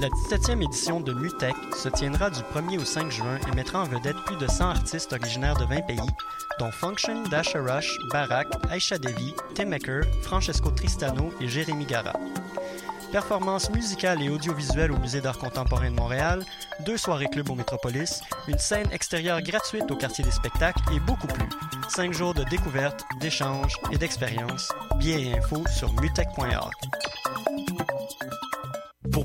La 17e édition de MUTEC se tiendra du 1er au 5 juin et mettra en vedette plus de 100 artistes originaires de 20 pays, dont Function, Dasha Rush, Barak, Aisha Devi, Tim Maker, Francesco Tristano et Jérémy Gara. Performances musicales et audiovisuelles au Musée d'art contemporain de Montréal, deux soirées club au Métropolis, une scène extérieure gratuite au quartier des spectacles et beaucoup plus. Cinq jours de découvertes, d'échanges et d'expériences. Billets et infos sur mutech.org. Pour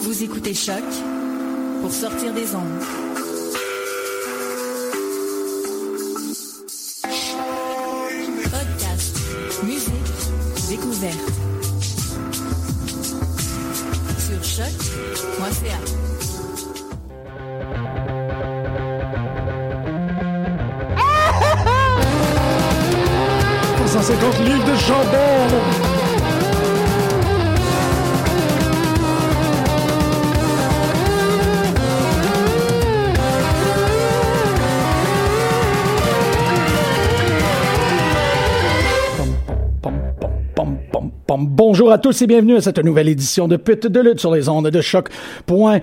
Vous écoutez Choc pour sortir des ondes. Podcast, musique, découverte. Sur choc.ca. livres de chandelle. Bonjour à tous et bienvenue à cette nouvelle édition de Pute de lutte sur les ondes de choc.ca.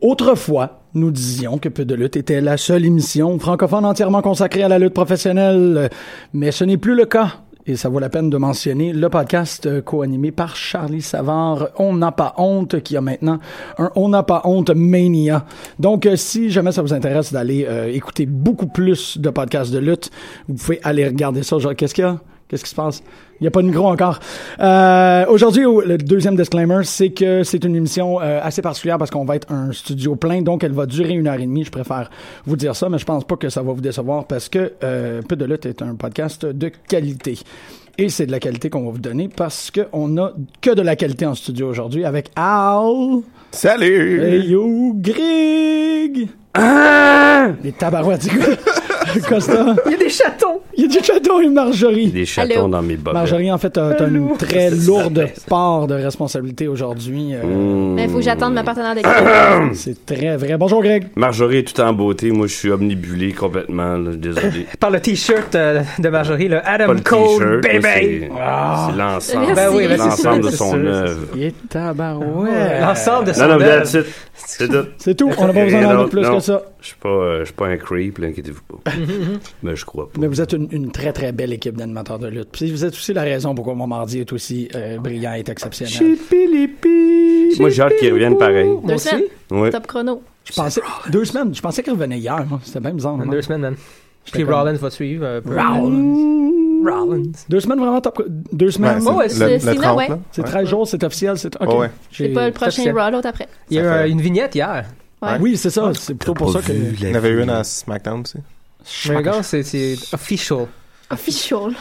Autrefois, nous disions que Peu de lutte était la seule émission francophone entièrement consacrée à la lutte professionnelle, mais ce n'est plus le cas. Et ça vaut la peine de mentionner le podcast euh, co-animé par Charlie Savard, On n'a pas honte, qui a maintenant un On n'a pas honte mania. Donc, euh, si jamais ça vous intéresse d'aller euh, écouter beaucoup plus de podcasts de lutte, vous pouvez aller regarder ça. Genre, qu'est-ce qu'il y a? Qu'est-ce qui se passe? Il n'y a pas de micro encore. Euh, Aujourd'hui, le deuxième disclaimer, c'est que c'est une émission euh, assez particulière parce qu'on va être un studio plein, donc elle va durer une heure et demie. Je préfère vous dire ça, mais je pense pas que ça va vous décevoir parce que euh, Peu de lutte est un podcast de qualité. Et c'est de la qualité qu'on va vous donner parce qu'on a que de la qualité en studio aujourd'hui avec Al. Salut! Et yo, Greg! Ah! Les tabarouettes, du coup. Costa. Il y a des chatons! Il y a du chaton et Marjorie. Des chatons Allô. dans mes bobettes. Marjorie, en fait, t'as t'as une très lourde part de responsabilité aujourd'hui. euh, Mais il faut que j'attende ma partenaire d'équipe. C'est très vrai. Bonjour, Greg. Marjorie est tout en beauté. Moi, je suis omnibulé complètement. là. Désolé. Par le t-shirt euh, de Marjorie, le Adam Pas le Cole, t-shirt. là, baby! C'est c'est l'ensemble. Ben oui, ben c'est l'ensemble de sûr, son c'est sûr. œuvre. Il est Ouais. tabarouette. L'ensemble de son Non, non, mais œuvre. that's it. C'est tout. C'est tout. On n'a pas besoin d'en Rien dire d'autre, plus non. que ça. Je suis pas, euh, je suis pas un creep, là, inquiétez-vous pas. Mais je crois pas. Mais vous êtes une, une très, très belle équipe d'animateurs de lutte. Puis vous êtes aussi la raison pourquoi mon mardi est aussi euh, brillant et exceptionnel. Moi, j'ai hâte qu'ils reviennent pareil. Moi Deux semaines, aussi. Ouais. top chrono. Je pensais... Deux semaines. Je pensais qu'il revenait hier, moi. C'était bien bizarre. moi. Deux semaines, man. Puis comme- Rollins va suivre. euh, pour- Rollins. Rollins. Deux semaines vraiment top. Deux semaines. c'est ouais, le- c'est- le sinon, 30, ouais. là. C'est Ouais. 13 jours, c'est officiel. C'est OK. Ouais, ouais. J'ai- C'est pas le prochain officiel. Raw, l'autre après. Il y a eu, Ça fait- euh, une vignette hier. Ouais. Oui, c'est ça. C'est plutôt pour ça que. Il y en avait eu une à SmackDown aussi. Mais regarde, c'est c'est official. Ah, Official.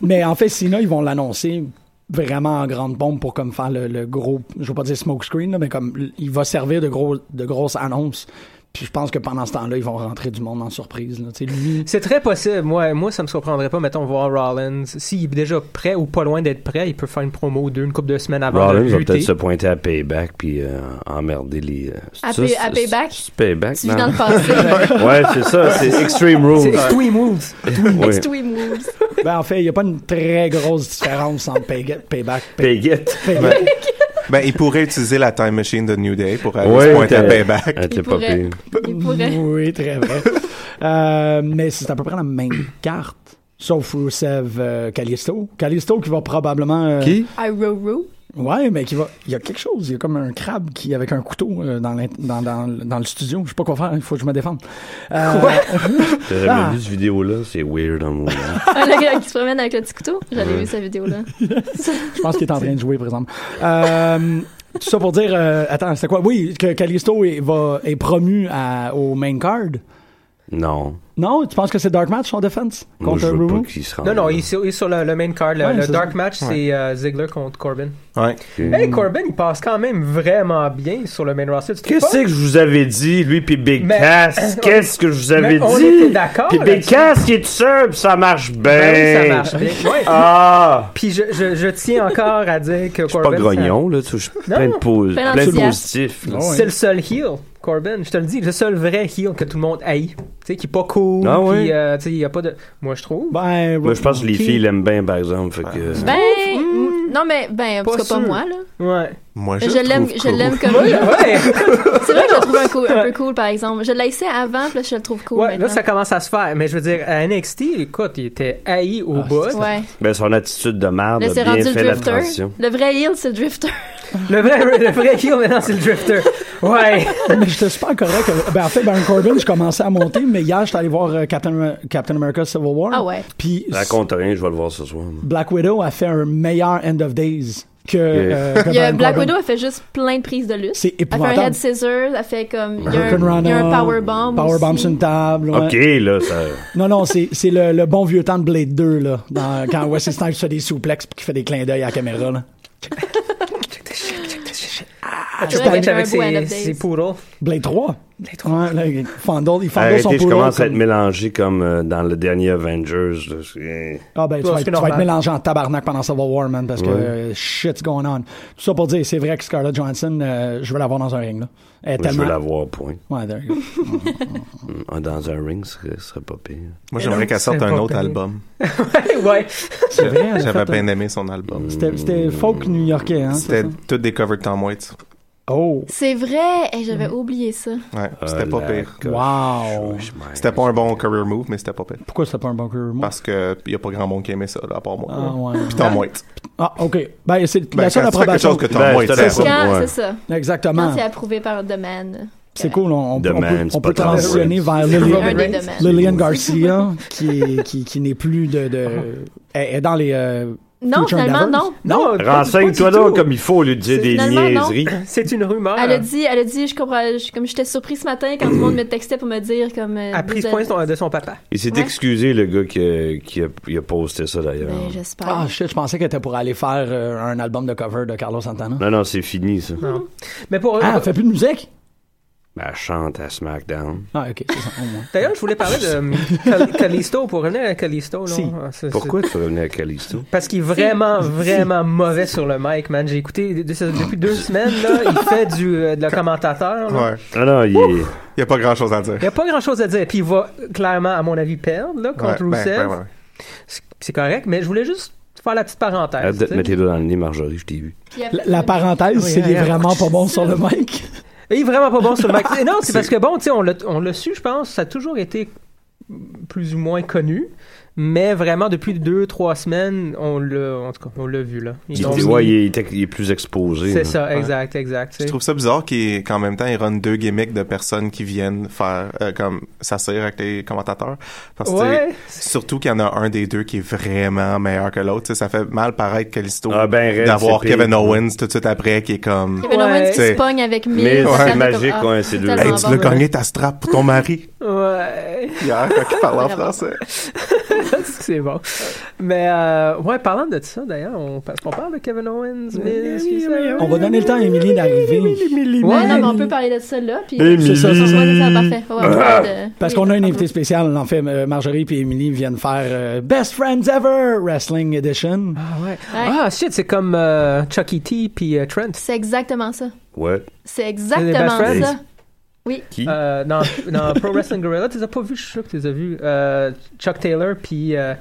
Mais en fait, sinon, ils vont l'annoncer vraiment en grande pompe pour comme faire le, le gros, je veux pas dire smoke screen, là, mais comme l- il va servir de gros, de grosses annonces. Puis je pense que pendant ce temps-là, ils vont rentrer du monde en surprise. Là. Tu sais, lui, C'est très possible. Moi, moi, ça me surprendrait pas, mettons, voir Rollins. S'il est déjà prêt ou pas loin d'être prêt, il peut faire une promo ou deux, une couple de semaines avant Rollins de va lutter. peut-être se pointer à Payback puis euh, emmerder les. euh, c'est À ça, Pay- c'est- à Payback? c'est- c'est Payback. Tu vis non? dans le passé. Ben. Ouais, c'est ça. C'est Extreme Rules. C'est Twee Moves. Ouais. Next Wii Moves. ben, en fait, il n'y a pas une très grosse différence entre pay Payback. Pay- Payguette. Payback. Ben, il pourrait utiliser la Time Machine de New Day pour aller Ouais, se pointer à t'as- Payback. Elle était Il pas pourrait. pire. Il pourrait. Oui, très vrai. Euh, mais c'est à peu près la même carte. Sauf Rusev euh, Callisto. Callisto qui va probablement. euh, I row row. Ouais, mais qui va. Il y a quelque chose. Il y a comme un crabe qui avec un couteau euh, dans, l'int- dans, dans, dans le studio. Je sais pas quoi faire. Il faut que je me défende. Euh, T'as jamais Ah. vu cette vidéo-là? C'est weird en moi. Ah, Le gars qui se promène avec le petit couteau. J'avais vu sa vidéo-là. Je pense qu'il est en train de jouer, par exemple. Euh, tout ça pour dire. euh, attends, c'était quoi? Oui, que Callisto est, va, est promu à- au main card. Non. Non, tu penses que c'est Dark Match en défense Moi, contre je veux Ruru? pas qu'il se rende. Non, non, là. il est sur, il est sur le, le main card. Le, Ouais, le c'est dark ça. match, c'est euh, Ziggler contre Corbin. Ouais. Hey, Corbin, il passe quand même vraiment bien sur le main roster. Tu trouves Qu'est-ce pas? que je vous avais dit, lui puis Big Mais- euh, Cass? Qu'est-ce que je vous avais Mais on était dit? d'accord Puis Big là-dessus. Cass, il est tout seul, puis ça marche bien. Ben oui, ça marche bien. Ouais. Ah! Puis je, je, je tiens encore à dire que Je suis pas Corbin. grognon, là. tu- Je suis plein de, po- plein plein de d'enthousiasme. positifs. là. Ah ouais. C'est le seul heel, Corbin. Je te le dis, le seul vrai heel que tout le monde haït. Tu sais, qui est pas cool. Ah qui, ouais? euh, tu sais, il y a pas de. Moi, je trouve. Ben, Moi, je pense que les Ricky. filles l'aiment bien, par exemple. Fait que... Ben, non, mais, ben, en Pas tout cas, pas sûr. moi, là. Ouais. Moi, je, Je le trouve l'aime, je cool. l'aime comme. Ouais, C'est vrai que je le trouve un, cou- un peu cool, par exemple. Je le laissais avant, puis là, je le trouve cool. ouais là, maintenant. ça commence à se faire. Mais je veux dire, à NXT, écoute, il était haï Ah, au bout. Ouais. Ben, son attitude de merde Là, a Ben, c'est bah, bien rendu le fait la drifter. transition. Le vrai heel, c'est le drifter. Le vrai, le vrai heel maintenant, c'est le Drifter. Ouais. Mais j'étais super correct. Ben, en fait, Baron Corbin, je commençais à monter, mais hier, j'étais allé voir euh, Captain, Captain America Civil War. Ah ouais. Puis Raconte rien, je vais le voir ce soir. Black Widow a fait un meilleur End of Days que, euh, que Il y a Baron Black Corbin. Widow, elle fait juste plein de prises de lutte. C'est Elle fait un épouvantable. head scissors, elle fait comme. Il y a Hurricane un, il y a un Rana, powerbomb. Powerbomb aussi. sur une table. ouais. OK, là, ça... Non, non, c'est c'est le, le bon vieux temps de Blade 2, là, dans- quand Wesley Snipes fait des souplexes et qu'il fait des clins d'œil à la caméra. Là. Ah, Tu c'est punches vrai qu'il y a avec un beau end ses, of days. ses poodles. Blade 3. Blade 3. Ouais, là, il fondle, il fondle son Arrêtez, je poodle commence à être comme- mélangé comme euh, dans le dernier Avengers. là. C'est- Ah ben, tu, Ouais, vas, c'est être- tu vas être normal. mélangé en tabarnak pendant Civil War, man, parce que Ouais. euh, shit's going on. Tout ça pour dire, c'est vrai que Scarlett Johansson, euh, je veux la voir dans un ring, là. Elle est Moi, je veux tellement... l'avoir, point. Ouais, there you go. Ah, Dans un ring, ce serait, ce serait pas pire. Moi, j'aimerais qu'elle sorte C'est un pas autre payé. album. ouais. C'est vrai, elle a J'avais fait, euh, bien aimé son Mm. album. C'était c'était folk new-yorkais, hein? c'est C'était ça? toutes des covers de Tom Waits. Oh, C'est vrai. Hey, J'avais oublié ça. Ouais, c'était pas Ah, la pire. coche. Wow. Je- je- je- C'était pas un bon career move, mais c'était pas pire. pourquoi c'était pas un bon career move? Parce que y a pas grand monde qui aimait ça, là, à part moi. Ah, ouais. Puis Tom Waits. Ah, OK. Ben, c'est Ben, la seule quand tu fais quelque approbation. chose que Tom Ben, Waits c'était la aime. seule- Quand, Ouais. c'est ça. Quand Exactement. c'est approuvé par The Man. C'est cool, on, on, The on man, peut, c'est on pas peut transitionner vers Un Lillian, des Reigns. The Man. Lillian Garcia, qui, est- qui, qui n'est plus de... de Ah. elle est dans les... euh, Non, Future finalement, Endeavors. non. Non, pas- Renseigne-toi pas du donc tout. comme il faut, au lieu de dire C'est- des finalement, non. niaiseries. C'est une rumeur. Elle a dit, elle a dit, je comprends, je- comme j'étais surpris ce matin quand tout le monde me textait pour me dire comme. euh, Elle a pris vous ce point de êtes- son- de son papa. Il s'est Ouais. excusé, le gars qui a, qui a, il a posté ça, d'ailleurs. Ben, j'espère. Ah, shit, je pensais qu'elle était pour aller faire euh, un album de cover de Carlos Santana. Non, non, c'est fini, ça. Mais pour euh, Ah, elle fait plus de musique? Ben, elle chante à SmackDown. Ah, OK, c'est ça, au moins. D'ailleurs, je voulais parler de euh, Cal- Callisto pour revenir à Callisto. là. Si. Ah, c'est- Pourquoi tu revenais à Callisto? c'est- Parce qu'il est vraiment, vraiment mauvais sur le mic, man. J'ai écouté de- de- depuis deux semaines, là, il fait du, euh, de la commentateur. là. Ouais. Non, non, il est... Y a pas grand chose à dire. Il n'y a pas grand chose à dire. Puis il va clairement, à mon avis, perdre là, contre Ouais, ben, Rousseff. ben, ouais. C'est- C'est correct, mais je voulais juste faire la petite parenthèse. Euh, Arrête de te tu sais. mettre les doigts Ah, dans le nez, Marjorie, je t'ai vu. Puis après, La, la parenthèse, Oui, c'est qu'il est regarde. vraiment pas bon sur le mic. Il est vraiment pas bon sur le mic. Et Non, c'est parce que bon, tu sais, on l'a- on l'a su, je pense, ça a toujours été plus ou moins connu, mais vraiment depuis deux, trois semaines, on l'a, en tout cas, on l'a vu là. Ils Il, l'ont était- mis- ouais, il, est, il est plus exposé. C'est là. ça, exact, exact. Je tu sais. trouve ça bizarre qu'il- qu'en même temps, ils run deux gimmicks de personnes qui viennent faire euh, comme s'asseoir avec les commentateurs. Parce que tu sais, Ouais, surtout qu'il y en a un des deux qui est vraiment meilleur que l'autre. Tu sais, Ça fait mal paraître Calisto Ah, ben, raide, d'avoir c'est pire. Kevin Owens tout de suite après qui est comme Kevin Owens qui se Ouais. pogne avec mille. Mais ça c'est fait magique, comme, ah, ouais, ces deux-là. tellement Hey, bon. tu veux gagner ta strap pour ton mari ouais, hier quand il parle en français. c'est bon. Mais euh, ouais, parlant de ça d'ailleurs, on, parce qu'on parle de Kevin Owens, Miz, tout ça. On va donner le temps à Émilie d'arriver. Ouais, Ouais, non, mais on peut parler de ça là. Puis C'est Émilie. ça, c'est ça. Ouais, c'est parfait. Ouais, on peut parler de- Parce qu'on a une invitée spéciale. En fait, euh, Marjorie et Émilie viennent faire euh, Best Friends Ever Wrestling Edition. Ah ouais. Ah shit, c'est comme euh, Chuck E. T. puis euh, Trent. C'est exactement ça. Ouais. C'est C'est les exactement best ça. Qui? Euh, dans, dans Pro Wrestling Guerrilla, tu les as pas vus, je suis sûr que tu les as vus. Euh, Chuck Taylor, puis. euh,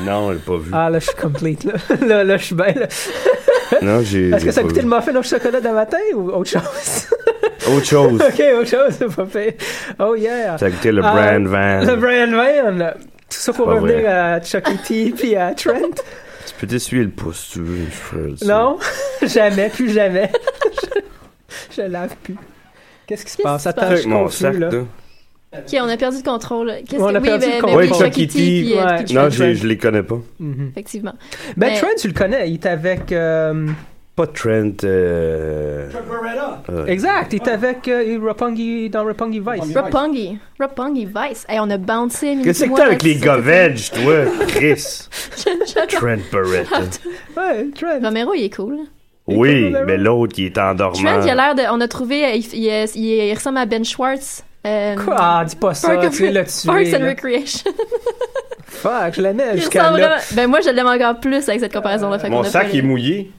Non, je l'ai pas vu. ah, là, je suis complete, là. là, là, je suis bien, là. Non, j'ai. Est-ce j'ai que ça a pas coûté vu. le muffin au chocolat de matin ou autre chose? Autre chose. ok, autre chose, c'est pas fait. Oh yeah! ça a coûté le Ah, brand van. Le Brian Van, tout ça pour Pas revenir vrai. à Chuck E. T. puis à Trent. Tu peux t'essuyer le pouce si tu veux. je ferai ça. non, jamais, plus jamais. je, je lave plus. Qu'est-ce qui se Qu'est-ce passe? qui se Attends, passe? Avec je mon continue, sac, là. là. Ok, on a perdu le contrôle. Qu'est-ce On que a oui, perdu ben, le ben, contrôle. oui, Chuck E. T, puis, euh, Ouais. puis Trent. Non, je, je les connais pas. Mhm. Effectivement. Ben, Mais- Trent, tu le connais, il est avec. euh, Pas Trent. euh, euh, Exact, il est avec euh, Rapongi dans Rapongi Vice. Rapongi. Rapongi Vice. Hey, on a bouncé. mais Qu'est-ce que dis-moi, t'as avec les Alexis, govedges, toi, Chris? Trent Barrett. Ouais, Trent. Romero, il est cool. Oui, mais l'autre qui est endormant. Trent, il a l'air de. On a trouvé. euh, Il, il- il- il ressemble à Ben Schwartz. Euh, Quoi? Ah, dis pas ça, Park and tu l'as Re- Parks tué. and là. Recreation. Fuck, je l'aimais Il jusqu'à ressemble là. vraiment- Ben moi, je l'aime encore plus avec cette comparaison-là. fait Mon qu'on a sac pas- est mouillé.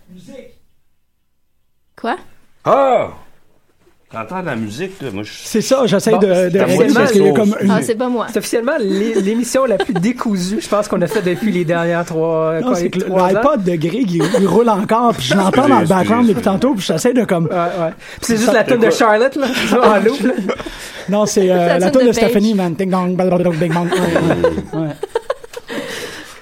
Quoi? Ah! T'entends de la musique, là? Moi, je... C'est ça, j'essaie Bon, de, de c'est à régler moi de parce qu'il y a sauce. comme une... Ah, c'est pas moi. C'est officiellement l'é- l'émission la plus décousue, je pense, qu'on a faite depuis les dernières trois, Non, quoi, c'est les que le- trois ans. l'iPod de Greg, il, il roule encore, puis je l'entends dans le Excusez, background excusez. depuis tantôt, puis j'essaie de comme... Ouais, ouais. Puis c'est juste la tune de Charlotte, là, en loop, là. Non, c'est euh, la la tune tour de de Page. Stéphanie, man. Ding dong, bang, bang, bang, bang. Ouais, ouais.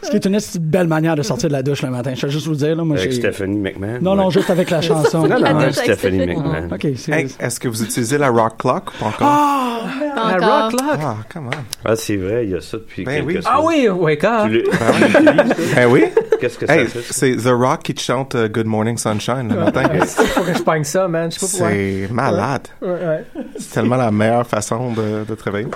Ce qui est une esti de belle manière de sortir de la douche le matin. Je vais juste vous dire, là, moi, Avec j'ai... Stephanie McMahon. Non, non, juste avec la chanson. Non, La non, douche avec Stephanie Stephanie. McMahon. OK, c'est... Hey, Est-ce que vous utilisez la rock clock ou pas encore? Pas La encore. Rock Lock. Ah, comment? Ah, c'est vrai, il y a ça depuis Ben quelques oui. Ah semaines. oui, Ah wake up. Tu l'as- Ben oui. Qu'est-ce que ça Hey, fait? ça? c'est The Rock qui te chante euh, Good Morning Sunshine le matin. Faut Ah, que je pogne ça, man. Je sais pas pourquoi. C'est malade. Ouais, ouais. C'est tellement la meilleure façon de, de travailler.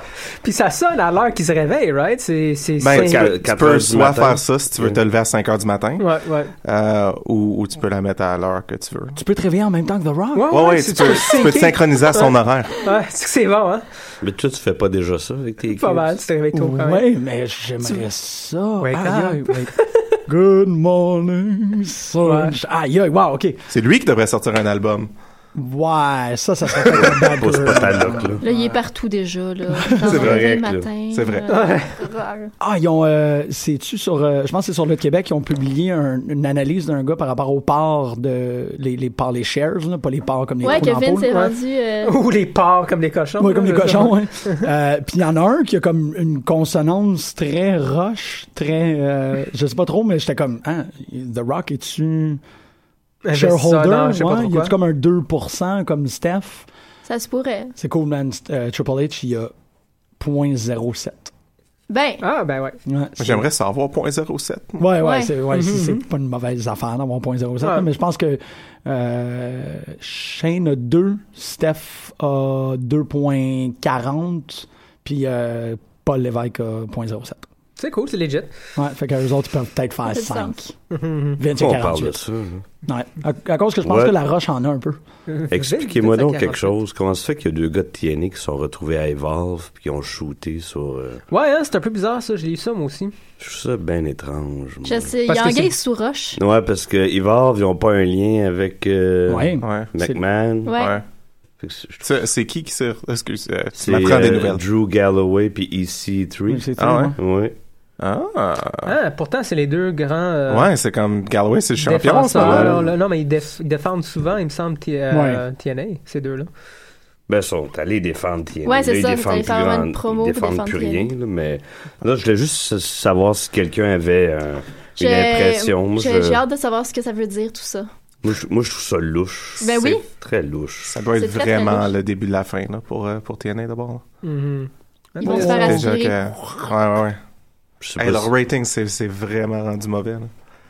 Puis ça sonne à l'heure qu'ils se réveillent, right? C'est. c'est Ben, c'est- tu quatre- peux, tu quatre peux heures du soit matin. faire ça si tu veux Ouais. te lever à 5 heures du matin, Ouais, ouais. euh, ou, ou tu peux la mettre à l'heure que tu veux. Ah Tu peux te réveiller en même temps que The Rock? Ouais, Ouais, ouais, c'est- tu peux, tu peux te synchroniser à son horaire. Ouais, c'est que c'est bon, hein? Mais toi, tu fais pas déjà ça avec tes Pas kids? mal, tu te réveilles tôt quand même. Ouais, mais j'aimerais ça. Wake Aïe, up. aïe, wake- Good morning, sunshine. Aïe, aïe, wow, OK. C'est lui qui devrait sortir un album. Ouais, ça, ça serait pas mal. Pose pas ta loque, là. Là, il est partout déjà, là. Dans C'est le vrai, réveil là. matin, euh, C'est vrai. là. Ah, ils ont, euh, c'est-tu sur, euh, je pense que c'est sur le Québec, ils ont publié un- une analyse d'un gars par rapport aux parts de, les, les parts, les shares, là, pas les parts comme les Ouais, trous dans la Kevin poule. s'est ouais. rendu... euh, Ou les porcs comme les cochons. Ouais, comme là, les je- cochons, hein. Euh, Puis il y en a un qui a comme une consonance très roche, très, euh, je sais pas trop, mais j'étais comme, hein, The Rock est-tu Investisseur shareholder? dans je sais pas Ouais, trop il quoi. a comme un 2% comme Steph? Ça se pourrait. C'est cool, man. Euh, Triple H, il a 0.07. Ben, Ah, ben ouais. Ouais, c'est- J'aimerais savoir 0.07. Ouais, ouais, Ouais. c'est ouais, c'est- c'est pas une mauvaise affaire d'avoir 0.07, Ouais. mais je pense que euh, Shane a 2, Steph a 2.40, puis euh, Paul Lévesque a 0.07. C'est cool, c'est legit. Ouais, fait que les autres, ils peuvent peut-être faire Ça fait du 5. 20 On parle de 48. ça. là. Ouais. À, à cause que je pense Ouais. que la roche en a un peu. Expliquez-moi Peut-être à donc quelque 48. chose. Comment se fait qu'il y a deux gars de TNA qui sont retrouvés à Evolve puis qui ont shooté sur. euh, Ouais, hein, c'est un peu bizarre ça, j'ai lu ça moi aussi. Je trouve ça bien étrange. moi. je sais, il Parce y a que un gars c'est- sous roche. Ouais, parce que Evolve, ils ont pas un lien avec euh, Ouais. Ouais. McMahon. Ouais. Ouais. Fait que je trouve- C'est c'est qui qui s'est... Excuse, euh, tu C'est m'apprends des euh, nouvelles. Drew Galloway puis EC3. E Oui, c'est Ah tout, ouais? Ouais. Ah. Ah, pourtant, c'est les deux grands. euh, Ouais, c'est comme Galloway, c'est le champion en ce défenseurs, là, moment. là. Non, mais ils, déf- ils défendent souvent, il me semble, T- euh, TNA, ces deux-là. Ben, ils sont allés défendre TNA. Ouais, c'est Là, ils ça, défendent ils plus font vraiment grand- une promo Ils pour défendent défendre plus TNA. rien, là, mais là, je voulais juste s- savoir si quelqu'un avait euh, J'ai- une impression. Moi, J'ai je- j'ai hâte de savoir ce que ça veut dire, tout ça. moi, je, moi, je trouve ça louche. Ben oui. C'est Très louche. Ça doit être C'est très, très vraiment riche. le début de la fin là, pour, euh, pour TNA d'abord. Mhm. Ils vont se Ouais. faire Déjà assurer. que- Ouais, ouais, ouais. Je sais Hey, pas leur si- rating, c'est c'est vraiment rendu mauvais. là.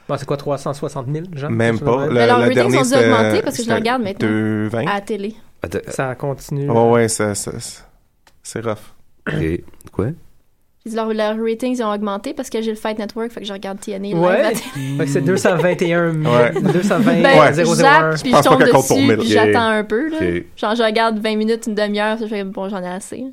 Bon, c'est quoi, 360 000, genre? Même quelque chose pas. de Le, même? Mais leurs le ratings dernier, ont dû c'était- augmenter parce que je les c'était regarde maintenant. 2,20. À Ah. la télé. Attends, Ça continue. Ouais, ouais, ça- ça- ça- c'est rough. ok. Quoi? Ils disent Leurs leurs ratings ils ont augmenté parce que j'ai le Fight Network, fait que je regarde TNA live Ouais. à la télé. Fait que c'est 221 000, Ouais. 220 Ben, Ouais. 001. zappe, puis Je je pense pas tombe qu'elle compte pour dessus, mille. puis Ok. j'attends un peu. Là. Ok. Genre, je regarde 20 minutes, une demi-heure, puis je fais bon, j'en ai assez.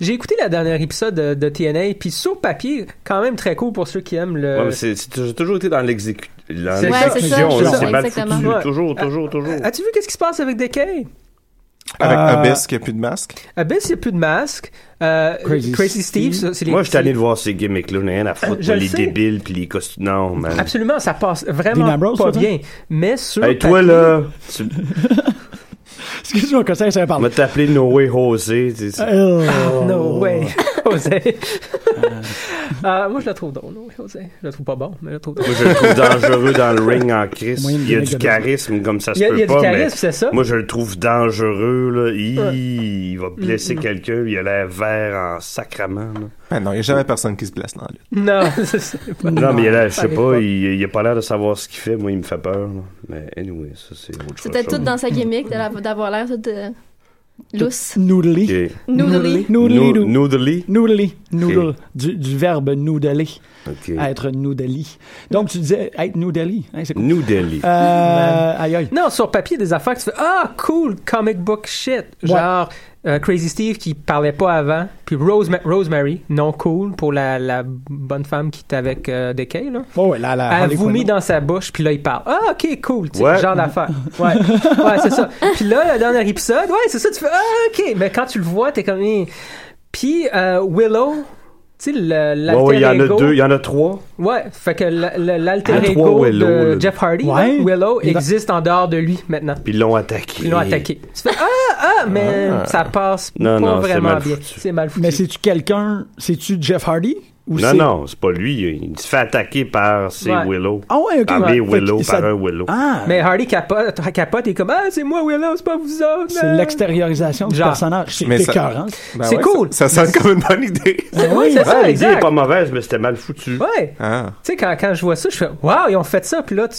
J'ai écouté la dernière épisode de, de TNA, puis sur papier, quand même très cool pour ceux qui aiment le... Ouais, mais c'est- c'est- j'ai toujours été dans l'exécu- dans C'est- Ouais, c'est l'exécution. ça, là, c'est C'est ça, mal exactement. foutu. Ouais. Toujours, toujours, toujours. As-tu vu qu'est-ce qui se passe avec Decay? Avec Euh, Abyss qui a plus de masque. Abyss, il n'y a Ah, ben, plus de masque. Euh, Crazy Crazy, Steve. Steve, ça, c'est les Moi, je suis petits- allé de voir ces gimmicks-là. On a rien à foutre. Je moi, le les sais. débiles puis les costumes. Non, man. Absolument, ça passe Dean vraiment Ambrose, pas toi, bien. Mais sur Hey, toi, papier- là, tu Excuse-moi, que ça, ça parle. m'as appelé No Way Jose. tu sais, Euh, No way. Osei. Euh, moi, je la trouve drôle, oui, Osei. Je la trouve pas bon, mais je la trouve drôle. Moi, je le trouve dangereux dans le ring en crise. Moyen de Il y a gimmick du de charisme comme ça se Il y a, il y a peut du pas, mais charisme, c'est ça. moi, je le trouve dangereux. Là. Il, Ouais. il va blesser Mm, mm. quelqu'un, il a l'air vert en sacrament. là. Ben non, il n'y a jamais personne qui se blesse dans la lutte. Non, c'est ça. Non, mais il a l'air, je ça sais arrive pas, pas. il, il a pas l'air de savoir ce qu'il fait. Moi, il me fait peur. là. Mais anyway, ça, c'est autre chose. C'est peut-être tout dans sa gimmick de la- d'avoir l'air toute euh, lousse. Noodly. Ok. Noodly. Noodly. Nou- Noodly. Noodly. Noodle. Du, du verbe noodler. Ok. Être noodly. Donc, tu disais être noodly. Hein, c'est cool. Noodly. Euh, aïe, aïe. Non, sur papier, des affaires que tu fais Ah, cool, comic book shit. Ouais. Genre euh, Crazy Steve qui parlait pas avant. Puis Rosema- Rosemary, non cool, pour la, la bonne femme qui est avec euh, Decay, là. Oh, ouais, la, la Elle Harley vomit Quinn. dans sa bouche, puis là, il parle. Ah, ok, cool, tu sais, Ouais. genre d'affaire. Ouais, ouais c'est ça. Puis là, le dernier épisode, ouais, c'est ça, tu fais Ah, ok. Mais quand tu le vois, t'es comme. Eh. Puis euh, Willow, tu sais, le- l'alter Ouais, ouais, il y en a ego. deux, il y en a trois. Ouais, fait que la- la- Il l'alter y a trois ego Willow, de là. Jeff Hardy, Ouais. là, Willow, Il- existe en dehors de lui maintenant. Puis ils l'ont attaqué. Ils l'ont attaqué. Tu fais Ah, ah, mais ça passe pas Non, non, c'est vraiment mal bien. foutu. C'est mal foutu. Mais c'est-tu quelqu'un C'est-tu Jeff Hardy ou Non, c'est- non, c'est pas lui. Il se fait attaquer par ses Ouais. Willow. Ah, ouais, ok. Par ouais. mes Fait que Willow, ça- par un Willow. Ah, Mais Hardy capote, capote et est comme Ah, c'est moi Willow, c'est pas vous autres. c'est là. l'extériorisation du Genre. personnage. C'est Mais ça- écœurant. Ben C'est ouais, cool. Ça, ça sonne comme une bonne idée. C'est- Oui, c'est Ah, ça, l'idée est exact. pas mauvaise, mais c'était mal foutu. Ouais. Ah. Tu sais, quand, quand je vois ça, je fais Waouh, ils ont fait ça, puis là, tu.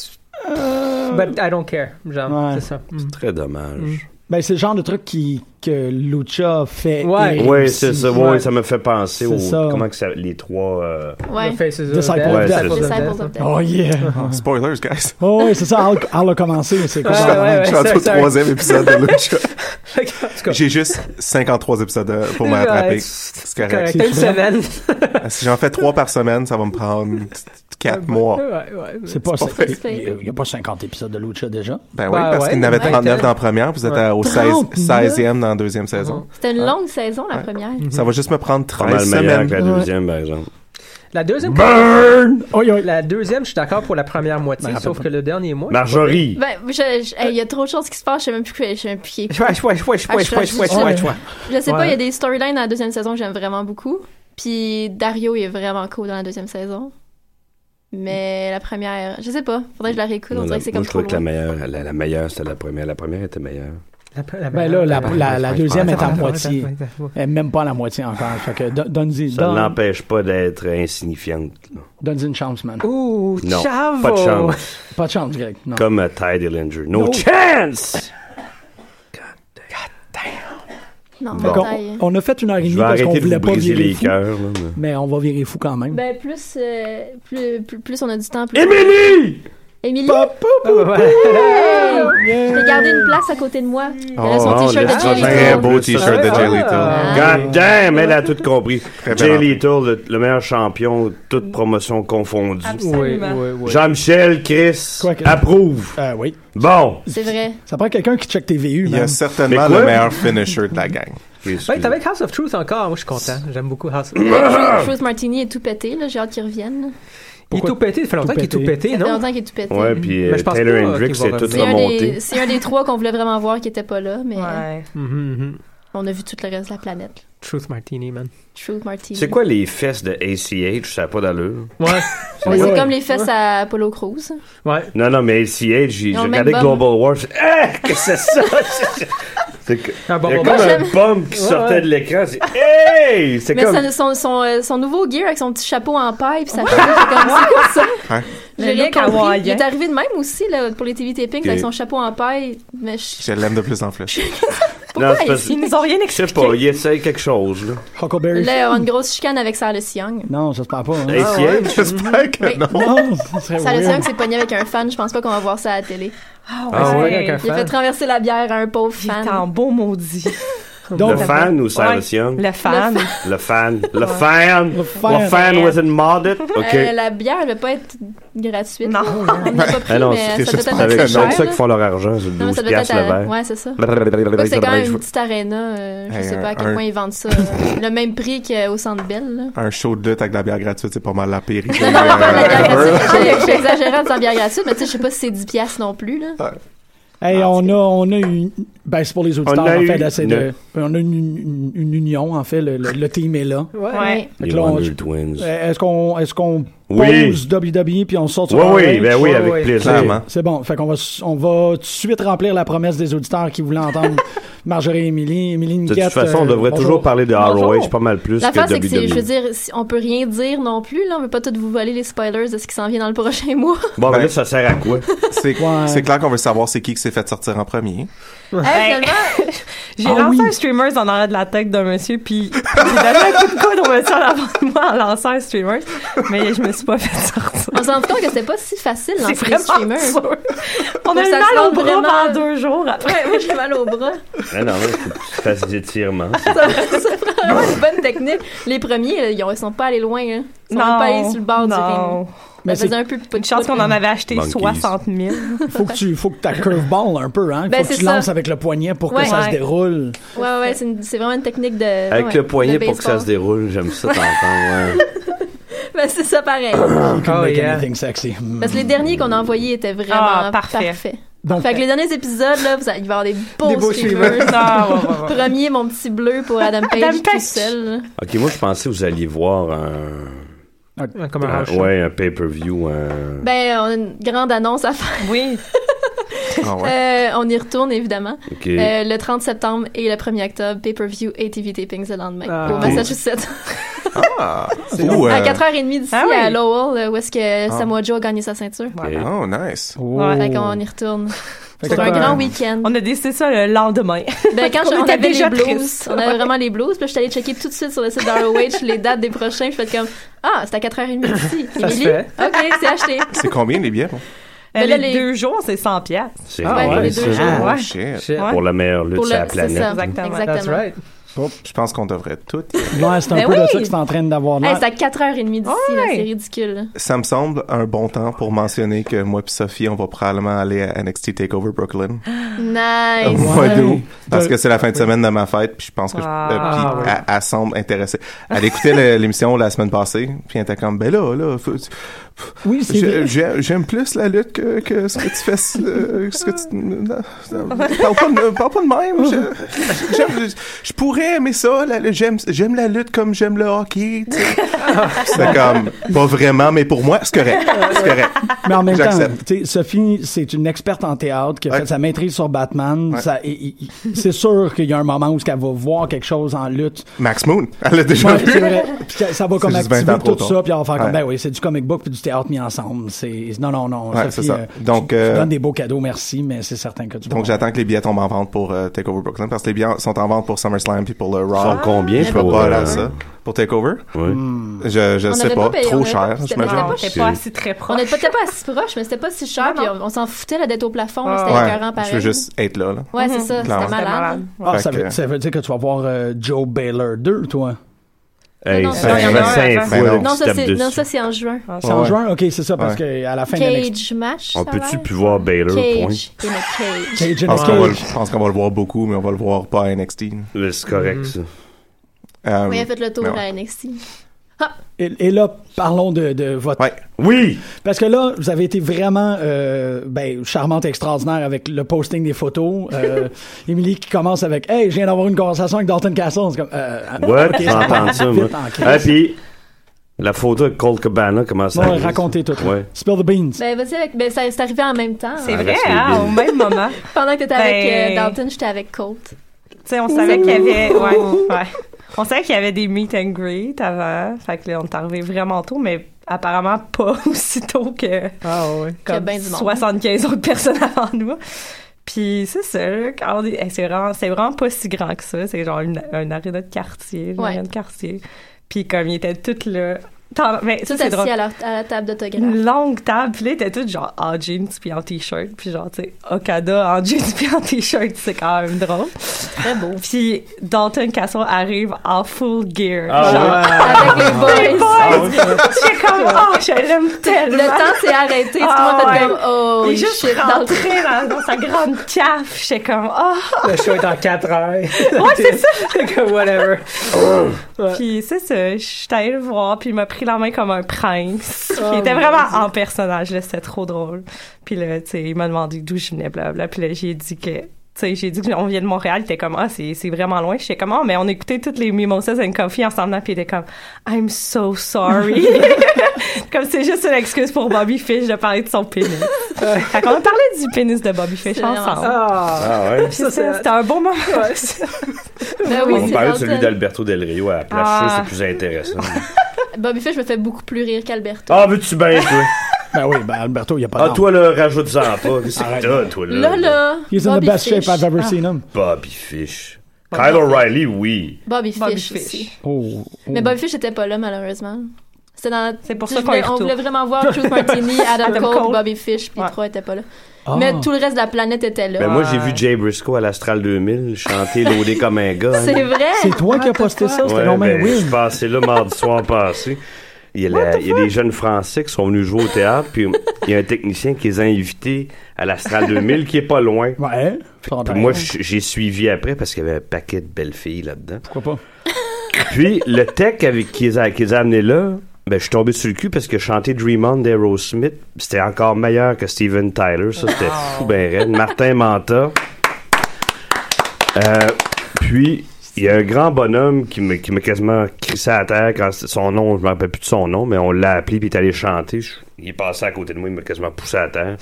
But I don't care. Genre, Euh, Ouais. c'est ça. Mm. Très dommage. Ben, c'est le genre de truc qui, que Lucha fait. Ouais. et Oui, réussit. c'est ça. Ouais. Ouais, ça me fait penser C'est au. ça. Comment que ça. Les trois. euh, Ouais. The Faces of Disciple Death, of Death. Disciple of Disciples Death. of Death. Oh, yeah. Spoilers, guys. Oh, oui, c'est ça. Al, Al a commencé. C'est cool. Ouais, ouais, Je suis ouais, rendu au sorry, sorry. troisième épisode de Lucha. Fait que, en tout cas, J'ai juste 53 épisodes euh, pour Ouais, m'attraper. c'est C'est correct. correct. Ah, T'as une semaine. Si j'en fais trois par semaine, ça va me prendre quatre mois. Ouais, ouais. C'est pas ça. vrai. Il n'y a pas 50 épisodes de Lucha déjà. Ben Ben oui, parce ouais. qu'il y en avait Ouais. 39 dans la première, vous êtes à- au 16, 39? 16e dans la deuxième saison. C'était une longue saison, la première. Mm. Ça va juste me prendre Pas mal 13 meilleur semaines. que la Ouais. deuxième, par exemple. La deuxième. Burn! Oh, oui, oui. La deuxième, je suis d'accord pour la première moitié, Ben, rappelle sauf pas. que le dernier mois. Marjorie! Ben, je, je- hey, il y a trop de choses qui se passent, je sais même plus, que- je sais même plus qui est- Ouais, ouais, ouais, ouais, ouais, ouais, ouais, Ah, ouais, ouais. Je sais pas, Ouais. il y a des storylines dans la deuxième saison que j'aime vraiment beaucoup. Puis Dario est vraiment cool dans la deuxième saison. Mais la première, je sais pas, faudrait que je la réécoute, on Non, dirait la- que c'est moi, comme je trop trouvais que la loin. meilleure, la, la meilleure, c'était la première. La première était meilleure. La- la- Ben là, la, la, la deuxième est à Attends, moitié. attends, attends, attends. Elle est même pas à la moitié encore. Fait que don- donne-y Ça ne donne- l'empêche pas d'être insignifiante. là. donne-y une chance, man. Ouh, Non, chavo! pas de chance. Pas de chance, Greg. Non. Comme euh, Ty Dillinger. No, No. chance! Non, Bon. Fait qu'on- bataille. on a fait une heure et demie Je vais parce qu'on arrêter de voulait vous pas briser virer les fou, cœurs. là, mais- mais on va virer fou quand même. Ben, plus, euh, plus, plus, plus on a du temps, plus. Émilie! Émilie! Ah, ouais, ouais. Hey! Je t'ai gardé une place à côté de moi. Elle a son Oh, oh, t-shirt de laisse Jerry faire. Très Curl. beau t-shirt de Ah. Jay Ah. Lethal. God damn, elle a tout compris. belle Jay entrée. Little, le, le meilleur champion, toute promotion confondue. Oui, Absolument. oui, oui. Jean-Michel, Chris, Quoi que- approuve. Euh, oui. Bon. C'est vrai. Ça prend quelqu'un qui check tes VU, Il y man. a certainement Mais quoi? le meilleur finisher de la gang. Ouais, t'as avec House of Truth encore. Moi, je suis content. J'aime beaucoup House of Truth. Truth Martini est tout pété, là. J'ai hâte qu'il revienne. Il est Pourquoi- tout pété. Ça fait longtemps Tout qu'il est tout Ça pété, fait non? longtemps qu'il est tout pété. Ouais, puis euh, Mais je pense Taylor pas, euh, Hendricks qu'il va est tout C'est un, remonté. des, c'est un des trois qu'on voulait vraiment voir qui était pas là, mais Ouais. Mhm, mhm. on a vu tout le reste de la planète. Truth Martini, man. Truth Martini. C'est quoi les fesses de ACH? Ça n'a pas d'allure. Ouais, Ben, Ouais, c'est ouais. comme les fesses à Apollo Crews. ouais. Non, non, mais ACH, j'ai j'ai ont le regardé même bum. Global War. j'ai- Eh, qu'est-ce que c'est ça? C'est que- Ah, bon, Il y a bon, comme bon. un bombe qui Ouais, sortait ouais. de l'écran. c'est- Hey! C'est Mais comme. son, son, son, euh, son nouveau gear avec son petit chapeau en paille, puis sa chemise, c'est comme c'est quoi ça? Hein? J'ai Le rien look compris. hawaïen. Il est arrivé de même aussi là, pour les TV tapings Ok. avec son chapeau en paille. Mais je- Je l'aime de plus en Non, plus. c'est Pourquoi parce- Ils nous ont rien Je sais expliqué. pas, il essaye quelque chose, là. Huckleberry. Là, on a une grosse chicane avec Sarah Young. Non, ça se parle Ah, pas. hein. ACH? J'espère que Oui. non. Non, ça serait Sarah weird. Young s'est pognée avec un fan. Je pense pas qu'on va voir ça à la télé. Ah Ah ouais, avec un Il a fait fan. traverser la bière à un pauvre J'étais fan. en beau maudit. Le Donc, fan ou Cyrus Ouais. Young? Le fan. Le fan. Le fan. Le fan. fan. wasn't modded. OK. Euh, la bière, elle va pas être gratuite. Non. là. On l'a pas pris, Ah non, mais euh, ça doit être avec assez donc cher. ça là. qu'ils font leur argent, c'est Non, mais 12 ça doit être piastres à... le verre. Ouais, c'est ça. Quoi que c'est quand même une petite arena. euh, je Hey, sais pas un- à quel un- point ils vendent ça. euh, le même prix qu'au Centre Bell. Là. Un show de lutte avec de la bière gratuite, c'est pas mal la pire idée. Non, non, on parle de la bière Euh, gratuite. Je suis exagérante sans bière gratuite, mais tu sais, je sais pas si c'est 10 piastres non plus. Là. Hey, Ah, on c'est- a, on a une. Ben, c'est pour les auditeurs, On a en fait, eu d'essayer de. On a une, une- une union, en fait. Le, le- le team est là. Ouais. Ouais. Fait Les que là, on- Wonder Twins. Euh, Est-ce qu'on est qu'on Oui. pose WWE puis on sort sur Oui, oui, RH? ben oui, ouais, avec ouais. plaisir. Clairement. C'est bon. Fait qu'on va, s- on va tout de suite remplir la promesse des auditeurs qui voulaient entendre Marjorie Émilie, Émilie De Niquette. toute façon, on euh, devrait bonjour. toujours parler de Bonjour. ROH pas mal plus L'affaire, que E. c'est que c'est, WWE. je veux E. dire, si- on peut rien dire non plus, là. On peut pas tout vous voler les spoilers de ce qui s'en vient dans le prochain mois. Bon, Ben- mais là, ça sert à quoi? C'est Ouais. c'est clair qu'on veut savoir c'est qui qui s'est fait sortir en premier. Hey, finalement, j'ai Ah lancé oui. un streamer en arrière de la tête d'un monsieur, puis j'ai donné un coup de coude au monsieur en avant de moi en lançant un streamer, mais je me suis pas fait sortir. On s'est rendu compte que c'était pas si facile dans C'est les vraiment streamers. dur. On Faut a que eu ça mal se au vende bras vraiment. pendant deux jours après. Ouais, moi j'ai mal au bras. Ah non, là, faut que tu fasses des étirements. Ça- C'est vraiment une bonne technique. Les premiers, là, ils ont- ils sont pas allés loin. là. Ils sont même pas allés sur le bord du ring. non. Mais Ça c'est- faisait un peu pas Une chance qu'on en avait acheté Monkeys. 60 000. faut que tu faut que ta curveball un peu hein, Ben, faut que c'est tu lances ça. avec le poignet pour Ouais. que ça se Ouais. déroule. Ouais, ouais, c'est une- c'est vraiment une technique de. Avec ouais, le poignet de pour que ça se baseball. déroule, j'aime ça t'entendre. ouais. Ben, c'est ça pareil. You can Oh, make yeah. anything sexy. Hmm. Parce que les derniers qu'on a envoyés étaient vraiment Ah, parfaits. parfait. Donc, Fait que les derniers épisodes, là, vous allez- il va y avoir des beaux, Des beaux streamers. Ah, ouais, ouais, ouais. Premier, mon petit bleu pour Adam Page, Adam tout Page. seul. là. Ok, moi, je pensais que vous alliez voir un, Comme un un- rush. Ah, ouais, un pay-per-view. un- Ben, on a une grande annonce à faire. Oui. Ah ouais. Euh, on y retourne, évidemment. Ok. Euh, le 30 septembre et le 1er octobre, pay-per-view et TV tapings le lendemain. Ah. Au Ok. Massachusetts. Ah, Ouh, À euh, 4h30 d'ici, Ah oui. à Lowell, euh, où est-ce Ah. que Samoa Joe a gagné sa ceinture. Voilà. Oh, nice. oh. Fait qu'on y retourne. Fait que C'est ça un fait grand week-end. On a décidé ça le lendemain. Ben, quand On je- on, était avait déjà les blues, tristes, on avait ouais. vraiment les blues, puis là, je suis allée checker tout de suite sur le site d'ROH les dates des prochains, puis je fais comme Ah, c'est à 4h30 ici. Ça se Émilie? fait. Ok, c'est acheté. C'est combien les billets? Euh, là, les, les- deux jours, c'est 100 piastres. C'est Ah, vrai, ouais, les ça. deux Oh, ouais. shit. Shit. Ouais. Pour la meilleure lutte Pour sur le, la c'est planète. ça. Exactement. That's right. Je pense qu'on devrait tout. Ouais, c'est un Ben peu de oui. ça que c'est en train d'avoir Hey, l'air. c'est à 4h30 d'ici, là, Ouais. c'est ridicule. Ça me semble un bon temps pour mentionner que moi et Sophie, on va probablement aller à NXT Takeover Brooklyn au Nice. mois d'août. Parce De- que c'est la fin de semaine de ma fête, puis je pense que je, Ah. euh, puis Ah, ouais. elle- elle semble intéressée. Elle écoutait le- l'émission la semaine passée, puis elle était comme, ben là, là, faut- oui, Eh c'est Je- vrai. j'ai- J'aime plus la lutte que, que ce que tu fais. euh, ce que tu, non, non, parle, pas de, parle pas de même. Je, j'aime- je pourrais aimer ça. la lutte. J'aime j'aime la lutte comme j'aime le hockey. tu sais. C'est comme, pas vraiment, mais pour moi, c'est correct. C'est correct. Mais en même temps, J'accepte. tu sais, Sophie, c'est une experte en théâtre qui a Ouais. fait sa maîtrise sur Batman. Ouais. Ça- et- et- et- c'est sûr qu'il y a un moment où elle va voir quelque chose en lutte. Max Moon, elle l'a déjà Ouais, vu. c'est vrai. Puis ça- ça va comme juste 20 activer ans trop tout tard. ça, puis on va faire comme, ben Ouais. oui, c'est du comic book puis du théâtre mis ensemble. C'est, non, non, non. Ouais, Sophie, c'est ça. euh, Donc, tu, tu euh, donnes des beaux cadeaux, merci, mais c'est certain que tu vas- Donc j'attends que les billets tombent en vente pour euh, Takeover Brooklyn parce que les billets sont en vente pour SummerSlam puis pour le Ils sont Raw. combien Je peux pour pas aller euh, à ça. Pour Takeover, ouais. je je On sais avait pas, pas payé- on trop avait pas- cher. c'était j'imagine. pas- On c'est- n'était pas assez très On proche. n'était peut-être pas assez proche, mais c'était pas si cher, Non, puis non. Ah. on, on s'en foutait là, d'être au plafond, là, c'était Ouais, écœurant pareil. je veux juste être là. là. Ouais, c'est ça, Clairement. c'était C'était malade. malade. Ah, Fait ça, que- veut, ça veut dire que tu vas voir euh, Joe Baylor 2, toi. Hey, Non, non, ça non, fait non, cinq non, fois non. là, que Non, tu ça, tapes c'est, dessus. non, ça, c'est en juin. C'est en Ouais. juin? OK, c'est ça, parce que à la fin, NXT Cage match. On ça peut-tu va? plus voir Baylor, point? Cage in a cage. Cage in Je pense a qu'on va le- Cage. je pense qu'on va le voir beaucoup, mais on va le voir pas à NXT. Ouais, C'est correct, Mhm. ça. Ah Euh, Oui, faites le tour Ben mais ouais. à NXT. Et, et là, parlons de, de votre... Ouais. Oui! Parce que là, vous avez été vraiment euh, ben, charmante, extraordinaire avec le posting des photos. Euh, Émilie qui commence avec « Hey, je viens d'avoir une conversation avec Dalton Castle. » C'est comme... Euh, What? ok, Tu entends ça, moi? vite en crise. Ah, puis la photo de Cole Cabana, comment ça Bon, arrive, ça? racontez tout. Ouais. Spill the beans. Ben, vas-y avec. Ben, ça, c'est arrivé en même temps. C'est Ah, vrai, reste les hein, au billes. même moment. Pendant que t'étais avec euh, Ben- Dalton, j'étais avec Colt. Tu sais, on savait qu'il y avait... Ouais, ouais. On savait qu'il y avait des meet and greet avant. Fait que là, on est arrivé vraiment tôt, mais apparemment pas aussitôt que... Ah ouais. comme ben du monde. 75 autres personnes avant nous. Puis c'est ça, là, quand on est- hey, c'est vraiment, c'est vraiment pas si grand que ça. C'est genre une, un aréna de quartier, une Ouais. aréna de quartier. Puis comme ils étaient toutes là, T'en- mais Tout ça c'est assis drôle. à, leur- à la table d'autographe. Une longue table, puis là, ils étaient tous genre en jeans puis en t-shirt, puis genre, tu sais, Okada en jeans puis en t-shirt, c'est quand même drôle. Très beau. Puis Dalton Casson arrive en full gear. genre, Ah Avec les Hey, boys. Ah, boys! Ah, J'étais comme, oh, je l'aime tellement! Le temps s'est arrêté. Tout le Ah, monde a fait ouais. comme Oh, Il est juste shit. Dans le- rentré dans, dans sa grande caffe. J'étais comme, oh! ouais. Le show est en 4 heures. Ouais, c'est ça! Whatever. Puis c'est ça, je suis allée le voir, puis il m'a pris la main comme un prince. Oh, il était mon vraiment Dieu. en personnage, là, c'était trop drôle. Puis là, tu sais, il m'a demandé d'où je venais, blablabla. Puis là, j'ai dit que. Tu sais, j'ai dit qu'on vient de Montréal, il était comme, ah, c'est c'est vraiment loin. J'étais comme, ah, mais on écoutait toutes les Mimosas and Coffee ensemble, puis il était comme, I'm so sorry. comme c'est juste une excuse pour Bobby Fish de parler de son pénis. fait qu'on parlait du pénis de Bobby Fish C'est vraiment ensemble. ça. Ah ouais. Ça, c'est- C'était un bon moment. Ben on ben, parlait de celui d'Alberto Del Rio à la place. Ah. Je suis sûr, c'est plus intéressant. Bobby Fish me fait beaucoup plus rire qu'Alberto. Ah, veux-tu bien, toi? ben oui, ben Alberto, il n'y a pas Ah, d'arme. toi, là, rajoute-en pas. Qu'est-ce que Arrête. t'as, toi, Euh, là? Là, là, He's in the Bobby best shape Fish. I've ever Ah. seen him. Bobby Fish. Kyle O'Reilly, oui. Bobby Fish, Bobby aussi. Oh, oh. Mais Bobby Fish était pas là, malheureusement. C'était dans... C'est pour ça qu'on est On retour. voulait vraiment voir Truth Martini, Adam Adam Cole, Cole. Bobby Fish, puis les trois étaient pas là. Ah. Mais tout le reste de la planète était là. Ben, moi, j'ai vu Jay Briscoe à l'Astral 2000 chanter Laudé comme un gars. Ah, hein. C'est vrai? C'est toi Ah, qui as posté ça, c'était Ouais, normal. ben, je suis passé là mardi soir passé. Il y, a la- il y a des jeunes Français qui sont venus jouer au théâtre, puis il y a un technicien qui les a invités à l'Astral 2000 qui est pas loin. Ouais. hein? Puis moi, j- j'ai suivi après parce qu'il y avait un paquet de belles filles là-dedans. Pourquoi pas? Puis le tech avec qui les a, qui les a amenés là, ben, je suis tombé sur le cul parce que chanter Dream On d'Aerosmith, c'était encore meilleur que Steven Tyler. Ça, c'était fou, ben raide. Martin Manta. Euh, puis, il y a un grand bonhomme qui m'a qui m'a quasiment crissé à terre quand c'était- son nom, je me rappelle plus de son nom, mais on l'a appelé puis il est allé chanter. Je- il est passé à côté de moi, il m'a quasiment poussé à terre.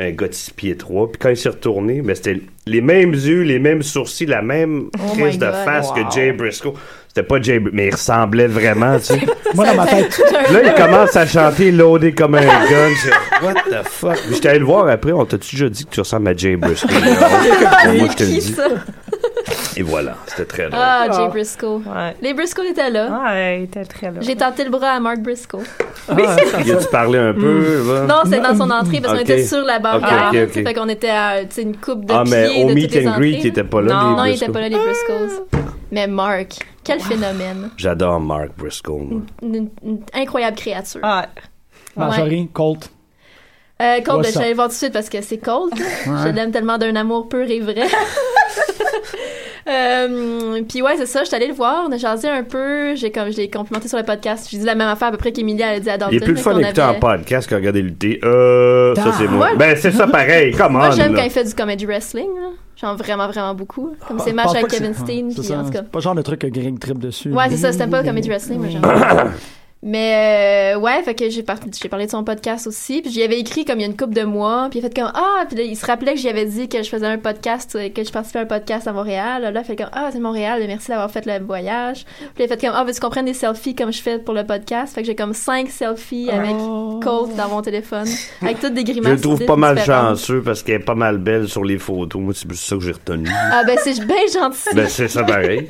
Un gars de six pieds trois. Puis quand il s'est retourné, ben, c'était les mêmes yeux, les mêmes sourcils, la même Oh my crise de God. face Wow. que Jay Briscoe. C'était pas Jay, Br- mais il ressemblait vraiment, tu sais. Moi, dans ma tête. Là, il commence à chanter Loadé comme un gun. Je- What the fuck? Puis J'étais allé le voir après. On t'a-tu déjà dit que tu ressembles à Jay Briscoe? Ah, moi, je te le Qui dis. ça? Et voilà, c'était très drôle. Ah, Jay Ah. Briscoe. Les Briscoe étaient là. Ouais, ils étaient très là. J'ai tenté le bras à Mark Briscoe. Il a-tu parlé un peu? va? Hmm. Non, c'est dans son entrée parce qu'on Ok. était sur la barrière. Ok, ok, ok. tu sais, Fait qu'on était à tu sais, une coupe de Ah, pieds mais au de meet toutes les and greet, entrées, il était pas là, Non, les non, il Briscoes. était pas là, les Briscoes. Ah. Mais Mark, quel phénomène. J'adore Mark Briscoe. moi. Une, une incroyable créature. Ah. Marjorie, Colt. Euh, What's Cold, ben, up? je suis allée le voir tout de suite parce que c'est Cold. Je l'aime tellement d'un amour pur et vrai. Euh, puis ouais, c'est ça, je suis allée le voir, on a jasé un peu, j'ai comme, je l'ai complimenté sur le podcast, j'ai dit la même affaire à peu près qu'Emilia elle a dit à Il Dalton. est plus le mais fun Ah, qu'on d'écouter en avait- podcast que regarder lutter. Euh, ça, c'est moi. Moi- Ben, c'est ça pareil. Come Moi, on, j'aime là. quand il fait du comedy wrestling, là. J'en vraiment, vraiment beaucoup. Comme ses Je matchs pense Ah, pas avec que c'est- Kevin ouais, Steen, c'est puis ça, hein. en tout cas. C'est pas le genre de truc que Greg trip dessus. Ouais, c'est ça, c'était pas comedy wrestling, moi j'aime. Mais euh, ouais, fait que j'ai par- j'ai parlé de son podcast aussi, puis j'y avais écrit comme il y a une couple de mois, puis il a fait comme ah, puis là, il se rappelait que j'y avais dit que je faisais un podcast, euh, que je participais à un podcast à Montréal. Là, il fait comme ah, c'est Montréal, merci d'avoir fait le voyage. Puis il a fait comme ah, veux-tu qu'on prenne des selfies comme je fais pour le podcast Fait que j'ai comme cinq selfies avec Colt dans mon téléphone, avec toutes des Oh. Je grimaces. le trouve pas mal différentes. chanceux parce qu'elle est pas mal belle sur les photos. Moi, c'est plus ça que j'ai retenu. Ah ben c'est bien gentil. ben, c'est ça pareil.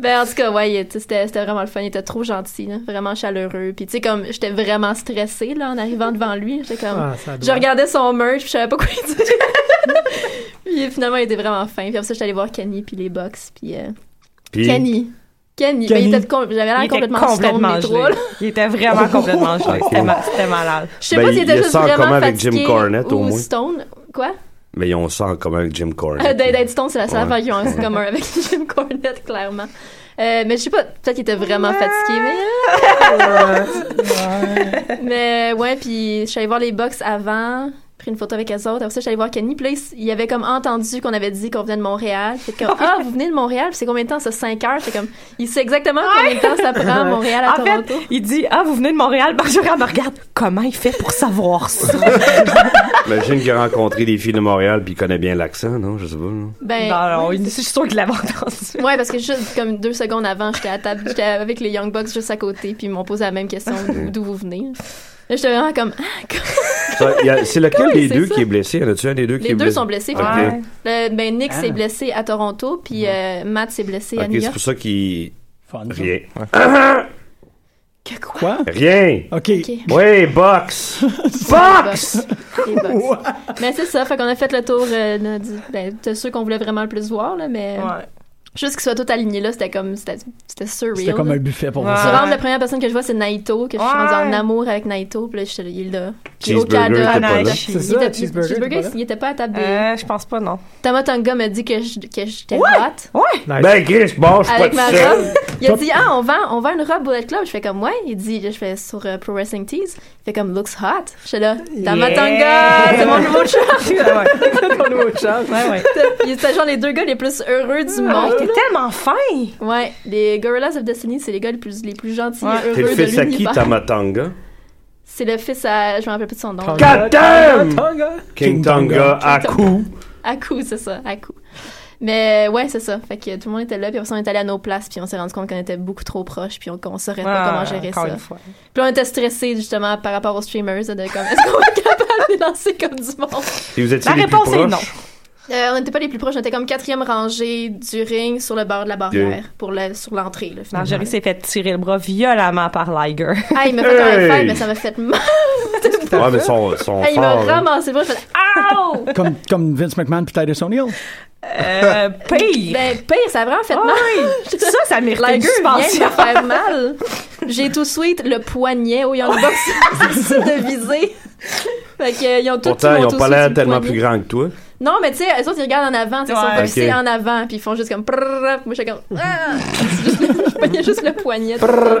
Ben, en tout cas, ouais, il- tu sais, c'était c'était vraiment le fun. Il était trop gentil, là, vraiment chaleureux. Puis, tu sais, comme, j'étais vraiment stressée, là, en arrivant devant lui. J'étais comme. Ah, ça doit. je regardais son merch, puis je savais pas quoi dire. puis, finalement, il était vraiment fin. Puis, après ça, j'étais allée voir Kenny, puis les box, puis. euh, Puis- Kenny. Kenny. Ben, Kenny. il était com- J'avais l'air Il était complètement, complètement stone, les trois, gelé. là. Il était vraiment complètement gelé. Ok. C'était ma- C'était malade. Je sais pas s'il était juste vraiment fatigué ou moins. Stone. Quoi? Mais ils ont ça en commun avec Jim Cornette. Euh, D'être Stone, c'est la seule Ouais. affaire qu'ils ont en commun avec Jim Cornette, clairement. Euh, mais je sais pas, peut-être qu'il était vraiment fatigué, mais... mais ouais, puis je suis allée voir les box avant, pris une photo avec elles autres, après ça, je suis allée voir Kenny, puis là, il- il avait comme entendu qu'on avait dit qu'on venait de Montréal. Fait comme, ah, vous venez de Montréal, puis c'est combien de temps, ça, 5 heures? C'est comme, il sait exactement combien de temps ça prend à Montréal à en Toronto. fait, il dit Ah, vous venez de Montréal, Marjorie, elle me regarde. Comment il fait pour savoir ça Imagine qu'il a rencontré des filles de Montréal puis il connaît bien l'accent, non? Je sais pas. non? Ben, Non, non, oui, il- je c'est- suis sûre qu'il l'avait entendu. Ouais, parce que juste comme deux secondes avant, j'étais à table, j'étais avec les Young Bucks juste à côté, puis ils m'ont posé la même question d'où- d'où vous venez. Là, j'étais vraiment comme Ah, comme- Ça, il y a- C'est lequel Oui, des c'est deux ça. qui est blessé? Y en a-tu un des deux qui les est deux blessé? sont blessés. Ok. finalement. Le- ben Nick Ah. s'est blessé à Toronto, puis euh, Matt s'est blessé à Ok, New c'est York. pour ça qu'il. Rien. Quoi? Rien. OK. Oui, box. Box! Les Bucks. mais c'est ça, fait qu'on a fait le tour euh, de, du- ben, de ceux qu'on voulait vraiment le plus voir, là, mais juste qu'ils soient tous alignés là, c'était comme c'était c'était surreal. C'était comme là. un buffet pour Souvent, moi. la première personne que je vois, c'est Naito, que je suis Ouais. rendue en amour avec Naito, puis là, j'étais- il est là. Puis au Cheeseburger Canada, était pas là. il C'est ça, était- il- Cheeseburger était pas Cheeseburger, là. Euh. il était pas à table des. Euh, je pense pas, non. Tamatanga m'a dit que je- que j'étais droite. Ah, Ben, Chris, bon, je suis pas Avec tout ma seul. robe. Il a dit Ah, on vend, on vend une robe Bullet Club. Je fais comme Ouais. Il dit Je fais sur euh, Pro Wrestling Tees. Il fait comme Looks hot. Je suis là Tamatanga, Yeah! c'est mon nouveau char. Ton nouveau chum. Ouais, Ah ouais. Ils étaient genre les deux gars les plus heureux du Ah, monde. t'es tellement fin! Ouais, les Gorillas of Destiny, c'est les gars les plus, les plus gentils Ouais. et T'es le heureux fils de à qui, l'univers. Tamatanga? C'est le fils à. Je me rappelle plus de son nom. God damn! Tonga. King Tonga, Aku. À coup, c'est ça, à coup. Mais ouais, c'est ça. Fait que tout le monde était là, puis après ça, on est allé à nos places, puis on s'est rendu compte qu'on était beaucoup trop proches, puis on, qu'on saurait pas comment gérer Ah, encore ça. une fois. Puis on était stressés, justement, par rapport aux streamers, de comme, est-ce qu'on est capable de lancer comme du monde? Et vous étiez La les plus réponse est proches? non. Euh, on n'était pas les plus proches, on était comme quatrième rangée du ring sur le bord de la barrière, pour le, sur l'entrée, là, finalement. Marjorie s'est fait tirer le bras violemment par Liger. Ah, il m'a fait un Hey! fight, mais ça m'a fait mal. Ouais, mais son, son Ah, il m'a fort. là. ramassé le bras, je faisais, Ow! Comme, comme Vince McMahon puis Titus O'Neill. Euh, pire! Ben, pire, ça a vraiment fait mal. Oui. Ça, ça mérite une Liger vient de suspension. me faire mal. J'ai tout de suite le poignet au Young Bucks. C'est difficile de viser. Fait que, euh, ils ont tout Pourtant, ils ont ont tout pas de suite l'air le tellement poignet. plus grands que toi. Non, mais tu sais, eux autres, ils regardent en avant. tu sais, Ils sont Ouais. focusés Ok. en avant. Puis ils font juste comme... prrrr. Moi, je fais comme... Ah! C'est juste le- je pognais juste le poignet. tout le temps.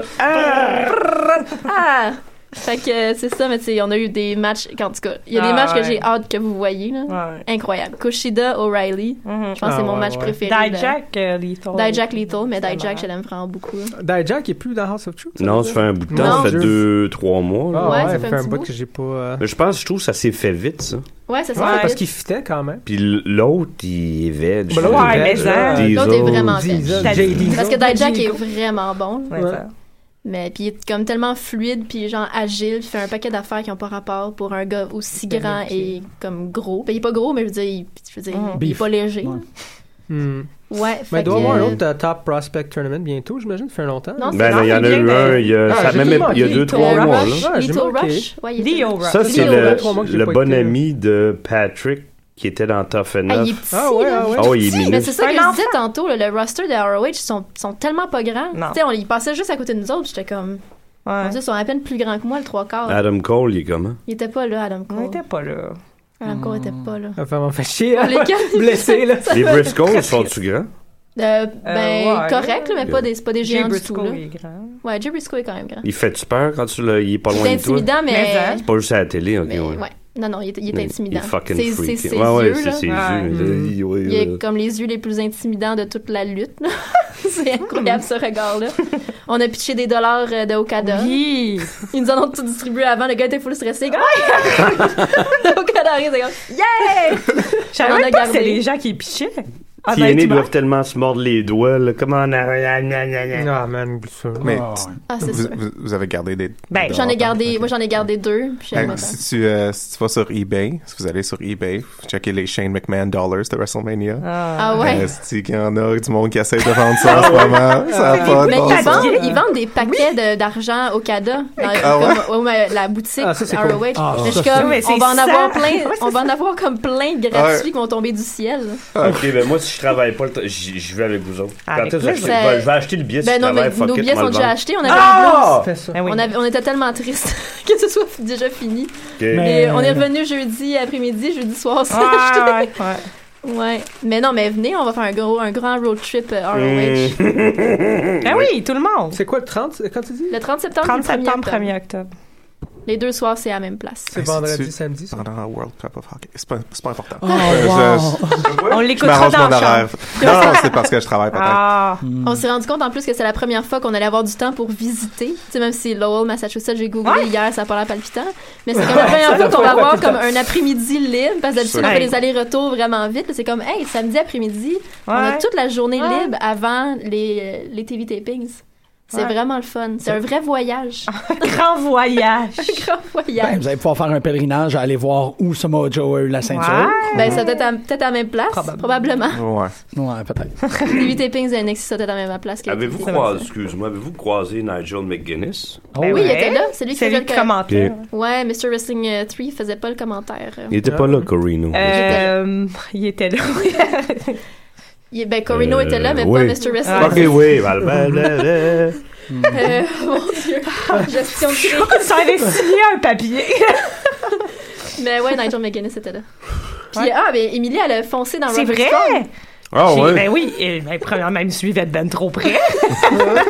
Prrrr. Ah! Fait que euh, c'est ça, mais tu sais, on a eu des matchs... En tout cas, il y a des Ah, matchs ouais. que j'ai hâte que vous voyez. Là. Ouais. Incroyable. Kushida, O'Reilly. Mhm. Je pense que Ah, c'est mon ouais, match ouais. préféré. de- Dijak euh, Lethal. Dijak Lethal, mais C'est Dijak, malade. je l'aime vraiment beaucoup. là. Dijak est plus dans House of Truth. ça veut Non, ça dire? fait un bout de Non. temps, ça fait Je- deux, trois mois. là. Ah Ouais, ouais, ça ça fait un fait un petit bout bout. que j'ai pas. euh, Mais je pense, je trouve que ça s'est fait vite, ça. Ouais, Ouais, c'est ça. parce qu'il fitait quand même. Puis l'autre, il est veg. Ben l'autre, Ouais, il mais veg, ça- là. Diesel. L'autre est vraiment Diesel, T'as J. Diesel. Parce que Dijak est vraiment bon. Ouais, Ouais. ça. Mais puis il est comme tellement fluide, puis genre agile, il fait un paquet d'affaires qui n'ont pas rapport pour un gars aussi Des grand pieds. et comme gros. Ben, il est pas gros, mais je veux dire, il, je veux dire, Mm. il est pas léger. Ouais. Hmm. Ouais, Mais fait il doit y que, avoir un euh, autre euh, Top Prospect Tournament bientôt, j'imagine, ça fait longtemps. Non, Ben, c'est non, il y en a il eu vient un, de- il y a, Ah, ça j'ai même, tout il y a manqué, deux, Lethal trois Rush. mois, là. Ah, j'ai Lethal manqué. Rush. Ouais, il était- Leo Rush. Ça, c'est Lethal le, Rush, trois mois que j'ai le pas bon été. ami de Patrick qui était dans Tough Ah, Enough. il est petit. Ah ouais, là. ah ouais. Oh, il est Mais minuscule. c'est ça C'est que un je disais tantôt, là, le roster de ROH, ils sont, sont tellement pas grands. Tu Non. sais, on y passait juste à côté de nous autres, puis j'étais comme, Ouais. mon Dieu, ils sont à peine plus grands que moi, le trois quarts. Adam Cole, il est comment? Il était pas là, Adam On Cole. n'était pas là. Adam Cole était pas là. Enfin, on fait chier. hein. Les gars- Blessé, là. Les Briscoes sont-tu grands? Euh, ben, Euh, ouais. correct, là, mais pas des, c'est pas des Jay géants du tout. Briscoe Là. est grand. Ouais, Jay Briscoe est quand même grand. Il fait-tu peur quand tu le, il est pas Il est loin de toi? intimidant, mais. Mais, hein. Pas juste à la télé, ok, mais, ouais. ouais. Non, non, il est, il est Mais intimidant. Il est fucking C'est- freak. C'est ses ouais, ouais, yeux, c'est là. ses Ouais. yeux. Il- ouais, Il a ouais. comme les yeux les plus intimidants de toute la lutte. là. c'est incroyable ce regard-là. On a pitché des dollars euh, de Okada. Oui. Ils nous en ont tout distribué avant. Le gars était full stressé. Comme, Ah! Okada arrive, c'est comme Yeah! Je savais On même a pas que c'était gardé. les gens qui pichaient. Ah, ben, TNA Honnêtement. doivent tellement se mordre les doigts, là. Comment on a. gna, gna, gna. Ah, man, oublie ça. Mais Ah, tu- Ah, c'est vous, sûr. vous- vous avez gardé des. Ben, des J'en ai droits, gardé, ok. moi j'en ai gardé deux, puis j'aime Hey, autant. si, tu, euh, si tu vas sur eBay, si vous allez sur eBay, vous checkez les Shane McMahon Dollars de WrestleMania. Ah ouais. Euh, c'est qu'il y en a du monde qui essaie de vendre ça en ce moment. Ça a pas de Ah, Mais bon ils sens. vendent, ils vendent des paquets de- d'argent au CADA dans Ah ouais? comme- ouais, mais la boutique Ah, ça, c'est ROH. cool. Ah, Mais je suis ça, comme, c'est- on va en ça. avoir plein, on va en avoir comme plein de gratuits qui vont tomber du ciel. Ok, ben moi, si je travaille pas, le t- j'y j'y vais avec vous autres. Avec Quand est-ce que je- je plaisir. vais je vais acheter le billet si je Ben non, mais travaille, nos fuck it, billets on va sont le déjà vendre. achetés, on avait Ah! Fais ça. Ben oui. On, avait- on était tellement tristes que ce soit déjà fini. Ok. Mais- Et on est revenu jeudi après-midi, jeudi soir. on s'est acheté. Ah, ouais, ouais. Ouais. Mais non, mais venez, on va faire un gros, un grand road trip euh, hmm. ROH. Hmm. Ben oui, tout le monde. C'est quoi le 30 c'est- Quand tu dis Le 30 septembre, 30 et le 1er septembre, octobre. 1er octobre. Les deux soirs, c'est à la même place. C'est Hey, vendredi, c'est-tu- samedi. ça? Pendant la World Cup of Hockey. C'est pas, c'est pas important. Oh, Euh, wow. je- On Je l'écoutera m'arrange dans mon le horaire. champ. Non, non, c'est parce que je travaille peut-être. Ah, On s'est rendu compte en plus que c'est la première fois qu'on allait avoir du temps pour visiter. Tu sais, même si Lowell, Massachusetts, j'ai googlé Ouais. hier, ça a pas l'air palpitant. Mais c'est comme la première fois qu'on va avoir comme un après-midi libre. Parce que d'habitude, on fait Hey. les allers-retours vraiment vite. C'est comme, hey, samedi après-midi, on a Ouais. toute la journée Ouais. libre avant les, les TV tapings. C'est Ouais. Ah. vraiment le fun. C'est un vrai voyage. grand voyage. un grand voyage. Ben, vous allez pouvoir faire un pèlerinage, aller voir où Samoa Joe a eu la ceinture. Ouais. Ben, ça peut être à, peut-être à la même place. Probable- Probablement. Ah. Ouais. Ouais, Ben peut-être. TV tapings et NXT, ça peut être à la même place. que les Avez-vous TV. croisé, excuse-moi, avez-vous croisé Nigel McGuinness? Oh, Oui, il Ouais. était là. C'est lui qui C'est faisait lui le qui commentaire. commentait. Ouais, Mr. Wrestling euh, 3 faisait pas le commentaire. euh, Il était pas là, Corino. Euh, il était là. Il- Ben, Corino Euh, était là, mais oui. pas Mr. Wrestling. Ok, oui, blablabla. Ah. Euh, mon Dieu. Gestion de crise. Ça avait signé un papier. Mais ouais, Nigel McGuinness c'était là. Puis, ah, mais Emilie, elle a foncé dans C'est Robert vrai? Stone. Ah J'ai- ouais. Ben oui, et, ben, premièrement, elle me suivait de ben trop près.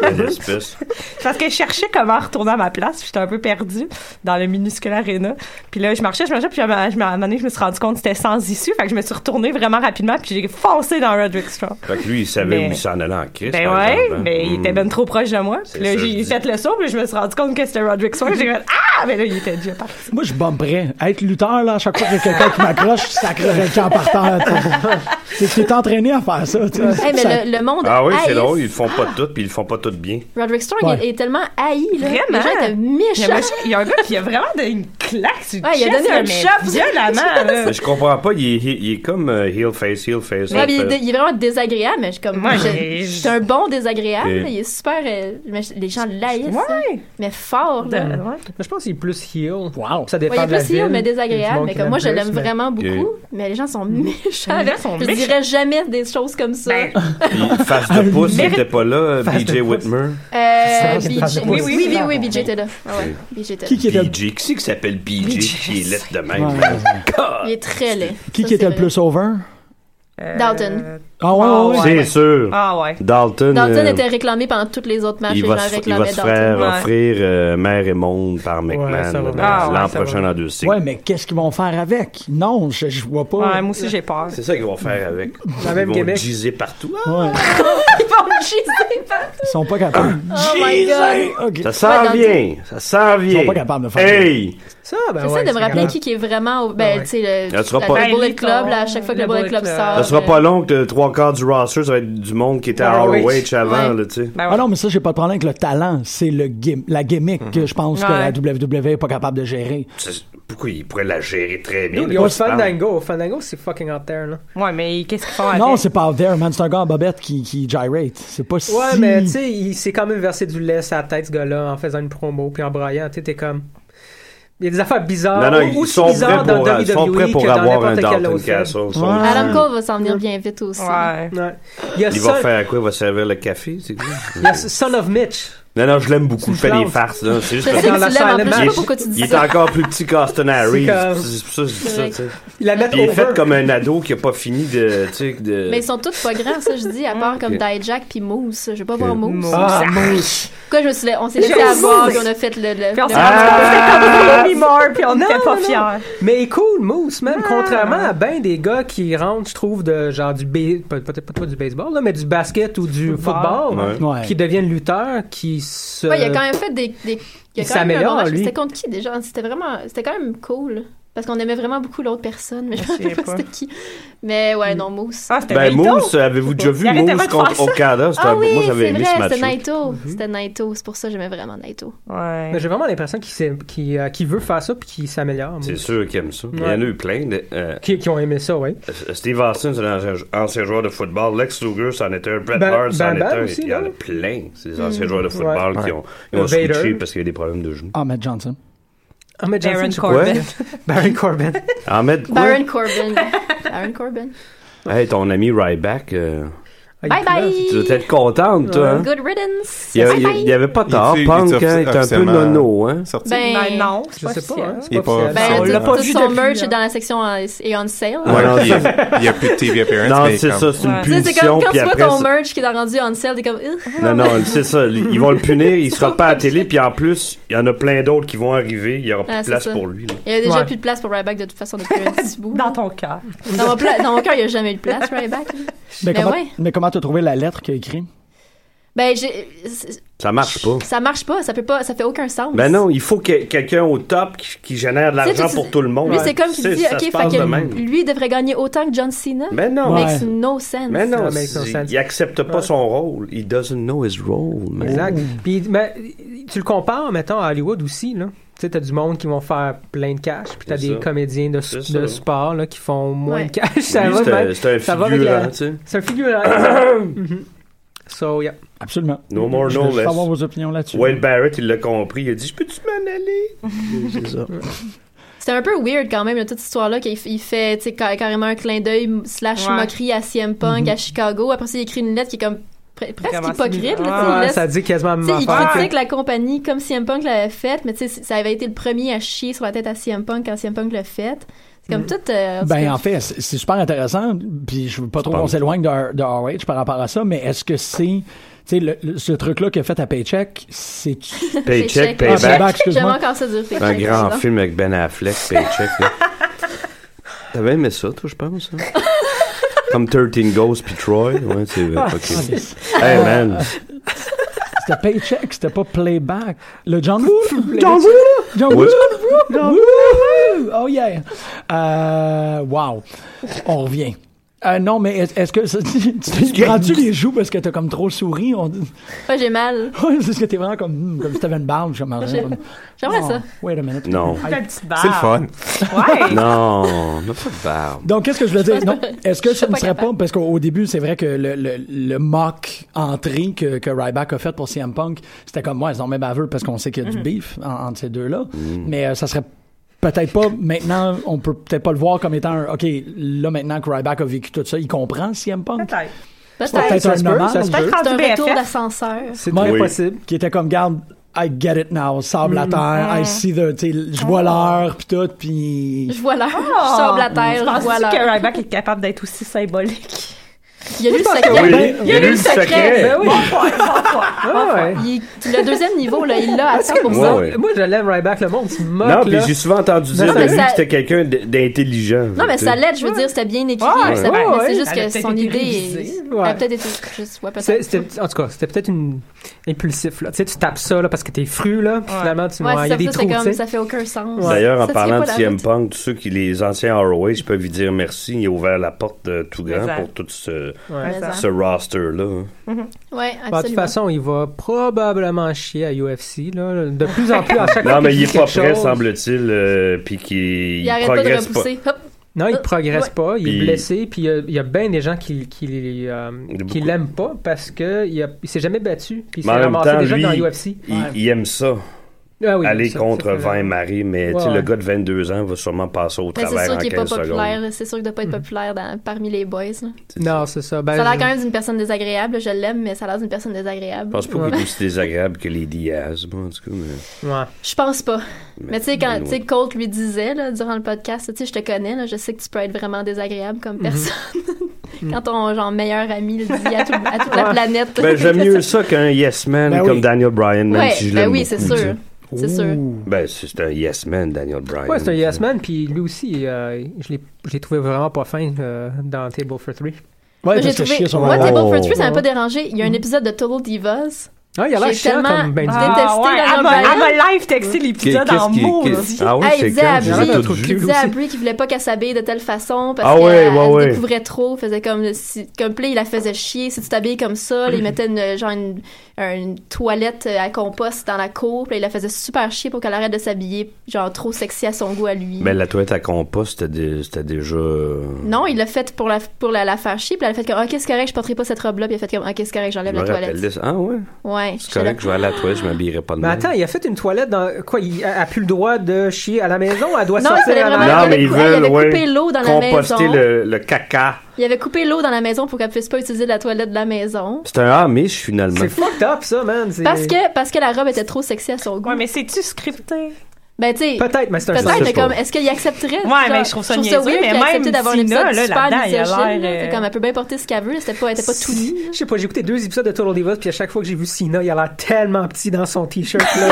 Quelle espèce. Parce que je cherchais comment retourner à ma place, puis j'étais un peu perdue dans le minuscule arena. Puis là, je marchais, je marchais, puis à un moment à un moment donné, je me suis rendu compte que c'était sans issue. Fait que je me suis retournée vraiment rapidement, puis j'ai foncé dans Roderick Strong. Fait que lui, il savait Mais- où il s'en allait en crise. Ben par ouais, exemple, hein. mais il était Mm. ben trop proche de moi. Puis là, ça, je j'ai dis. fait le saut, puis je me suis rendu compte que c'était Roderick Strong. J'ai fait Ah! Mais là, il était déjà parti. Moi, je bomberais. Être lutteur, là, à chaque fois qu'il y a quelqu'un qui m'accroche, je sacrerais le camp par terre. tu sais. C'est tu es entraîné à faire ça. tu sais. Eh, mais Ça- le, le monde. Ah oui, c'est haït drôle, ils le font pas tout, puis ils le font pas tout bien. Roderick Strong Ouais. il est, tellement haï, là. Les Vraiment? gens étaient Il y a, méchants. il y a un gars qui a vraiment donné une claque sur le Ouais, il a chest, donné là, un mais chop. Violemment, là. Mais je comprends pas, il est, il est comme euh, heel face, heel face. euh, Ouais, heel mais il, est, face. dé- il est vraiment désagréable, mais je suis comme. Moi, je- j'ai- C'est un bon désagréable, Et- là, il est super. euh, mais je- les gens l'haïssent, là, Ouais. mais fort, là. De- ouais. Mais je pense qu'il est plus heal. Wow. Ça Ouais, dépend il est de la plus ville. sûr, mais Il y a du désagréable. monde Mais qui comme moi, je plus, l'aime mais- vraiment beaucoup, mais les gens sont méchants. Les gens sont je méchants. dirais jamais des choses comme ça. Ben, Puis Face de pouce, il mérite- était pas là, euh, Face de BJ pouce. Whitmer. Euh, c'est BJ- pas- c'est pas- oui, oui, c'est oui, oui, pas- oui, BJ était là. Ah ouais, BJ était là. Qui, qui était, le- BJ, qui c'est qui s'appelle BJ qui est lettre de Ouais, même? ouais, là? ouais. Il est très laid. Qui, Ça, qui était c'est le vrai. plus over? euh, Dalton. Ah ouais, ouais, ouais. Ouais, ouais. C'est sûr. Ah ouais. Dalton, Dalton euh, était réclamé pendant tous les autres matchs. il Les va, gens se, il va réclamaient se Dalton. faire Ouais. offrir euh, Mère et Monde par McMahon Ouais, ça va. là, dans- Ah, ouais, l'an ça prochain va. dans deux cycles. Ouais, mais qu'est-ce qu'ils vont faire avec? Non, je, je vois pas. Ouais, moi aussi, j'ai peur. C'est ça qu'ils vont faire avec. La même Ils vont Québec. giser partout. Ah, Ouais, ils sont pas capables. Oh my god! Ok. Ça Ouais, s'en Dalton. vient! Ça s'en vient! pas capables de faire Hey! Ça, ben Ah J'essaie ouais, de me c'est rappeler grave. qui, qui est vraiment. au- Ben, Ouais. tu sais, le, Ça sera la- pas- le Bullet Ben, Club, Nico, là, à chaque fois que le le Bullet Bullet Club Club. sort. Ça sera euh, pas long que trois quarts du roster, ça va être du monde qui était à ROH. ROH avant, Ouais. là, tu sais. Ben ouais. Ah non, mais ça, j'ai pas de problème avec le talent. C'est le gim- la gimmick que je pense que Ouais. la WWE est pas capable de gérer. C'est- Pourquoi ils pourraient la gérer très bien? Ils ont le Fandango. Fandango, c'est fucking out there, là. Ouais, mais qu'est-ce qu'ils font avec? Non, c'est pas out there, man. C'est un gars en bobette qui, qui gyrate. C'est pas si... Ouais, mais tu sais, il s'est quand même versé du lait à la tête, ce gars-là, en faisant une promo, puis en braillant. Tu sais, t'es comme. Il y a des affaires bizarres. Non, non, ils aussi sont prêts bizarres dans pour, ils sont WWE prêts pour que dans avoir un n'importe quel Dalton autre Castle. Ils sont- Ouais. Adam Cole va s'en venir bien vite aussi. Ouais. Ouais. Il y a, Il va Son, faire quoi? Il va servir le café? c'est quoi? il y a Son of Mitch. Non, non, je l'aime beaucoup. Il fait des flanques. farces. là. C'est Je juste sais que parce tu Dans la l'aimes en salle plus, de je sais pas match. pourquoi tu qu'il dis est ça. encore plus petit qu'Austin Harry. comme- C'est pour ça que je dis ça, tu sais. Il la met Puis il est over. fait comme un ado qui a pas fini de, tu sais, de... Mais ils sont tous pas grands, ça, je dis, à part comme Dijak puis Moose. Je vais pas voir Moose. Ah, Pourquoi je me suis la- on s'est J'ai laissé avoir Moose. puis on a fait le. le- Puis on le- s'est rendu compte que c'était comme Ah! Baby Moore, puis on Non, n'était pas non, fiers. Mais il est cool, Moose, même, Ah. contrairement à ben des gars qui rentrent, je trouve, de genre du ba- peut- peut-être pas du baseball, là, mais du basket ou du Football. football, Ouais. Ouais. qui deviennent lutteurs, qui se. Ouais, il a quand même fait des. des- il a Il quand même eu un bon s'améliore, match. lui. C'était contre qui déjà C'était vraiment. C'était quand même cool. Parce qu'on aimait vraiment beaucoup l'autre personne, mais je Je ne sais sais pas pas. c'était qui. Mais ouais, non, Moose. Ah, c'était Ben, Naito. Moose, avez-vous déjà vu Il arrêtait pas Moose de faire contre Okada? C'était Ah un- oui, Moi, c'est j'avais aimé ce vrai, c'était match-là. Naito. C'était Naito, c'est pour ça que j'aimais vraiment Naito. Mais Ouais. Ben, j'ai vraiment l'impression qu'il s'est- qu'il, euh, qu'il veut faire ça puis qu'il s'améliore. C'est Moose. sûr qu'il aime ça. Il y en a eu plein. de- euh, Qui, qui ont aimé ça, oui. Steve Austin, c'est un ancien- ancien joueur de football. Lex Luger, c'en était un. Bret Ben- Hart, c'en Ben- Ben était un. aussi, Il y en a non? plein. C'est des anciens joueurs de football qui ont, ils Le ont Vader. switché parce qu'il y a des problèmes de genoux. Ahmed Johnson. Ah, mais Johnson, Baron je- Corbin. Baron Corbin. Ahmed, quoi? Baron Corbin. Baron Corbin. Hey, ton ami Ryback, euh, Ah, il Bye est là. bye. tu dois être contente, toi. hein? Good riddance. Il y a- Bye il y a- bye. il y avait pas tort. Il est- Punk, il est hein, il est un peu officiellement- nono, hein? Sorti. Ben Ben non, Je sais pas, hein. Il est C'est pas pas officiel. officiel. Ben, On l'a tout- pas tout vu son depuis, merch hein. est dans la section en- et on sale. Ouais, non, il n'y a plus de TV appearance. Ah, Non, mais c'est comme- ça, c'est une Ouais. Tu sais, c'est comme punition. quand Puis tu vois après, ton c'est- merch qui est rendu on sale, t'es comme. Ugh. Non, non, c'est ça. Ils vont le punir, il sera pas à la télé, puis en plus, il y en a plein d'autres qui vont arriver, il y aura plus Ah, de c'est place ça. pour lui. là. Il y a déjà Ouais. plus de place pour Ryback de toute façon depuis un petit bout. dans ton cœur. Dans mon, pla- dans mon cœur, il n'y a jamais eu de place, Ryback. là. Mais, Ben comment, ouais. mais comment t'as trouvé la lettre qu'il a écrite? Ben, j'ai- c'est- Ça marche pas. ça marche pas, ça peut pas, ça fait aucun sens. Ben non, il faut que quelqu'un au top qui, qui génère de Tu sais, l'argent tu- pour tout le monde. Lui, c'est comme Tu qu'il sais, dit, ça ok, se fait passe de même. que lui devrait gagner autant que John Cena. Mais non, Ouais. Makes no sense. mais Ben non, Ça makes no il- sense. il accepte pas son rôle. He doesn't know his role. man. Exact. Puis, ben, tu le compares, mettons, à Hollywood aussi, là. Tu sais, t'as du monde qui vont faire plein de cash, puis t'as C'est des ça. comédiens de, C'est de ça. sport, là, qui font moins Ouais. de cash. Lui, Ça va, c'est un- ben, c'est un ça va avec figurant, la- tu sais. c'est un figurant. Mhm. So, yeah. Absolument. No more, Je no veux juste less. avoir vos opinions là-dessus. Wade Barrett, il l'a compris. Il a dit, je peux-tu m'en aller? c'est ça. C'était un peu weird quand même, là, toute cette histoire-là, qu'il f- il fait tu sais, ca- carrément un clin d'œil m- slash Ouais. Mm-hmm. moquerie à CM Punk à Chicago. Après ça, il écrit une lettre qui est comme pre- Vraiment, presque c'est- hypocrite. là, tu sais, Ouais, Ah, laisse- ça dit quasiment la même Tu sais, il affaire. critique la compagnie comme CM Punk l'avait faite, mais tu sais, ça avait été le premier à chier sur la tête à CM Punk quand CM Punk l'a faite. C'est Mm. comme tout. euh, c'est- Ben, en fait, c'est c'est super intéressant, puis je veux pas trop qu'on s'éloigne de, R- de RH par rapport à ça, mais est-ce que c'est. Tu sais, le- le- ce truc-là qu'il a fait à Paycheck, c'est. Paycheck, Ah, payback, payback. excuse-moi. J'aime encore ça du fait. Un grand film avec Ben Affleck, Paycheck. là. T'avais aimé ça, toi, je pense. hein? Comme 13 Ghosts puis Troy. Ouais, c'est Ah, vrai. ok. Hey, man. C'était Paycheck, c'était pas Playback. Le John Woo! John Woo! John Oui. Woo! Woo! Oh yeah! Euh, wow! On revient. Euh, non, mais est- est-ce que ça, tu, tu- tu prends-tu les joues parce que t'as comme trop souri? On, Moi, j'ai mal. c'est ce que t'es vraiment comme, hmm, comme si t'avais une barbe. je comprends rien. J'aimerais Non, ça. Wait a minute. Non. T'as une petite barbe. C'est le fun. Ouais. Non, on n'a pas de barbe. Donc, qu'est-ce que je veux dire? Non. Est-ce que Je ça suis ne pas serait pas, capable. parce qu'au au début, c'est vrai que le, le, le mock entrée que, que Ryback a fait pour CM Punk, c'était comme, moi, ils ont même baveux parce qu'on sait qu'il y a Mhm. du beef en- entre ces deux-là. Mais euh, ça serait peut-être pas, maintenant, on peut peut-être pas le voir comme étant, un, OK, là, maintenant que Ryback a vécu tout ça, il comprend CM Punk. Peut-être. C'est peut-être Peut-être un hommage Peut-être c'est un rendu retour BFF. d'ascenseur. C'est Ouais. très Oui. possible. qui était comme, garde, I get it now, sable Mm-hmm. à terre, I see the, tu sais, je vois Ah. l'heure, puis tout, puis... Je vois l'heure. Je sable Ah! à terre. Je vois Penses-tu que l'heure. Ryback est capable d'être aussi symbolique? Ben, Il y a eu le Ah Oui, secret. Ben il y a eu le secret. Bon point, bon point. Ah, ouais. Il- Le deuxième niveau, là, il l'a à 100%. Ouais, ouais. Euh, Moi, je lève Ryback le monde. Tu me moques, Non, puis là. j'ai souvent entendu Non, dire de mais lui ça- que c'était quelqu'un d- d'intelligent. Non, mais tu ça sais. l'aide, je veux dire, c'était bien écrit. Ouais, ça- ouais, mais ouais. c'est juste Elle a que peut-être son été idée. révisée. est- Elle Ouais. a peut-être été. Je sais, ouais, C'est- peut-être. c'était- en tout cas, c'était peut-être une... impulsif. Là. Tu sais, tu tapes ça là, parce que t'es fru, là, puis Ouais. finalement, tu... Ouais, il y a c'est des ça, c'est trous. tu comme sais. ça fait aucun sens. D'ailleurs, en Ça, c'est parlant pas de la CM route. Punk, tous ceux qui, les anciens ROH, peuvent lui dire merci. Il a ouvert la porte de tout grand Exact. pour tout ce, Ouais. Mais ça. ce roster-là. hein. Bah, Ouais, de toute absolument. façon, il va probablement chier à UFC. Là. De plus en plus, à chaque fois Non, mais qu'il il dit est pas quelque prêt, chose- semble-t-il, euh, puis qu'il Il arrête pas de progresse pas. repousser. Hop. Non, il Euh, progresse ouais. pas, il est Puis- blessé, puis il y a- il y a, bien des gens qui, qui, euh, Il y a qui beaucoup. l'aiment pas parce que il, a- il s'est jamais battu, puis il s'est Mais en même ramassé temps, déjà lui, dans UFC. il, il aime ça, Ah oui, aller ça, contre ça peut- 20 maris, mais Ouais, tu sais, ouais. le gars de 22 ans va sûrement passer au Mais Ben, c'est travers sûr en qu'il est pas 15 populaire. secondes. Hmm. C'est sûr qu'il doit pas être populaire dans- parmi les boys. là. Non, c'est ça. Ben, Ça a l'air je- quand même d'une personne désagréable. Je l'aime, mais ça a l'air d'une personne désagréable. Je pense pas qu'il est aussi désagréable que les Diaz, moi, en tout cas. Mais, Ouais. Je pense pas. Mais tu sais, quand mais tu sais, Colt lui disait là, durant le podcast, tu sais, je te connais, là, je sais que tu peux être vraiment désagréable Mhm. comme personne. quand ton genre meilleur ami le dit à, tout- à toute la planète. Ben, j'aime mieux ça qu'un yes man Ben oui. comme Daniel Bryan, même Ouais, si je l'aime ben oui, c'est beaucoup, tu sûr. sais. C'est sûr. Ben, c'est c'est un yes man, Daniel Bryan. Ouais, c'est un yes man, puis lui aussi, euh, je l'ai- je l'ai trouvé vraiment pas fin euh, dans Table for Three. Ouais, Moi, j'ai parce que je trouvé. chiais sur Moi, Ryback. Table- Table for Three, ça m'a Ouais. pas dérangé. Il y a un épisode de Total Divas. Ah, il a l'air J'ai chiant tellement comme ben Ah, dit. détesté Daniel elle m'a- Bryan. Elle m'a live texté l'épisode Qu'est-ce en qui- maudit. qu'est-ce- Ah oui, Hey, c'est il disait quand à j'ai Brie- tout Notre vu. cul. Il disait à aussi. Brie qu'il voulait pas qu'elle s'habille de telle façon parce Ah qu'elle ouais, elle ouais, ouais. se découvrait trop. Faisait comme si, comme puis là, il la faisait chier. Si tu t'habilles comme ça, là, il mettait une, genre une, une toilette euh, à compost dans la cour. Puis là, il la faisait super chier pour qu'elle arrête de s'habiller genre trop sexy à son goût à lui. Ben, la toilette à compost, c'était dé- c'était déjà. Non, il l'a fait pour la pour la, la faire chier. Puis elle a fait comme ah qu'est-ce correct, je porterai pas cette robe là. Puis il a fait comme ah qu'est-ce correct, j'enlève Je la me rappelle toilette. de ça. Ah ouais? Ouais. C'est j'étais là. correct, je vais aller à la toilette, je m'habillerai pas de Mais même. attends, il a fait une toilette dans. Quoi, il a, a plus le droit de chier à la maison, elle doit Non, il sortir fallait à la vraiment- maison. non, il mais avait ils cou- ah, il veulent avait ouais, coupé l'eau dans la composter maison. le, le caca. Il avait coupé l'eau dans la maison pour qu'elle puisse pas utiliser la toilette de la maison. C'est un Amish, finalement. C'est fucked up, ça, man. c'est- Parce que, parce que la robe était trop sexy à son goût. Ouais, mais c'est-tu scripté? Ben, tu sais, Peut-être, mais c'est un Peut-être, Je mais sais pas. comme, est-ce qu'il accepterait? Ouais, mais je trouve ça niaiseux, weird mais qu'elle ait même accepté d'avoir un Tina, épisode là, super là-dedans, il a misogyne, l'air, là. euh, C'est comme, elle peut bien porter ce qu'elle veut, c'était pas, elle était pas tout nue. Je sais pas, j'ai écouté deux épisodes de Total Divas, puis à chaque fois que j'ai vu Cena, il a l'air tellement petit dans son t-shirt, là.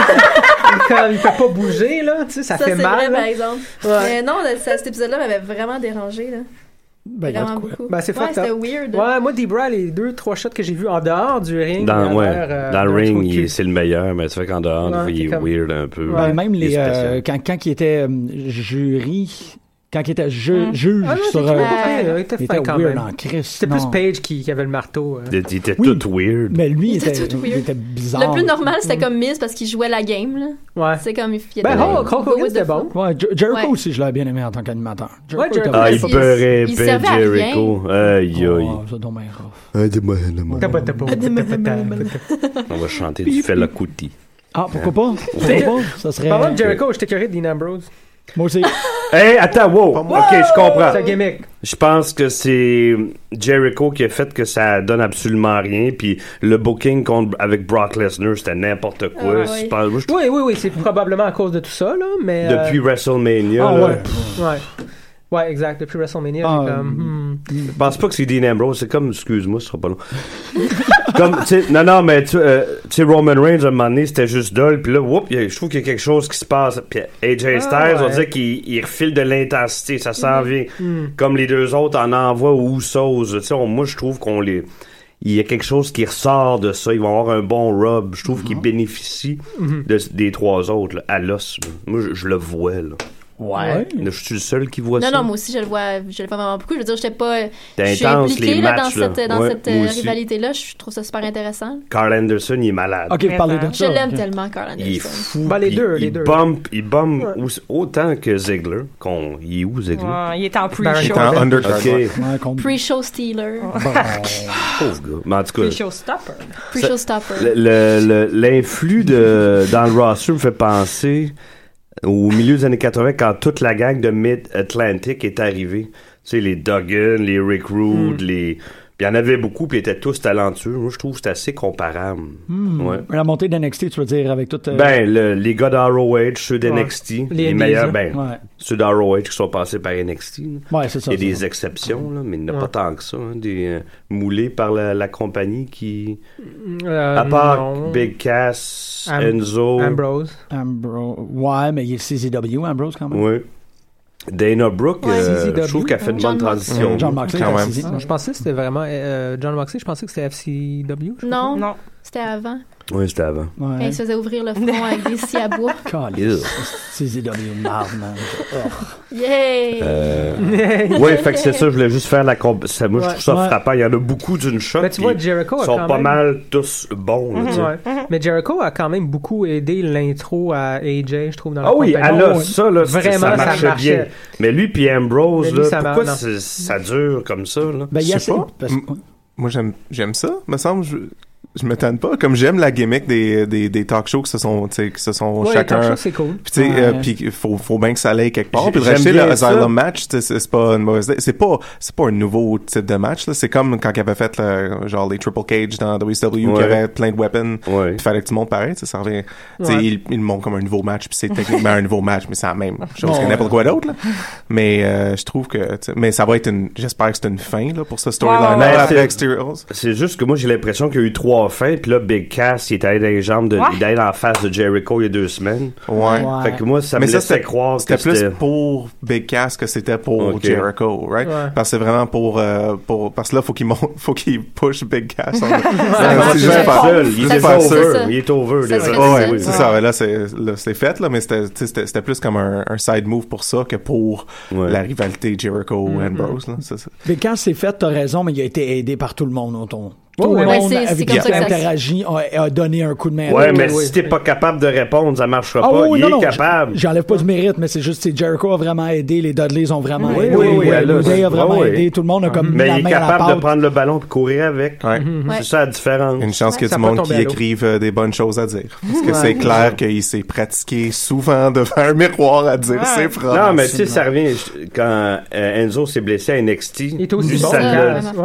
Comme il peut pas bouger, là, tu sais, ça, fait c'est mal. vrai, ben, là. par exemple. Ouais. Mais non, le- ça- cet épisode-là m'avait vraiment dérangé, là. Ben, il y a de vraiment quoi. beaucoup. Ben, c'est ouais, fucked c'était up. weird. Ouais, moi, Debra, les deux, trois shots que j'ai vus en dehors du ring. Dans, elle a ouais, l'air, euh, dans le d'un trou ring, de il- cul. c'est le meilleur, mais c'est vrai qu'en dehors, Ouais, des fois, c'est il est weird un peu. Ouais. Ben, même Il est les, spécial. euh, quand, quand il était euh, jury, quand il était ju- Mm. juge Ah non, sur. c'était euh, pas pire, là, il était il fin était quand weird même. en Christ, C'était plus non. Page qui, qui avait le marteau. euh. Il était- il était Oui. tout weird. Mais lui, il était était, tout il weird. était bizarre. Le plus normal, c'était comme Miz parce qu'il jouait la game, là. Mm. Ouais. C'est comme, il il était... Ben, Hulk Hulk Go Hogan, with the c'était flow. bon. Ouais, Jer- Jericho Ouais. aussi, je l'avais bien aimé en tant qu'animateur. Ouais, était Jericho Ah, bon. il il- peut il répéter servait à rien. Jericho. Aïe, aïe. Oh, ça doit bien rough. Tapa, tapa, tapa, tapa, tapa. On va chanter du Fela Kuti. Ah, pourquoi pas? Pourquoi pas? Ça serait... Parlant de Jericho, j'étais curé de Dean Ambrose. Moi aussi. Hey, attends, wow! moi. Ok, je comprends. C'est un gimmick. Je pense que c'est Jericho qui a fait que ça donne absolument rien. Puis le booking contre, avec Brock Lesnar, c'était n'importe quoi. Ah, oui. Je pense- moi, je- Oui, oui, oui, c'est probablement à cause de tout ça, là, mais... euh, depuis WrestleMania, Ah, là, ouais. ouais. Ouais, exact. Depuis WrestleMania, Ah, j'ai comme... hmm. je pense pas que c'est Dean Ambrose. C'est comme, excuse-moi, ce sera pas long. comme, tu sais, non, non, mais tu euh, tu sais, Roman Reigns, à un moment donné, c'était juste dol. Puis là, whoop, il y a- je trouve qu'il y a quelque chose qui se passe. Puis AJ Ah, Styles, ouais. on dirait qu'il il refile de l'intensité. Ça s'en vient. Hmm. comme les deux autres en envoie ou sauce. Tu sais, on- moi, je trouve qu'on les. Il y a quelque chose qui ressort de ça. Ils vont avoir un bon rub. Je trouve qu'ils Mm-hmm. bénéficient Mhm. de- des trois autres, là, à l'os. là. Moi, je, je le vois, là. Ouais. Là, Je suis le seul qui voit Non, ça. non, moi aussi, je le vois, je le vois vraiment beaucoup. Je veux dire, j'étais pas. T'es je suis intense, impliquée, les là, matchs, dans là. cette, dans Ouais, cette, moi euh, aussi. rivalité-là. Je trouve ça super intéressant. Carl Anderson, il est malade. Ok, vous parlez de Je ça. l'aime ok. tellement, Carl Anderson. Il est fou. Ben, les puis deux, il les deux. Bump, il bombe Ouais. autant que Ziggler. Qu'on, il est où, Ziggler? Ouais, il est en Ben, Il est pre-show. en undercard. Ok, ouais. Ouais, contre- Pre-show stealer. pauvre gars. Mais en tout cas, Pre-show stopper. Pre-show stopper. Le- le- le- L'influx de dans le roster me fait penser au milieu des années 80 quand toute la gang de Mid-Atlantic est arrivée. Tu sais, les Duggan, les Rick Rude, les... Il y en avait beaucoup, puis ils étaient tous talentueux. Moi, je trouve que c'est assez comparable. Hmm. Ouais. La montée d'NXT, tu veux dire, avec toute. euh, Ben, le- les gars d'ROH, ceux d'NXT, les, Les meilleurs, Miz, ben, Ouais, ceux d'ROH qui sont passés par NXT. là. ouais c'est ça. Il y a c'est des ça. exceptions, là, mais il n'y en a Ouais. pas tant que ça. hein, des euh, moulés par la, la compagnie qui... Euh, à part non. Big Cass, Am- Enzo... Ambrose. Ambrose. Ouais, mais il est CZW, Ambrose, quand même. Oui. Dana Brooke, Ouais. euh, CZW. je trouve qu'elle fait une John bonne Moxley. transition. John Moxley, Quand la même. CZW. Non, je pensais que c'était vraiment euh, John Moxley. Je pensais que c'était FCW. je sais Non, Non. c'était avant. Oui, c'était avant. Quand Ouais. il se faisait ouvrir le front avec des scies à bois. Caliste. Yeah. CZW, marde, man. Yay! Euh... pas. ouais, fait que c'est ça, je voulais juste faire la comp... ça, Moi, je Ouais. trouve ça Ouais. frappant. Il y en a beaucoup d'une shot. Mais Ben, tu puis vois, Jericho ils a sont quand pas même... Mhm, mal tous bons. là, tu sais. Ouais. Mais Jericho a quand même beaucoup aidé l'intro à AJ, je trouve, dans la Ah oui, compagnie. elle a ça, là, c- Vraiment, ça ça marchait marchait. bien. Mais lui puis Ambrose, Mais lui, là, ça marche, pourquoi non. c'est- ça dure comme ça? Là? Ben, il y a Je assez- sais pas. parce- Mm. Moi, j'aime, j'aime ça. Me semble, je, je me tanne pas. Comme j'aime la gimmick des, des, des talk shows que se sont, tu sais, que se sont Ouais, chacun. Talk Show, c'est cool. Puis, tu sais, euh, Ouais. puis faut, faut bien que ça aille quelque part. J'ai- Puis, de j'aime racheter le bien Asylum ça. match, tu sais, c'est c'est pas une mauvaise idée. C'est pas, c'est pas un nouveau type de match, là. C'est comme quand il avait fait, le, genre, les Triple Cage dans WCW, Ouais. qui avait plein de weapons. Ouais. Puis, fallait que tout le monde pareil, tu sais, ça revient. Tu sais, Ouais. ils, ils le montrent comme un nouveau match, puis c'est techniquement un nouveau match, mais c'est la même chose Bon, que ouais. n'importe quoi d'autre, là. Mais, euh, je trouve que, tu sais, mais ça va être une, j'espère que c'est une fin, là, pour ce storyline-là, ouais, ouais. après C'est- Exteriors. C'est juste que moi, j'ai l'impression qu'il y a eu trois fins, puis là, Big Cass, il est allé dans les jambes de, Ouais. il est allé dans la face de Jericho il y a deux semaines. Ouais. Ouais. Fait que moi, ça Mais me ça, laissait c'était- croire que C'était c'était... plus pour Big Cass que c'était pour Ok. Jericho, right? Ouais. Parce que c'est vraiment pour, euh, pour parce que là faut qu'il monte, faut qu'il push Big Cass. en- Ah, Ouais, c'est juste juste faire- seul, juste Il faire est ça. C'est over. ça. Il est over Ça se déjà. fait Ouais, seul. oui, c'est Ouais. ça. Mais là, c'est là, c'est fait, là, mais c'était tu sais, c'était- c'était plus comme un, un side move pour ça que pour Ouais. la rivalité Jericho Mm-hmm. Ambrose. Là, c'est ça. Mais quand c'est fait, t'as raison, mais il a été aidé par tout le monde autour. Tout Ouais, le ouais, monde c'est- c'est avec comme qui ça il a que ça se- interagi a, a donné un coup de main. Ouais, mais oui. si t'es pas capable de répondre, ça marchera Ah pas. oui, oui, il non, est non, capable. j- J'enlève pas du mérite, mais c'est juste que Jericho a vraiment aidé, les Dudleys ont vraiment Oui, aidé, oui, oui, ouais, elle a- New Day a vraiment Ah oui. aidé, tout le monde a comme mis Mais la il main est à la capable de pâte. prendre le ballon et courir avec. Ouais. Ouais. C'est ça la différence. Une chance qu'il y Ça a du peut monde tomber qui à l'eau. écrive euh, des bonnes choses à dire. Parce que Ouais. c'est clair qu'il s'est pratiqué souvent devant un miroir à dire ses phrases. Non, mais tu sais, ça revient je- quand euh, Enzo s'est blessé à NXT. Il est aussi lui, bon. hein. ça que l'a- Cass. Ah, Ouais.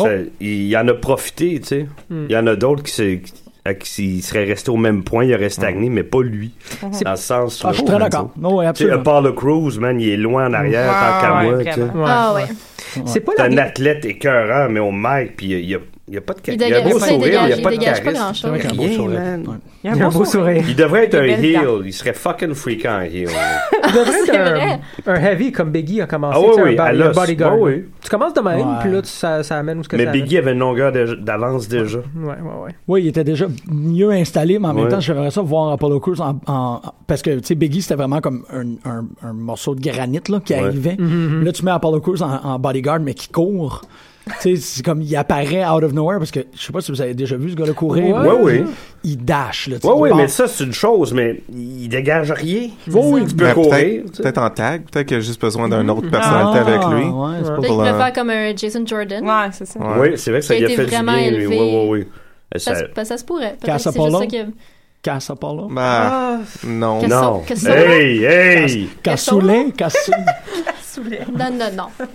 Ouais. ça- il il en a profité, tu sais. Mm. Il y en a d'autres qui, se- à qui s'il serait resté au même point, il aurait stagné, mais pas lui. C'est- Dans le sens où. Ah, je suis très d'accord. Non, ouais, Tu sais, à absolument. part le Cruise, man, il est loin en arrière, tant qu'à ouais, moi, tu sais. vraiment. Ah ouais. C'est pas C'est la un athlète écœurant, mais au mic, puis il n'y a, il y a pas de Il charisme. Il y a dégage beau pas, il sourire, mais il dégage, il n'y a pas de dégage pas charisme. grand-chose. Avec un beau Rien, sourire. man. Ouais. Il y Il a un beau sourire. Il devrait être Des un belles dents. heel. Il serait fucking freakant, heel. Il devrait être C'est un, vrai. un heavy comme Biggie a commencé. Ah oui, tu sais, oui, un, à body- un l'os. bodyguard. Ouais, ah oui. Tu commences de même, Ouais. puis là, tu- ça, ça amène où ce que Mais ça Biggie avait une longueur de- d'avance déjà. amène. Ouais, ouais, ouais. Oui, il était déjà mieux installé, mais en même Ouais. temps, j'aimerais ça voir Apollo Crews en, en- parce que, tu sais, Biggie, c'était vraiment comme un, un- un morceau de granit, là, qui Ouais. arrivait. Là, tu mets Apollo Crews en, en bodyguard, mais qui court. tu sais, c'est comme, il apparaît out of nowhere parce que, je sais pas si vous avez déjà vu ce gars-là courir. Ouais, ouais. Il dash, là. tu sais, Oui, il oui, part. mais ça, c'est une chose, mais il dégage rien. Oui, oui. Tu peux Mais courir. tu peut-être, sais. peut-être en tag, peut-être qu'il a juste besoin d'un autre Ah, personnalité avec ouais, lui. c'est pas- Peut-être Pour qu'il pourrait un- faire comme un Jason Jordan. Ouais, c'est ça. Ouais. Oui, c'est vrai que ça Qui a lui a été fait du vraiment bien, lui. élevé. Oui, oui, oui. Ça, Ça- se- ben, ça se pourrait. Casse Peut-être que c'est pas juste long. ça qui a- casse à part là? Ben, Ah. non. Casson- Non. Casson- Hey, hey! Cassoulin, Cassou. Non, non, non.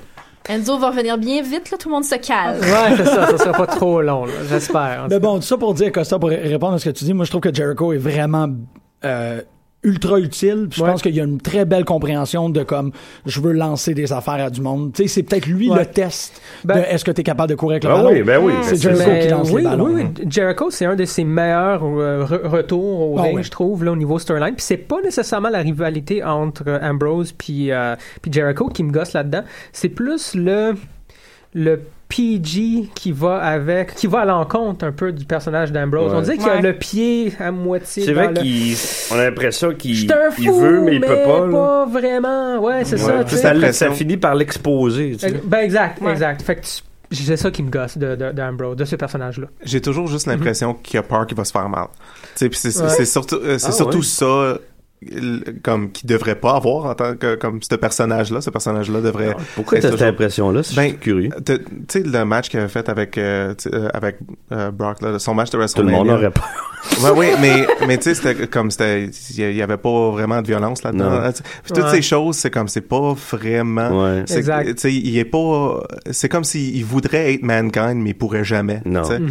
Enzo va revenir bien vite, là, tout le monde se calme. Ouais, c'est ça, ça sera pas trop long, là, j'espère. Mais bon, tout ça pour dire, Costa, pour ré- répondre à ce que tu dis, moi je trouve que Jericho est vraiment euh, ultra utile. puis Je pense qu'il y a une très belle compréhension de comme je veux lancer des affaires à du monde. Tu sais, c'est peut-être lui Ouais. le test Ben- de est-ce que tu es capable de courir avec le Ah ballon. oui, ben oui, C'est mais c'est Jericho Mais qui lance oui, les ballons. oui, oui. Jericho, c'est un de ses meilleurs euh, re- retours au Ah ring, oui. je trouve, là, au niveau storyline. Puis c'est pas nécessairement la rivalité entre euh, Ambrose puis, euh, puis Jericho qui me gosse là-dedans. C'est plus le, le PG qui va avec, qui va à l'encontre un peu du personnage d'Ambrose. Ouais. On dirait qu'il a Ouais. le pied à moitié C'est dans vrai le- qu'il. On a l'impression qu'il J'suis un il fou, veut, mais il peut pas. là. vraiment. Ouais, c'est Ouais, ça. tu puis sais. ça, le- Pression. ça finit par l'exposer. tu sais. Ben exact, Ouais. exact. Fait que tu- c'est ça qui me gosse de, de, d'Ambrose, de ce personnage-là. J'ai toujours juste Mhm. l'impression qu'il a peur qu'il va se faire mal. Tu sais, puis c'est Ouais. c'est surtout, euh, c'est Ah, surtout ouais. ça l- comme qu'il devrait pas avoir en tant que comme ce personnage là ce personnage là devrait Pourquoi être t'as cette toujours- impression-là? Si Ben, je suis curieux. T'as- tu sais le match qu'il avait fait avec euh, tu sais, euh, avec euh, Brock là, son match de Tout le WrestleMania monde aurait peur. Ouais, oui, mais, mais tu sais, c'était comme c'était. Il n'y avait pas vraiment de violence là-dedans. Non. Puis Toutes Ouais. ces choses, c'est comme c'est pas vraiment. Ouais. c'est- Exact. Tu sais, il est pas. C'est comme s'il il voudrait être mankind, mais il pourrait jamais. Non. tu sais.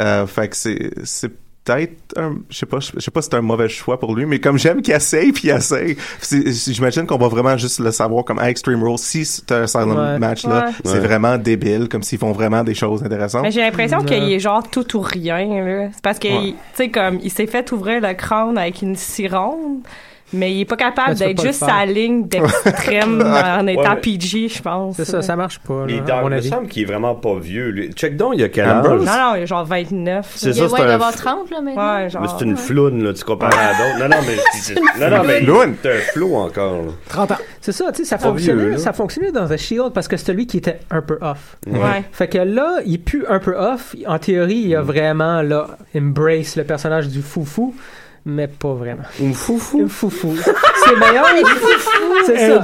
Euh, fait que c'est. c'est Peut-être, un- je sais pas, je sais pas si c'est un mauvais choix pour lui, mais comme j'aime qu'il essaye, puis il essaye, c'est- c'est- j'imagine qu'on va vraiment juste le savoir comme à Extreme Rules, si c'est un silent Ouais. match là, Ouais. c'est Ouais. vraiment débile, comme s'ils font vraiment des choses intéressantes. Mais j'ai l'impression Non. qu'il est genre tout ou rien, là. C'est parce que, Ouais. il- tu sais, comme, il s'est fait ouvrir le crâne avec une sironde, mais il est pas capable Ben, tu peux d'être pas le juste faire. sa ligne d'extrême en étant mais- PG, je pense. C'est ça, ça marche pas, Mais là, dans- à mon il me avis. semble qu'il est vraiment pas vieux. lui. Check donc, il y a quel Ambrose. âge? Non, non, il est genre 29. C'est Il y a- ça, ouais, c'est il doit un. avoir 30, là, maintenant. Ouais, Mais genre. hein. c'est une floune, là, tu compares à d'autres. Non, non, mais. Non, non, mais. floune. C'est un flou encore, là. 30 ans. C'est ça, tu sais, ça Pas vieux, fonctionnait, là. ça fonctionnait dans The Shield parce que c'était lui qui était un peu off. Ouais. Fait que là, il pue un peu off. En théorie, Mm. il a vraiment, là, embrace le personnage du foufou, mais pas vraiment. Une foufou. Le foufou. C'est meilleur, c'est ça.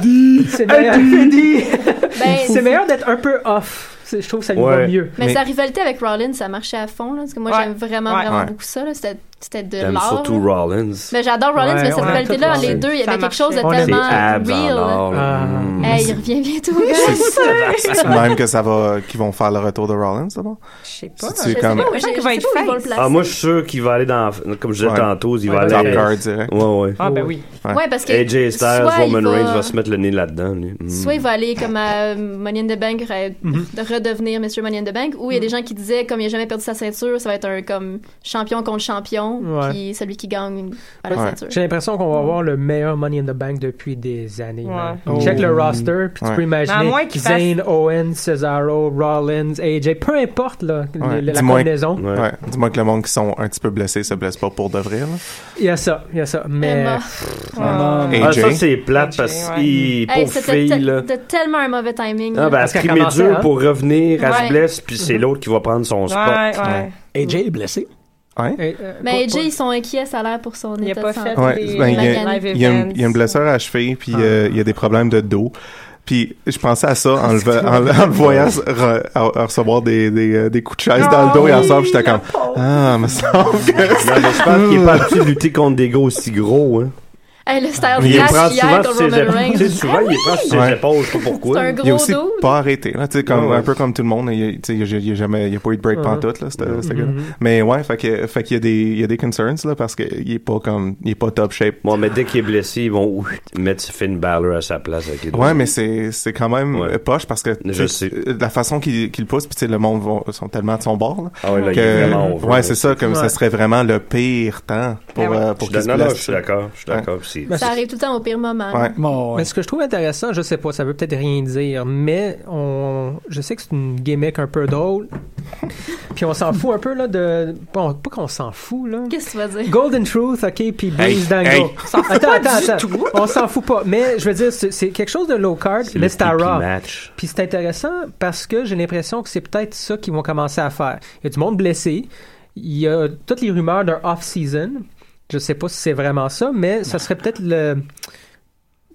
C'est meilleur, Ben, c'est meilleur d'être un peu off. C'est- Je trouve que ça lui va Ouais. mieux. Mais, Mais- sa rivalité avec Rollins, ça marchait à fond. Là, parce que moi, Ouais. j'aime vraiment, Ouais. vraiment Ouais. beaucoup ça. là. C'était c'était de T'aimes l'art. surtout là. Rollins. Mais j'adore Rollins, Ouais, mais on cette aime rivalité-là, tout les Rollins. deux, il y Ça avait quelque marchait. chose de On aime C'est tellement abs en real. or, là. Ah. Mm. Hey, il revient bientôt, hein. guys. C'est c'est même que ça va, qu'ils vont faire le retour de Rollins, d'abord. Je sais pas. Si Je tu sais comme pas où- Je je pense qu'il je va sais être pas où ils vont le face. placer. Ah, moi, je suis sûr qu'il va aller dans. Comme je disais Ouais. tantôt, il va Ouais, aller. euh, top ouais. card direct. Ouais, ouais. Ah, ben oui. Ouais. Ouais, parce que AJ Styles, soit il Roman Reigns va se mettre le nez là-dedans. lui. Mm. Soit il va aller comme à euh, Money in the Bank, re- Mhm. de redevenir Monsieur Money in the Bank, ou il y a des gens qui disaient, comme il n'a jamais perdu sa ceinture, ça va être un comme champion contre champion, Ouais. puis celui qui gagne à la Ouais. ceinture. J'ai l'impression qu'on va avoir le meilleur Money in the Bank depuis des années. man. Ouais. Check le roster, puis Oh. Ouais. tu peux Mais à imaginer moins qu'il fasse- Zane, Owen, Cesaro, Rollins, AJ, peu importe là, Ouais. le- la Dis-moi- combinaison. Ouais. Ouais. Dis-moi que le monde qui sont un petit peu blessés se blesse pas pour de vrai. là. Il y a ça, il y a ça. Mais euh, Emma. Non, Et- Ah, AJ. ça, c'est plate AJ, parce ouais. qu'il. Hey, Pauvre c'était fille, te- là. c'était tellement un mauvais timing. Ah, là. ben, elle Parce se qu'elle crimée commençait, dur hein. pour revenir, elle Ouais. Mm-hmm. se blesse, puis c'est l'autre qui va prendre son spot. Ouais, ouais. AJ est blessé. Ouais. Eh, euh, Mais pas- AJ, ils sont inquiets, ça a l'air pour son Il a état pas de santé. fait Ouais, les ben, live il y a- events. Il y, a une, il y a une blessure à la cheville, Ah. puis euh, il y a des problèmes de dos. Puis je pensais à ça en le, ve- en, le- en le voyant se- re- à- à recevoir des, des, euh, des coups de chaise dans le dos et en sort, j'étais comme Ah, me semble que. Non, mais je pense qu'il est pas habitué de lutter contre des gars aussi gros. Hein. Hey, le style Il les prend souvent clash hier sur contre ses Roman épaules. Tu sais, souvent, Reigns. Ah il les prend sur Ouais. ses épaules, je sais pas C'est pourquoi. un gros Il a aussi dos. pas arrêté, là, tu sais, comme, Ouais, ouais. un peu comme tout le monde, il, y a- tu sais, il, y a- il y a jamais, il y a pas eu de break Ouais. pantoute, là, c'était- c'était Mm-hmm. gars-là. Mhm. Mais ouais, fait que, fait qu'il y a des, il y a des concerns, là, parce qu'il est pas comme, il est pas top shape. Bon, mais dès qu'il est blessé, ils vont ouf, mettre Finn Balor à sa place avec les deux. Ouais, mais c'est c'est quand même Ouais. euh, poche parce que Je tu sais. euh, la façon qu'il qu'il le pousse, puis tu sais, le monde vont- sont tellement de son bord là, Ah ouais, là, il est que vraiment over. ouais, c'est ça comme ça Ouais. serait vraiment le pire temps pour Ben ouais. euh, Je pour suis qu'il se d'accord, non, non, je blesse. suis d'accord. Je suis d'accord. puis c'est- Ça arrive tout le temps au pire moment. Ouais. Bon, Mais ce que je trouve intéressant, je sais pas, ça veut peut-être rien dire, mais on, je sais que c'est une gimmick un peu drôle. puis on s'en fout un peu là de, bon, pas qu'on s'en fout là. Qu'est-ce que tu vas dire? Golden Truth, ok, puis Breeze Dango. hey. Attends, attends, attends. On s'en fout pas. Mais je veux dire, c'est c'est quelque chose de low card, c'est mais le c'est à pipi Raw. match. Puis c'est intéressant parce que j'ai l'impression que c'est peut-être ça qu'ils vont commencer à faire. Il y a du monde blessé. Il y a toutes les rumeurs d'un off-season. Je sais pas si c'est vraiment ça, mais ça serait peut-être le.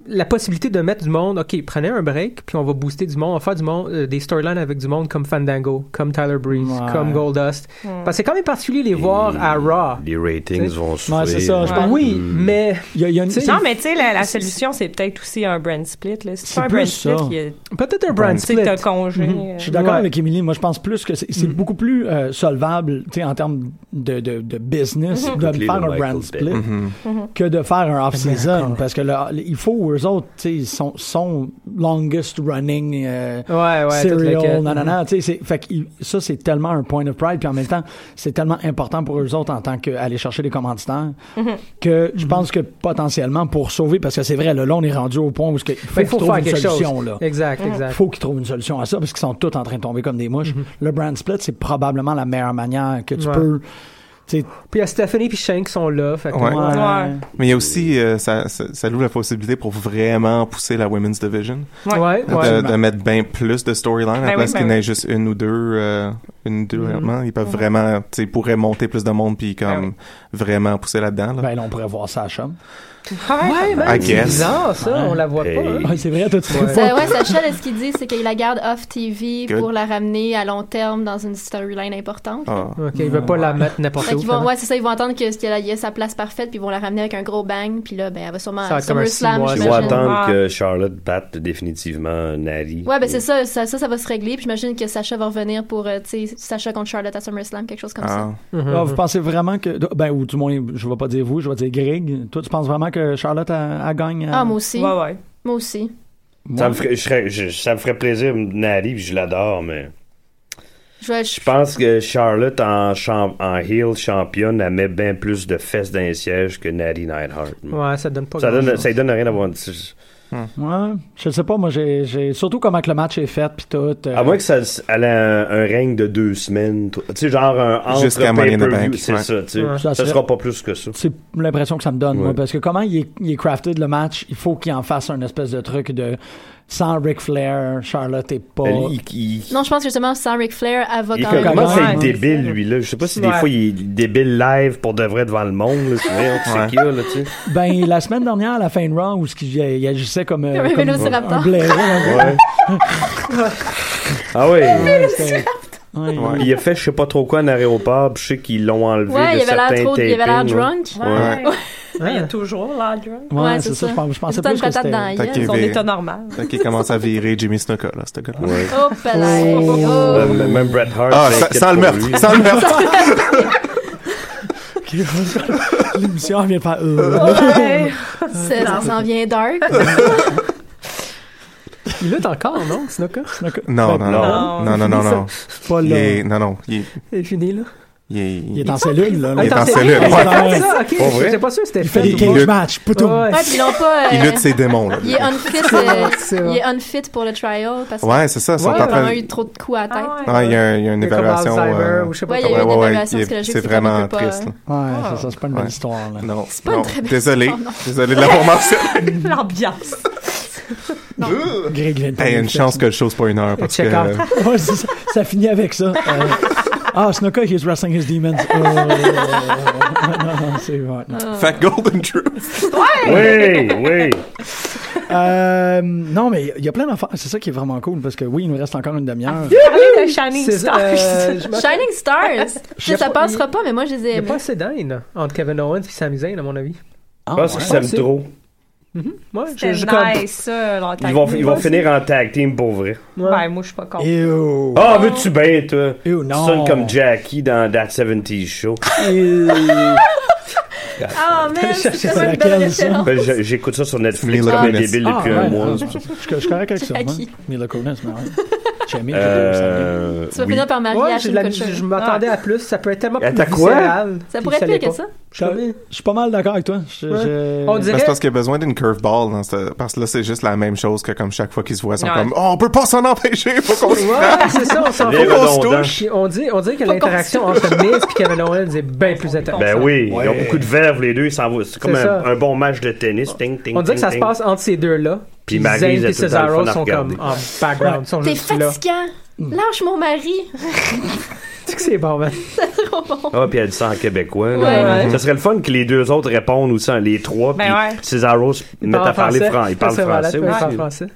la possibilité de mettre du monde, OK, prenez un break, puis on va booster du monde, on va faire du monde, euh, des storylines avec du monde comme Fandango, comme Tyler Breeze, Ouais. comme Goldust. Parce que c'est quand même particulier les voir à Raw. Les ratings vont Ouais, souffrir. c'est ça. Je Ouais. pense, Oui, mais Il y a, il y a une- Tu sais, Non, mais tu sais, la, la solution, c'est peut-être aussi un brand split. Là. Si tu fais un plus brand ça. split, il y a- peut-être un tu brand sais split. que t'as congé. euh, Je suis d'accord Ouais. avec Émilie. Moi, je pense plus que c'est c'est beaucoup plus euh, solvable tu sais, en termes de, de, de business de Quickly, faire le un Michael Mm-hmm. brand Bay. split Mm-hmm. que de faire un off-season. Parce que le- il faut, eux autres, tu sais, ils sont, sont longest running euh, Ouais, ouais, toute Mm-hmm. la serial, quête. nanana. tu sais, c'est- Fait que il- ça, c'est tellement un point of pride. Puis en même temps, c'est tellement important pour eux autres en tant qu'aller chercher des commanditaires Mm-hmm. que je pense que potentiellement pour sauver, parce que c'est vrai, le long, on est rendu au point où il faut, Mm-hmm. Fait qu'il qu'ils trouvent une solution. Là Exact, exact. Mm-hmm. faut qu'ils trouvent une solution à ça parce qu'ils sont tous en train de tomber comme des mouches. Le brand split, c'est probablement la meilleure manière que tu Ouais. peux. tu sais, Puis il y a Stephanie puis Shane qui sont là. Fait que, Ouais. ouais. Ouais. Mais il y a Mm. aussi, euh, ça, ça, ça ouvre la possibilité pour vraiment pousser la Women's Division. ouais, ouais. De- de, mettre bien plus de storyline Ben à oui, place ben qu'il y en ait oui. Mm-hmm. juste une ou deux. euh, une ou deux, vraiment. Ils peuvent vraiment, tu sais, ils pourraient monter plus de monde Ben puis comme vraiment pousser là-dedans. là. Ben, là, on pourrait voir ça à Chum. Ouais, man, I c'est guess. bizarre ça, Ouais. on la voit pas. Hey. hein. Ouais, Ah, c'est vrai, toi, tu Ouais. Ça, ouais, Sacha, là, ce qu'il dit, c'est qu'il la garde off TV Good. pour la ramener à long terme dans une storyline importante. Ah. Ok, il veut pas la mettre n'importe Fait où. qu'ils vont, finalement. ouais, c'est ça, ils vont entendre que- qu'il y, a- il y a sa place parfaite, puis ils vont la ramener avec un gros bang, puis là, ben, elle va sûrement Ça va à être comme un SummerSlam, six mois, Ils vont J'imagine. attendre Ah. que Charlotte batte définitivement Nari. Ouais, ben c'est ça, ça, ça, ça va se régler, puis j'imagine que Sacha va revenir pour, euh, tu sais, Sacha contre Charlotte à SummerSlam, quelque chose comme ça. Ah. Mhm. Ah, vous pensez vraiment que. Ben, ou du moins, je vais pas dire vous, je vais dire Greg. Toi, tu penses vraiment que Charlotte a, a gagne? euh, à- Ah, moi aussi. Ouais, ouais. Moi aussi. Ça me ferait, je serais- je- ça me ferait plaisir, Nari, puis je l'adore, mais. Je, vais- Je pense que Charlotte en, cham- en heel championne, elle met bien plus de fesses dans les sièges que Nari Nightheart. Mm-hmm. Ouais, ça donne pas Ça grand-chose. donne, ça lui donne rien à voir. Ouais, je sais pas, moi, j'ai, j'ai- Surtout comment que le match est fait, puis tout. euh, À moins que ça elle ait un, un règne de deux semaines. t- Tu sais, genre un entre Jusqu'à Money in the pay-per-view, Bank, c'est ouais. ça, tu sais. Ouais. Ça Ça sera pas plus que ça. C'est l'impression que ça me donne, Ouais. moi, parce que comment il est, il est crafted le match, il faut qu'il en fasse un espèce de truc de. Sans Ric Flair, Charlotte est pas. Elle- il- il- Non, je pense que justement, sans Ric Flair, elle va Il quand même. commence à Ouais, être c'est débile, ça. lui, là. Je sais pas si des Ouais. fois il est débile live pour de vrai devant le monde, là. Tu vois, on sait Ouais. qu'il y a, là, tu sais. Ben, la semaine dernière, à la fin de round, où ce qu'il- il agissait comme, euh, Comme un vélociraptor. un blaireau. hein. Ouais. ah ouais. C'était- Ouais, Ouais. Il a fait je sais pas trop quoi en aéroport, puis je sais qu'ils l'ont enlevé Ouais, de il avait certains l'air trop, il avait l'air tapings, là. drunk. Ouais. Ouais, Il y a toujours l'air drunk. Ouais, Ouais, c'est c'est ça. ça. Je pense- Je pensais Tout le temps plus une que patate c'était... dans la gueule. Ok, Son mais- état normal. Fait qu'il commence à virer Jimmy Snuka, là, ce gars-là. Ouais. Oh, palais. Oh. Même, même Bret Hart. Ah, sans, s'inquiète sans le pour lui. meurtre! Sans le meurtre! L'émission elle vient de faire... euh. Ouais. Ça, ça s'en vient dark. Il lutte encore, non, Snuka? Oh. Non, non, Non. non. Non, non, non, non. Pas Il là. est, non, non. Il est, C'est fini, là. il est, Il est en cellule, là. Il est Attends, en c'est- cellule, ah, ouais. c'est vrai, ça, ok. Pour vrai? J'étais pas sûr que c'était Il fait des ou Il cage lutte. matchs. pas. Poutoum. Ouais. Ouais, puis ils l'ont pas. il euh, lutte ses démons, là. Il est unfit. euh, C'est vrai. il est unfit pour le trial parce qu'il Ouais, c'est ça. ils sont Ouais, en a vraiment train... eu trop de coups à la tête. Ouais, il y a, il y a une Il est comme évaluation. Alzheimer euh, ou je sais pas Ouais, il y a comment. eu une ouais, ouais, évaluation il est- psychologique, c'est c'est comme il vraiment peut pas, triste. là. Ouais, c'est ça. C'est pas une bonne Ouais. histoire, là. Non, pas une non, très belle désolé, histoire, non. désolé de l'avoir mentionné. L'ambiance. Greg vient de Hey, Il y a une parler. chance que le show c'est pas une heure parce que Check out. euh, Ouais, c'est ça. Ça finit avec ça. Euh, Ah, Snuka, he's wrestling his demons. Euh, non, non, c'est vrai. non. Ah. Fat Golden Truth. Oui, oui. Euh, non, mais il y a plein d'enfants. C'est ça qui est vraiment cool, parce que oui, il nous reste encore une demi-heure. Parlez de Shining C'est- Stars. euh, je me- Shining Stars! Je sais ça, ça pas, passera pas, mais moi, je les ai Il y a aimés. pas assez d'haine entre Kevin Owens et Sami Zayn, à mon avis. Ah, Je pense qu'ils s'aiment c'est- trop. Ouais, je, C'est je comme- nice, ça, longtemps. Ils vont, ils vont c'est- finir en tag team pour vrai. Ouais. Ben, moi, je suis pas contre. Ew. Ah, veux-tu bien, toi? Ew, non. Tu sonnes comme Jackie dans That 70 Show. Ah, man, c'est c'est tellement une laquelle, belle ça? référence. Ben, je- J'écoute ça sur Netflix Mila comme un Kunis. débile Ah, depuis ouais, un ouais, mois. ouais. Je je suis correct avec ça. moi. Jackie. Mila Kunis, mais ouais. Jamie, Euh, Tu vas oui. finir par marier Ouais, à j'ai de la- Shin je m'attendais à plus. Ça peut être tellement plus Attends, quoi? viscéral, Ah. Ça puis pourrait être l'est pire que pas. Mm. ça. Je savais. Je suis pas mal d'accord avec toi. Je- Ouais. Bah, je- On Mais c'est dirait parce qu'il y a besoin d'une curveball dans ce- parce que là c'est juste la même chose que comme chaque fois qu'ils se voient, ils sont Ouais. comme oh, on peut pas s'en empêcher, faut qu'on se Ouais, c'est ça, on s'en Les fout. redondants. Puis on dit, on dit que l'interaction entre Miz et Kevin Owens est bien plus intéressante. Ben oui, ils Ouais. ont beaucoup de verve les deux, ils s'en vont. C'est comme C'est ça. un, un bon match de tennis. Ting, ting, On dirait que ting, ça se ting. passe entre ces deux-là. Puis Puis Maryse Zayn est et tout le temps le Cesaro fun à sont regarder. comme en background. Ils sont T'es juste là. Mm. fatigant! Lâche mon mari! Tu sais que c'est bon, hein. man. c'est trop bon. Ah, puis elle dit ça en québécois. Ouais, là. ouais. Ça serait le fun que les deux autres répondent aussi, hein, les trois. Ben puis ouais. Cesaro se mette à parler français. français. Il parle Ça, voilà, français tu peux parler aussi. français.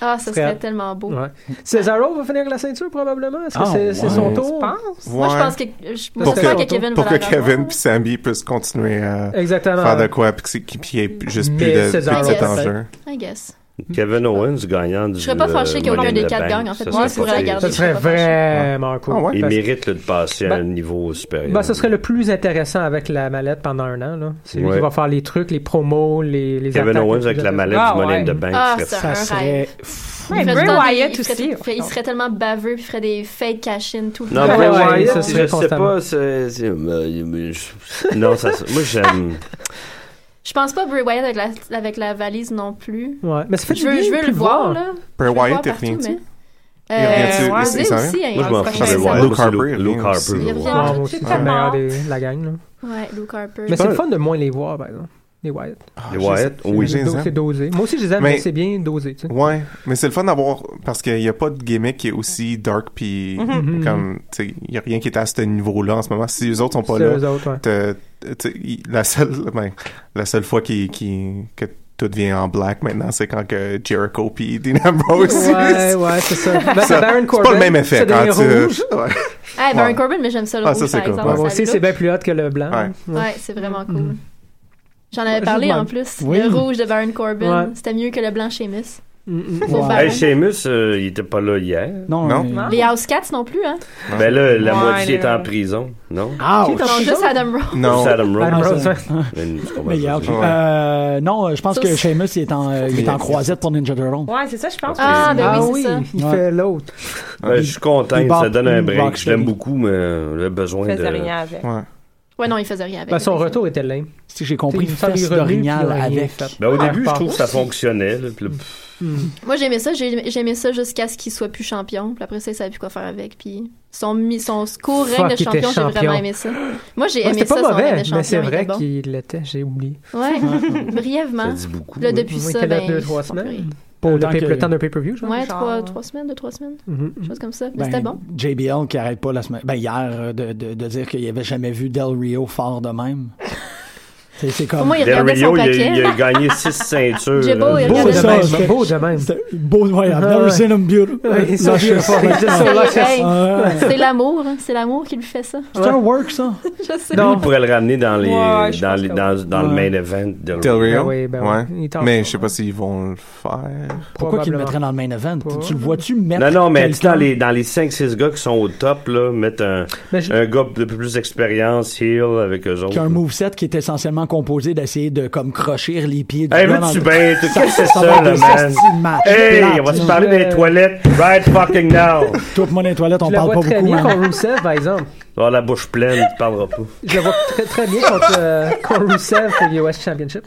Ah, ça serait Frère. tellement beau. Ouais. Cesaro va finir avec la ceinture, probablement. Est-ce que Ah, c'est c'est ouais. son tour? Je pense. Moi, je Ouais. pense que. Je moi, Pour je que, pense que Kevin pour va que la Kevin revoir. puis Sammy puissent continuer à Exactement. faire de quoi, puis que c'est- qu'il puis il y ait juste plus Mais de, plus César de Rollins. cet enjeu. I guess. Kevin Owens gagnant du. Je serais pas fâché euh, qu'aucun Money in des the quatre Bank. gagne, en fait. Ça serait Moi, je pourrais la pas- garder. Ça serait Je sais pas, vraiment cool. Ah ouais. Il Parce- mérite là, de passer à Ben- un niveau supérieur. euh, Ben, ce serait le plus intéressant avec la mallette pendant un an. là. C'est lui Ouais. qui va faire les trucs, les promos, les, les Kevin attaques, Owens les avec trucs la de- mallette Ah, du Money in ouais. the Bank. Ah, serait- ça- Ça Un serait rêve. fou. Ouais, Il ferait Bray tout le temps des- Wyatt il ferait- aussi. il ferait- Il serait tellement baveux, puis il ferait des fake cash-in tout le temps. Non, Bray Ouais, Wyatt, ça serait je sais constamment. pas. c'est- c'est- mais- mais je- Non, ça. Moi, j'aime. Je pense pas Bray Wyatt avec la, avec la valise non plus. Ouais. Mais ça fait Je veux, je veux le voir, là. Bray Je veux le Wyatt, voir il partout, revient-tu? mais- Il revient-tu? Euh, Il- ouais, il Zay s'en aussi, hein, Moi, je m'en il fous de revient. Wyatt. Luke Moi, c'est Harper, il Luke revient Harper. aussi. Il ouais. revient. Ouais, Ah, moi aussi, Tout c'est le le temps. meilleur des- de la gang. là. Ouais, Luke Harper. Mais pense- c'est le fun de moins les voir, par exemple. Les Wyatt. Les Ah, Wyatt, Ah, je sais- oui. je les Do- aime. C'est dosé. Moi aussi, je les aime, Mais- mais c'est bien dosé. tu sais. Ouais, mais c'est le fun d'avoir parce qu'il n'y a pas de gimmick qui est aussi dark puis Mm-hmm. Mhm. comme tu sais, il y a rien qui est à ce niveau-là en ce moment. Si les autres sont pas C'est là, eux autres, ouais. t'as- t'sais, il- la seule ben, la seule fois qui, qui que tout devient en black maintenant, c'est quand que Jericho puis Dean Ambrose. Ouais, ouais, c'est ça. Ben, Ça- Baron c'est Corbin. pas le même effet c'est quand devenu tu- rouge. Ouais. Ah, Baron Ouais. Corbin, mais j'aime ça le Ah, rouge, ça, c'est par cool. exemple. Ouais, moi Ça aussi, look. c'est bien plus hot que le blanc. Mm, Ouais. Ouais, c'est vraiment cool. Mhm. J'en avais Ouais, parlé je- en plus. Oui. Le rouge de Baron Corbin, Ouais. c'était mieux que le blanc chez Miss. Mm, mm. Pour Ouais. Baron. Hey, Seamus, euh, il était pas là hier. Non, Non. mais- Les House Cats non plus, hein. Ah. Ben là, la Ouais, moitié les- est en prison, non? Ouch. Non, juste Adam Rose. Non. C'est Adam Rose. Adam Rose, ouais. Ben, tu comprends Mais il y a- ça, c'est- Euh, non, euh, je pense Ça, que c'est- Seamus il est en, euh, il est en Mais- croisette pour Ninja Turtle. Ouais, c'est ça, je pense. Ah, ben Ah oui, oui, c'est ça. il Ouais. fait l'autre. Ouais, je suis content, Des ça bars- donne un des break. Je l'aime barques- beaucoup, mais euh, le besoin Il faisait de. rien avec. Ouais. Ouais, non, il faisait rien avec. Ben, son Avec ça. retour était lame. Si j'ai compris, T'sais, il fesse s'en est revenu, d'orignal puis il a rien avec. fait. Ben, au Ah, début, je pardon. trouve que ça fonctionnait. là, puis le- Moi, j'aimais ça. j'ai- J'aimais ça jusqu'à ce qu'il soit plus champion. Puis après ça, il savait plus quoi faire avec. Puis son, mi- son court Fuck, règne de il était champion, j'ai champion. vraiment aimé ça. Moi, j'ai Ouais, aimé C'était ça, pas son règne mauvais, de champion. mais c'est il était vrai bon. qu'il l'était, j'ai oublié. Ouais, Ça brièvement. dit beaucoup. Là, depuis Il ça, était là ben, deux, trois ils sont semaines. plus- Pour Autant le, paper- que- le temps d'un pay-per-view, genre. Genre, Ouais, trois, ouais. trois semaines, deux, trois semaines. Mhm, mhm. Chose comme ça. Ben, Mais c'était bon. JBL qui arrête pas la semaine. Ben, hier, euh, de, de, de dire qu'il avait jamais vu Del Rio fort de même. c'est, c'est Pour comme. moi, il Del regardait son Rio, il a, il paquet. a gagné six ceintures. J'ai beau, là. il Beau regardait de ça, même, c'est- beau de même. C'était beau, ouais, I've never Ouais. seen him beautiful. Ouais, il est so Là, je suis beautiful. fort. Il est so Ouais. luscious. Hey, Ouais. C'est l'amour, hein, c'est l'amour qui lui fait ça. C'est un work, ça. Je sais. Non. On pourrait le ramener dans, les, Ouais, je dans, pense les- que dans, dans Ouais. le main event. de- Del Rio? Ben oui, ben oui. Il ouais. est en- Mais je sais pas s'ils vont le faire. Pourquoi qu'il le mettrait Probablement. dans le main event? Probablement. Tu le vois-tu mettre. Non, non, mais tu sais, quelqu'un? dans les, dans les 5-6 gars qui sont au top, là, mettre un, Mais je- un gars de plus d'expérience, heel, avec eux autres. Qui a un moveset qui est essentiellement composé d'essayer de, comme, crochir les pieds du Hey, gars dans veux-tu le- bien? Qu'est-ce que c'est Ça va ça, être là, des man? hosties de match Hey, plates, on va se là. parler des toilettes right fucking now. Toi, pour moi, dans les toilettes, on Je la parle vois pas très beaucoup. bien hein. contre Rusev, par exemple. Oh, la bouche pleine, tu parleras pas. Je la vois très, très bien contre, euh, contre Rusev pour le US Championship.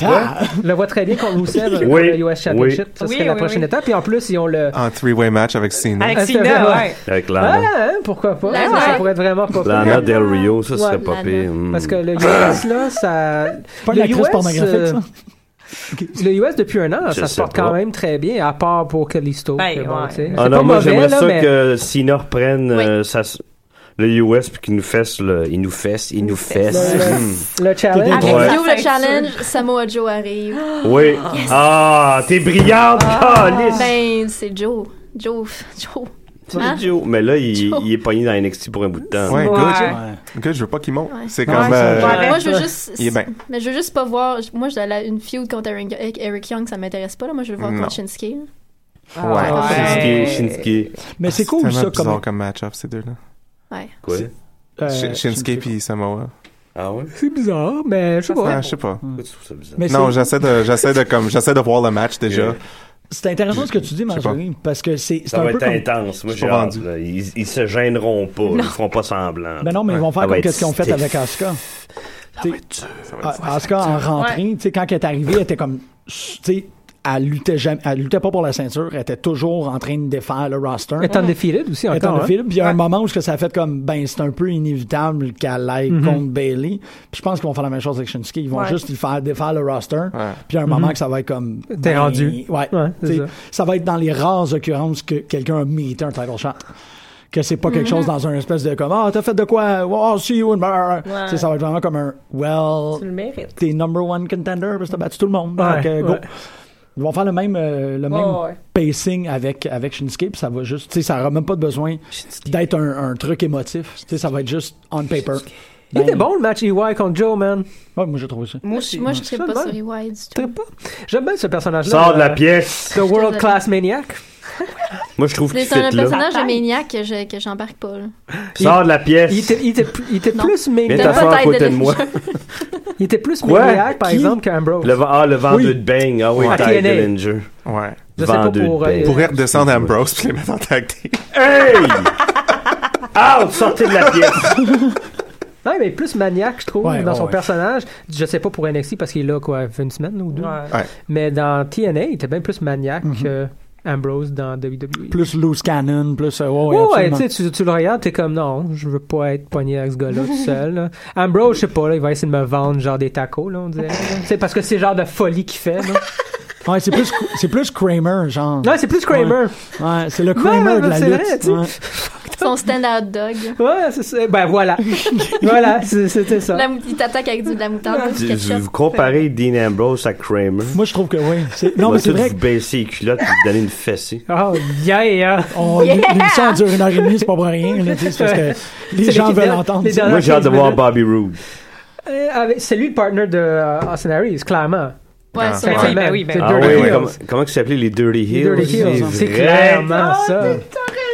Ah! Je la vois très bien contre Rusev euh, Oui, pour le US Championship. oui. Ça serait Oui, la oui, prochaine oui. étape. Puis en plus, ils ont le... En three-way match avec Cena. Avec Ah, c'est Cena, vrai. ouais. Avec Ah, Lana. hein, pourquoi pas? Lana. Ça, ça pourrait être vraiment pas pire. Lana Del Rio, ça serait Ouais, pas Lana. pire. Hmm. Parce que le US, là, ça... Pas de le la crise US, pornographique, euh, ça. Le US, depuis un an, Je ça se sais porte pas. quand même très bien, à part pour Kalisto. Ben, que euh, bon, ouais. tu sais, Ah c'est non, pas moi mauvais, j'aimerais là, ça mais- que Cena reprenne euh, sa- le US puis qu'il nous fesse le. Il nous fesse, il nous fesse. Le challenge. Avec Ouais. Yo, le Ceinture. challenge, Samoa Joe arrive. Hmm. Oui. Ah, t'es brillante, calice! Ben, c'est Joe. Joe. Joe. Hein? Joe. Mais là, il, Joe. il est pogné dans NXT pour un bout de temps. Ouais, Ouais. good. Ouais. Good, je veux pas qu'il monte. Ouais. C'est Ouais, comme. ça- euh, Ouais. Moi, je veux juste. Il est bien. Mais je veux juste pas voir. Moi, j'ai la- une feud contre Eric, avec Eric Young, ça m'intéresse pas. Là. Moi, je veux voir Non. contre Shinsuke. là. Ouais. Shinsuke, Shinsuke. Mais c'est cool, tellement ça, bizarre comme. comme match-up, ces deux-là. Quoi? euh, Sh- Shinsuke puis Samoa. Ah ouais? C'est bizarre, mais je sais Ah, pas. je sais pas. Pourquoi tu trouves ça bizarre? mais c'est- Non, j'essaie de, j'essaie de comme, j'essaie de voir le match déjà. Yeah. C'est intéressant ce que tu dis, Marjorie, parce que c'est c'est Ça un va peu être comme... intense. Moi, Je suis j'ai pas hâte. rendu. là. Ils, ils se gêneront pas. Ils feront pas semblant. Ben non, mais ils vont faire Ça va comme être qu'est-ce qu'ils ont fait stiff. avec Asuka. Euh, Ça va être dur. Ah, Asuka, en rentrant, tu sais, quand elle est arrivée, elle était comme... Tu sais, elle luttait jamais, elle luttait pas pour la ceinture, elle était toujours en train de défaire le roster. Elle est undefeated aussi Elle est encore, hein? undefeated, puis il y a un Ouais. moment où ce que ça a fait comme, ben, c'est un peu inévitable qu'elle aille Mhm. contre Bailey. Puis je pense qu'ils vont faire la même chose avec Shinsuke. Ils vont Ouais. juste lui faire défaire le roster. Puis à un Mhm. moment que ça va être comme. T'es ben, rendu. Ouais. Ouais, c'est T'sais, ça. ça. va être dans les rares occurrences que quelqu'un a mérité un title shot. Que c'est pas quelque Mhm. chose dans un espèce de comme, ah, t'as fait de quoi? Oh, see you in. Ouais. T'sais, Ça va être vraiment comme un, well. Tu le mérites. T'es number one contender parce que t'as battu tout le monde. Ouais, Fait que, go. ouais. Ils vont faire le même, euh, le Ouais, même ouais. pacing avec, avec Shinsuke, puis ça va juste. Tu sais, ça n'aura même pas de besoin d'être un, un truc émotif. Tu sais, ça va être juste on paper. Ben, Il était bon le match EY contre Joe, man. Ouais, moi, j'ai trouvé ça. Moi, je moi, je C'est trippe pas bon. sur EY du tout. Trippe pas. J'aime bien ce personnage-là. Sors de la euh, pièce. The World Class Maniac. Moi, je trouve qu'il C'est fit un là. personnage de maniaque que je- que j'embarque pas. là. Sors de la Il pièce. était, il était, plus- il était Non. plus Viens T'as maniaque. pas t'asseoir à taille côté de de moi. Il était plus Quoi? maniaque, par Qui? exemple, qu'Ambrose. Le, vent- ah, le vendeur Oui. de bang. Ah oui, Ouais. Ty TNA. Dillinger. Ouais. Je sais pas Vendeux de pour. euh, paix. Pourrait redescendre Ambrose puis les mettre en tag team. Hey! Out! Ah, Sortez de la pièce! Ouais, mais plus maniaque, je trouve, Ouais, dans ouais, son ouais. personnage. Je sais pas pour NXT parce qu'il est là, quoi, une semaine ou deux. Ouais. Ouais. Mais dans TNA, il était bien plus maniaque que Ambrose dans WWE. Mhm. Plus loose cannon, plus. euh, ouais, Ouais, ouais, absolument. tu sais, tu, tu le regardes, t'es comme non, je veux pas être poigné avec ce gars-là tout seul. là. Ambrose, je sais pas, là, il va essayer de me vendre genre des tacos, là, on dirait. là. Tu sais, parce que c'est le genre de folie qu'il fait. Là. Ouais, c'est plus, c'est plus Kramer, genre. Non, c'est plus Kramer. Ouais, c'est le Ouais, Kramer ouais, de la c'est lutte. vrai, tu sais. Ouais. Son stand-out dog. Ouais, c'est ça. Ben voilà. voilà, c'est- c'était ça. La mou- il t'attaque avec du, de la moutarde, du ketchup. Vous comparez Dean Ambrose à Kramer. Moi, je trouve que oui. C'est- Non, Vous mais c'est tous vrai. vous baissez les culottes et vous donnez une fessée. Oh, yeah, yeah. On, L'émission dure une heure et demie, c'est pas pour rien. là, tu sais, c'est parce que les C'est gens les- veulent les- entendre les ça. dernières- Moi, j'ai hâte de 15 voir minutes. Bobby Roode. Euh, avec- C'est lui le partner de euh, Austin Aries, clairement. Ouais, Ah. sur Fait que, oui, ben man, oui, ben c'est oui. Ah Dirty oui, Hills. comment, comment que ça s'appelait les Dirty Les Hills? Dirty Hills, C'est c'est vrai. clairement Ah, ça.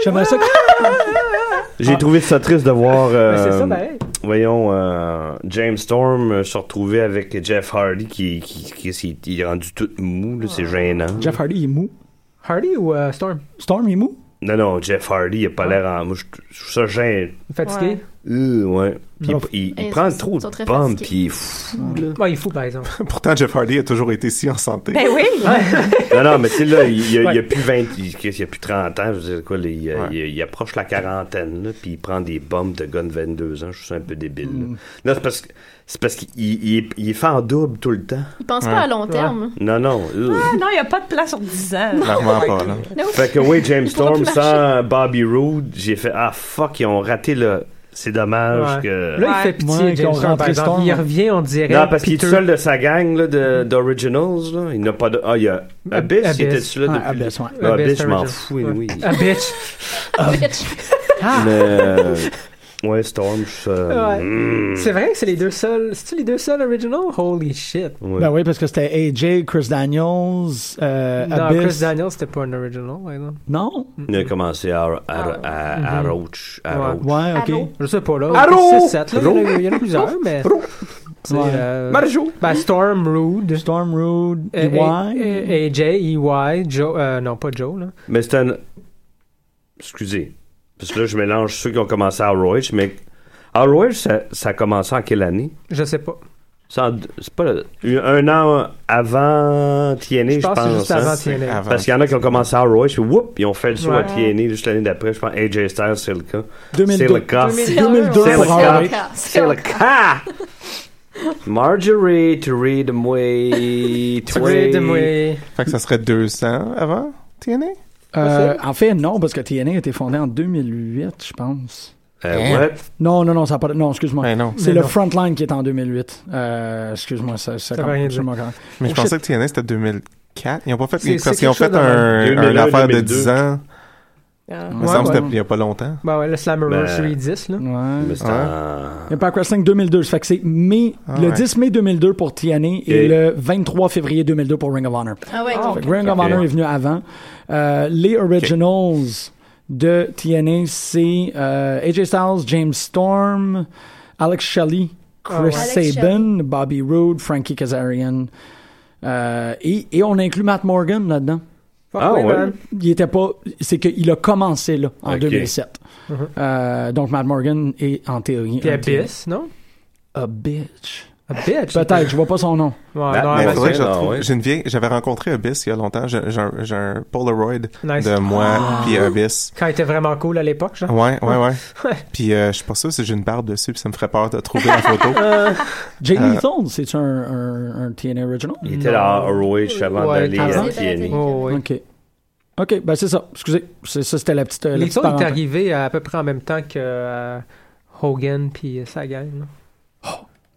J'aimerais ça que- Euh, J'ai trouvé ça triste de voir, Mais c'est ça, euh, Ah. ben, voyons, euh, James Storm euh, se retrouver avec Jeff Hardy qui, qui, qui, qui- il est rendu tout mou, là, Ah. c'est gênant. Jeff Hardy, il est mou. Hardy ou euh, Storm? Storm, il est mou. Non, non, Jeff Hardy, il a Ah. pas l'air en... Moi, je je trouve ça gênant. Fatigué? Euh, ouais. Puis Alors, il, il ils prend sont- trop sont de très pommes, fatigués. puis il est fou. Ouais. Bah, il est fou, par exemple. Pourtant, Jeff Hardy a toujours été si en santé. Ben oui! Non, non, mais tu sais, là, il y a, il y a plus 20, il, qu'est-ce, il y a plus 30 ans, je veux dire, quoi, là, il, Ouais. il, il approche la quarantaine, là, puis il prend des bombes de gun 22 ans, je trouve ça un peu débile. là. Non, c'est parce que, c'est parce qu'il il, est- il est fait en double tout le temps. Il pense pas à long terme. Non, non, euh. Ah non, il n'y a pas de place sur 10 ans. Clairement pas, là. No. Fait que, oui, James pourra Storm plus sans Bobby Roode, j'ai fait, ah, fuck, ils ont raté, là, c'est dommage Ouais. que... Là, il Ouais. fait pitié, Ouais, James qu'on Storm, par rentre exemple. Storm. Il revient, on dirait. Non, parce qu'il est piteux. tout seul de sa gang là, de, d'Originals. Là. Il n'a pas de. Ah, il y a Abyss, Abyss. il était celui là Ouais, depuis. Abyss, ouais. Non, Abyss, Abyss, je m'en Origins. fous, oui. Ah, bitch. Mais. euh, ouais, Storm, je suis. euh, Ah! Ouais. mm, C'est vrai que c'est les deux seuls. C'est-tu les deux seuls original? Holy shit. ouais. Ben oui, parce que c'était AJ, Chris Daniels, euh, non, Abyss. Chris Daniels, c'était pas un original, par exemple. Non? Il a commencé à, à, à, à, à Mhm. Roach. À Ouais. Roach. Ouais, ok. Allô? Je sais pas, là. Arrow! 6-7, là. Il y en a- il y en a plusieurs, mais. C'est, Ouais. euh, Marjo! ben, Storm, Rude. Storm Road, euh, EY. A- A- AJ, EY, Joe. euh, non, pas Joe, là. Mais c'est un. Excusez. Parce que là, je mélange ceux qui ont commencé à Roach, mais. À Roach, ça, ça a commencé en quelle année? Je sais pas. C'est en- c'est pas un an avant TNA, je pense. je pense que c'est juste hein? avant TNA. Avant. Parce qu'il y en a qui ont commencé à Royce, puis whoop, ils ont fait le saut à Ouais. TNA juste l'année d'après. Je pense AJ Styles, c'est le cas. C'est le 2002. cas. 2002 C'est pour le Harley. cas. C'est le cas. Marjorie to read them way. to Trade way. away. Fait que ça serait 200 avant TNA? Euh, en fait, non, parce que TNA a été fondé en 2008, je pense. Euh, what? Non, non, non, ça a pas de- Non, excuse-moi. Ben non. C'est Mais le non. Frontline qui est en 2008. Euh, excuse-moi, ça, ça, Ça veut rien dire. absolument correct. Mais Oh, je pensais que TNA c'était 2004. Ils ont pas C'est- fait. c'est Parce qu'ils ont quelque chose fait de- un, une 2001, affaire de 2002. 10 ans. Il me Ouais, semble que ouais. c'était il y a pas longtemps. Ben ouais, le Slammiversary Ben. 10, là. Ouais. Mais c'est Ouais. en- Impact Wrestling 2002, ça fait que c'est mai, Ah le ouais. 10 mai 2002 pour TNA et, Et- le 23 février 2002 pour Ring of Honor. Ah ouais, Oh. Fait donc. que Ring of Ok. Honor est venu avant. Euh, les originals de TNA, c'est euh, AJ Styles, James Storm, Alex Shelley, Chris Ah ouais. Alex Sabin, Bobby Roode, Frankie Kazarian. Euh, et, et on inclut Matt Morgan là-dedans. Fuck Ah, ouais, ouais. man. Il était pas. C'est qu'il a commencé là en Ok. 2007. Mhm. Euh, donc Matt Morgan est en théorie. Puis un TNA. Abyss, non? A bitch. bitch. Peut-être, je vois pas son nom. Ah, Ouais, Bah, Ben, non, mais mais faudrait que c'est- je retrouve. ouais. J'ai une vieille- J'avais rencontré Abyss il y a longtemps. J'ai j'ai un, j'ai un Polaroid Nice. de moi Ah. puis Abyss. Quand il était vraiment cool à l'époque, genre. Ouais, ouais, ouais. Ah Ouais. Puis euh, je suis pas sûr si j'ai une barbe dessus, puis ça me ferait peur de trouver la photo. Jay Euh, Lethal, c'est un, un, un TNA original? Il était là à ROH avant Ouais, d'aller avant. à E. TNA. Oh, ouais. OK. OK, ben c'est ça. Excusez. C'est ça, c'était la petite. euh, la Les petite autres est parenthèse. arrivé à, à peu près en même temps que euh, Hogan puis euh, sa gang. là.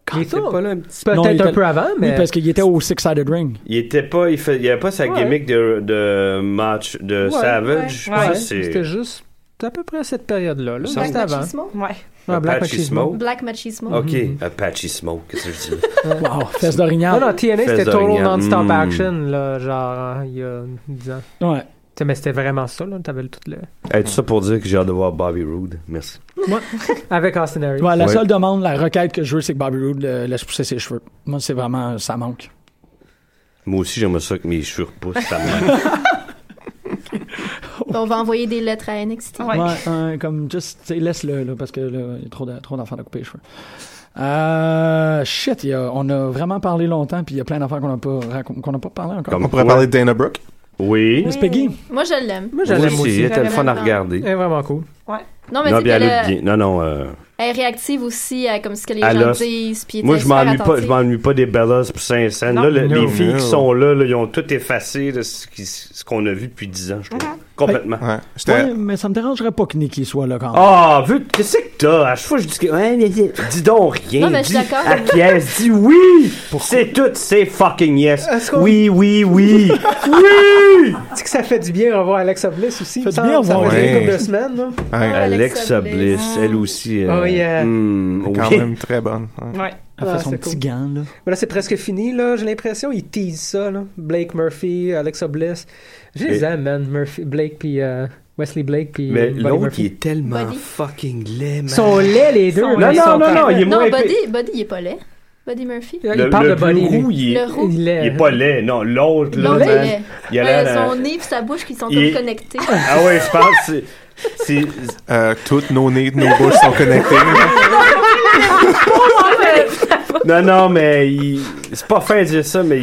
Quand Les c'est autres, pas- Non, il peut-être était- un peu avant, mais Oui, parce qu'il était au Six-Sided Ring. Il était pas, il, fait, il avait pas sa Ouais. gimmick de, de match de Ouais, Savage. ouais, Ça, ouais. c'est- c'était juste à peu près à cette période-là. Là, Black juste avant. Machismo? Ouais. Ouais, Black Apache Machismo. Smoke. Black Machismo. Ok, Mhm. Apache Smoke, qu'est-ce que je dis? Wow, fesse Non, d'orignal. non, TNA, Fais c'était de Total rien. Non-Stop Mm. Action, là, genre, hein, il y a 10 ans. Ouais. Tu sais, mais c'était vraiment ça, là. T'avais le- tout le... Hey, tout ça pour dire que j'ai hâte de voir Bobby Roode. Merci. Avec Austin Harris. Ouais, la Ouais. seule demande, la requête que je veux, c'est que Bobby Roode euh, laisse pousser ses cheveux. Moi, c'est vraiment, euh, ça manque. Moi aussi, j'aimerais ça que mes cheveux repoussent. Ça me- On va envoyer des lettres à NXT. Ouais. euh, comme, juste, tu sais, laisse-le, là, parce que là, il y a trop, de- trop d'enfants à couper les cheveux. Euh, shit, il y a- on a vraiment parlé longtemps, puis il y a plein d'affaires qu'on n'a pas, racon- qu'on n'a pas parlé encore. Comme On pourrait quoi. parler de Dana Brooke. Oui. Miss Peggy. Moi, je l'aime. Moi, Oui, j'aime c'est- aussi. il était le fun à Vraiment. regarder. Elle est vraiment cool. Non, mais Non, c'est bien, qu'elle elle a- bien. Non, non. euh, elle est réactive aussi à comme ce que les Elle gens a- disent. Puis elle Moi, était je m'ennuie super pas, je attentive. m'ennuie pas des Bellas pour Saint-Saëns. Là, le- Non. les filles Non. qui sont là, là, ils ont tout effacé de ce qui- ce qu'on a vu depuis 10 ans, je trouve. Mhm. Complètement. Ouais. J'étais. Ouais, mais ça me dérangerait pas que Nikki soit là quand même. Ah, veux, qu'est-ce que t'as? À chaque fois, je dis que, ouais, mais dis- dis donc rien. Non, mais je dis suis d'accord. acquiesce, dis oui! C'est tout, c'est fucking yes. Oui, oui, oui. oui! Tu sais que ça fait du bien de revoir Alexa Bliss aussi. Fait il me du bien semble. Ça revoir- fait Ouais. une couple de semaines, là. Ouais. Alexa Alexa Bliss. Bliss, elle aussi. euh, Oh, yeah. hmm, Quand oui. même très bonne. ouais. Ouais. Elle fait Ah, son c'est petit cool. gant, là. Mais là, c'est presque fini, là. J'ai l'impression ils teasent ça, là. Blake Murphy, Alexa Bliss. J'ai les Et- aime, man. Murphy, Blake, puis euh, Wesley Blake, puis Mais Buddy l'autre, Murphy. il est tellement Buddy. fucking laid, man. Ils sont laids, les deux. Sont là. laids. Ils Non, sont non, non, pas- il est moins Non, épais. Buddy, Buddy, il est pas laid. Buddy Murphy. Il Le- parle le de Bonnie, plus lui. roux, il est- Le roux. Il il est... est pas laid, non. L'autre, là, L'autre, il man, est. il a Ouais, l'air Euh, son d'un- nez et sa bouche qui sont Il- comme connectés. Ah ouais, je pense que c'est- c'est... Euh, toutes nos nez, nos bouches sont connectées. Non, non, mais il... c'est pas fin de dire ça, mais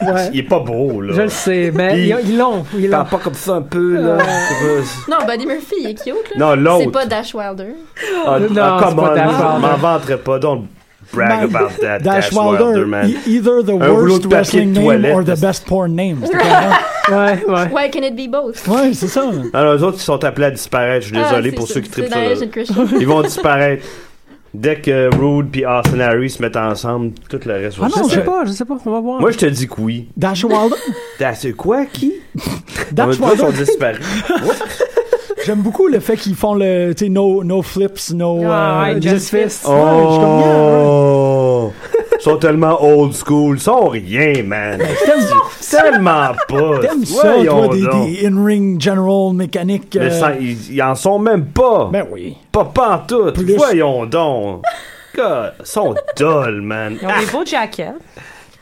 il, Ouais. il est pas beau, là. Je le sais, mais Puis- ils ils l'ont. Ils l'ont. Parle pas comme ça un peu, là. Ah. C'est Non, Buddy Murphy, il est cute. pas- Là. Non, C'est l'autre. pas Dash Wilder. Ah, Non, ah, c'est come pas on, Dash Wilder. m'en vanterai pas, don't brag Man, about that, Dash, Wilder, e- either the Un rouleau worst de papier wrestling de name toilette, or the parce- best porn name. C'était comme- Ouais, ouais. Why can it be both? ouais, c'est ça. Non, non, les autres, ils sont appelés à disparaître. Je suis désolé Ah, pour c'est- ceux qui c'est trippent dans ça. là. Agent Christian. Ils vont disparaître. Dès que Rude puis Austin Harry se mettent ensemble, tout le reste va Ah non, Je disparaître. sais pas, je sais pas. On va Oh. voir. Moi, je te dis que oui. Dash Wilder. T'as- C'est quoi, qui? Dash Ils sont Wilder. disparus. J'aime beaucoup le fait qu'ils font le, tu sais, no, no flips, no. Ah, euh, ouais, just- Just Fist. Ouais, je suis comme, hein. yeah, ouais. Oh! Ils sont tellement old school. Ils sont rien, man. T'aimes- Tellement pas. T'aimes ça, toi, Voyons des, donc. des in-ring general mécaniques. Mais euh, ça, ils, ils en sont même pas. Ben oui. Pas pantoute. Plus. Voyons donc. God, ils sont dol, man. Ah, Ils ont des beaux jackets.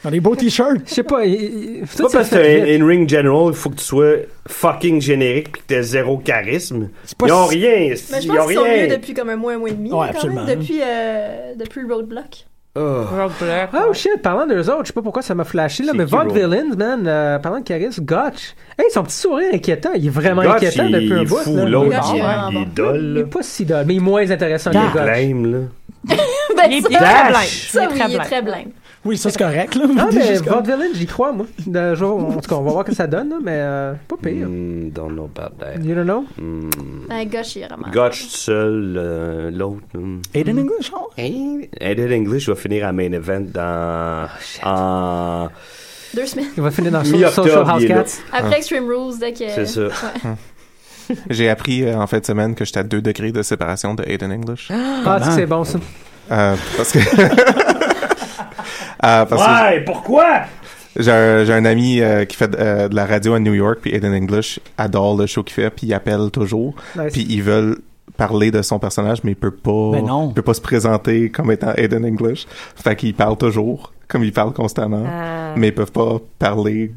Dans des beaux t-shirts. Je sais pas. il- il- C'est tout pas ça parce que fait t'es un in-ring general, il faut que tu sois fucking générique pis que t'aies zéro charisme. C'est pas ils ont si- rien. Mais je ils ont pense qu'ils sont rien. mieux depuis comme un mois, un mois et demi. Ouais, quand absolument. Même. Depuis, euh, depuis Roadblock. Oh. Roadblock. Oh shit, parlant d'eux autres, je sais pas pourquoi ça m'a flashé là, C'est mais qui, Von bro? Villains, man, euh, parlant de charisme, Gotch. Hey, son petit sourire inquiétant, il est vraiment Gotch, inquiétant il, depuis un est bout. fou, là. l'autre, Gotch, il, il est il vraiment est Il est dol, pas si dole, mais il est moins intéressant que là. Il est Gotch. blême, là. Ben, Il est ça, il est très blanc. ça, oui, il est blanc. très blême. Oui, ça, c'est correct, là. Non, T'es mais juste comme- Von Villains, j'y crois, moi. De- je- en tout cas, on va voir que ça donne, là, mais euh, pas pire. Hmm, don't know about that. You don't know? Hmm. Un Ben, gauche, il est vraiment. Gotch tout seul, euh, l'autre. hmm. Aiden English, hein? Aided English va finir à main event dans. en- Deux semaines. Il va finir dans So- Mi-octobre, Social House il est là. Cats. Après Extreme Rules, dès que. Ah. C'est ça. J'ai appris euh, en fin de semaine que j'étais à 2 degrés de séparation de Aiden English. Ah, c'est que c'est bon ça. Euh, parce que. Euh, parce que Ouais, pourquoi? J'ai un, j'ai un ami euh, qui fait euh, de la radio à New York, puis Aiden English adore le show qu'il fait, puis il appelle toujours, Nice. puis ils veulent parler de son personnage, mais il peut Oh. pas, Mais Ben non. il peut pas se présenter comme étant Aiden English. Fait qu'il parle toujours, comme il parle constamment, Ah. mais ils peuvent pas parler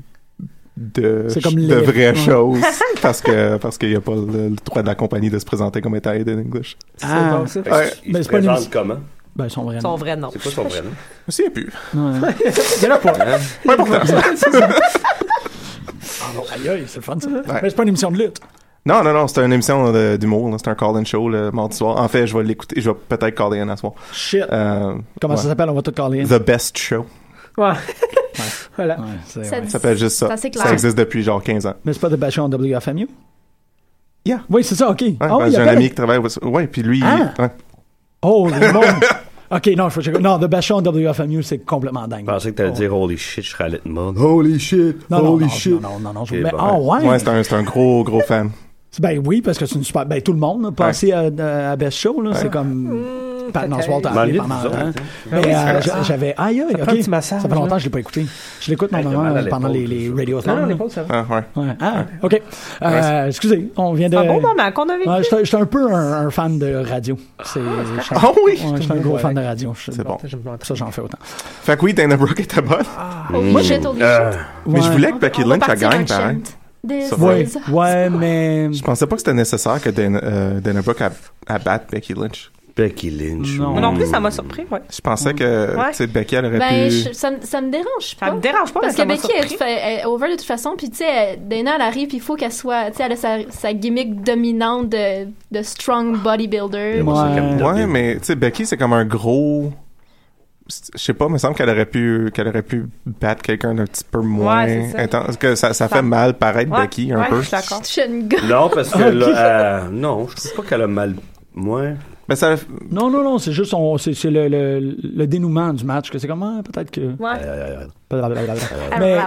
de, C'est comme de les- vraies ouais. choses parce que parce qu'il y a pas le, le droit de la compagnie de se présenter comme étant Aiden English. C'est bon ça. Fait que Ouais. Il Mais se c'est pas une présente émission. comment? Ben, son vrai nom. Son vrai nom. C'est quoi son vrai nom? Je sais plus. Ouais. Il y en a pas. Hein? Pas important. Ah, Aïe, aïe, c'est le fun, ça. Mais c'est pas une émission de lutte. Non, non, non, c'est une émission euh, de- d'humour. là. C'est un call-in show le mardi soir. En fait, je vais l'écouter. Je vais peut-être call in à soir. Shit. Euh, Comment ça ouais. s'appelle? On va tout caler. The Best Show. Ouais. Voilà. Ouais, c'est- Ça ouais. dit- Ça s'appelle juste ça. C'est assez clair. Ça existe depuis genre 15 ans. Mais c'est pas de bachelor en WFMU? Yeah. Oui, c'est ça, OK. Ouais, Ah ben, oui, il J'ai un appelle- ami qui travaille. au- Ouais, puis lui. Ah. ouais. Oh, le monde. OK, non, faut que je... Non, The Bachelor en WFMU, c'est complètement dingue. Je pensais que t'allais dire Holy shit, je râlais de mode. Holy shit! Non, non, holy non, shit! Eh ben, non, non, non, non, je- Ok, mais, bon. ah, ouais? Ouais, c'est un, c'est un gros, gros fan. Ben oui, parce que c'est une super... Ben, tout le monde, là, passer à, à Best Show, là, c'est comme... Hmm, Pat Oswalt a Dans appelé le pendant... lit, hein. vous autres, hein. Ah Mais euh, j'a- j'avais... Aïe, aïe, prend un OK. petit massage, Ça fait longtemps là. que je l'ai pas écouté. Je l'écoute Hey, t'as normalement mal à euh, pendant les, l'épaule, les ça. radiothons. Non, non, l'épaule, ça va. Ah, ouais. Ouais. Ah, OK. Euh, excusez, on vient de... C'est un beau Ah, moment qu'on a vécu. Euh, Ouais, je suis un peu un, un fan de radio. C'est, je suis un- Ah oui! Ouais, je suis un gros Ouais. fan de radio. Je- C'est bon. Je me Ça, j'en fais autant. Fait que oui, Dana Brooke était bonne. Holy shit, holy Euh, shit. Mais je Ah, Ouais. voulais que Becky On va Lynch ça partir gagne, en pareil. chant. This Ça Ouais, is us. ouais, mais. Je pensais pas que c'était nécessaire que Dana, euh, Dana Brooke a, a battre Becky Lynch. Becky Lynch. Non. Moi non plus, ça m'a surpris, ouais. Je Mm. pensais que Ouais. tu sais, Becky, elle aurait Ben, pu. je- ça, me- ça me dérange pas. Ça me dérange pas, Parce mais ça que m'a Becky, elle, surpris. fait- elle est over de toute façon, puis tu sais, elle- Dana, elle arrive, puis il faut qu'elle soit, tu sais, elle a sa, sa gimmick dominante de, de strong bodybuilder. Moi, c'est Ouais. comme- Ouais, mais tu sais, Becky, c'est comme un gros. Je sais pas, me semble qu'elle aurait pu qu'elle aurait pu battre quelqu'un d'un petit peu moins Ouais, c'est ça. intense. Que ça, Ça- ça fait mal paraître Ouais, Becky un ouais, peu. Je suis d'accord. Action gun. Non, parce que là, euh, non, je trouve pas qu'elle a mal. Moi, Mais ça, Non, non, non, c'est juste on, c'est, c'est le, le, le dénouement du match que c'est comme, ah, peut-être que. euh, Blablabla. Mais,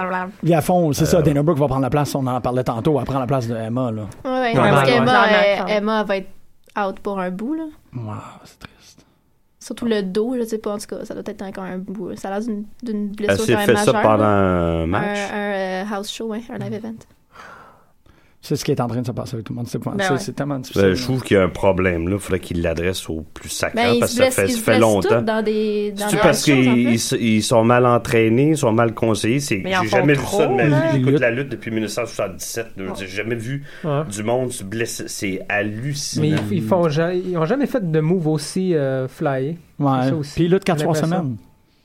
puis à fond, c'est Euh. ça, Dana Brooke va prendre la place, on en parlait tantôt, elle prend la place de Emma, là. Ouais, ouais, Ouais, parce ouais, qu'Emma, ouais. elle- Clairement, Emma va être out pour un bout, là. Ouah, c'est triste. Surtout le dos, je sais pas, en tout cas, ça doit être encore un bout. Ça a l'air d'une- d'une elle blessure s'est quand même fait ça majeure. pendant là. un un, match. un, euh, house show, ouais, un live event. C'est ce qui est en train de se passer avec tout le monde, c'est, Ben c'est, ouais. c'est tellement difficile. Euh, je trouve qu'il y a un problème là, il faudrait qu'il l'adresse au plus sacré Ben, ils parce se que ça blessent, fait, ils ça se fait blessent longtemps. tous dans des... Dans C'est des parce choses, en qu'ils fait. ils se- ils sont mal entraînés, ils sont mal conseillés. C'est, Mais ils en j'ai jamais font vu ça de ma trop, vie. hein. J'écoute Lutte. la lutte depuis 1977. là. J'ai jamais vu Ouais. du monde se blesser. C'est Mais hallucinant. ils, ils font, ja- ils ont jamais fait de move aussi euh, flyé. Ouais. ça aussi. Puis l'autre, 4 J'ai trois l'impression. semaines.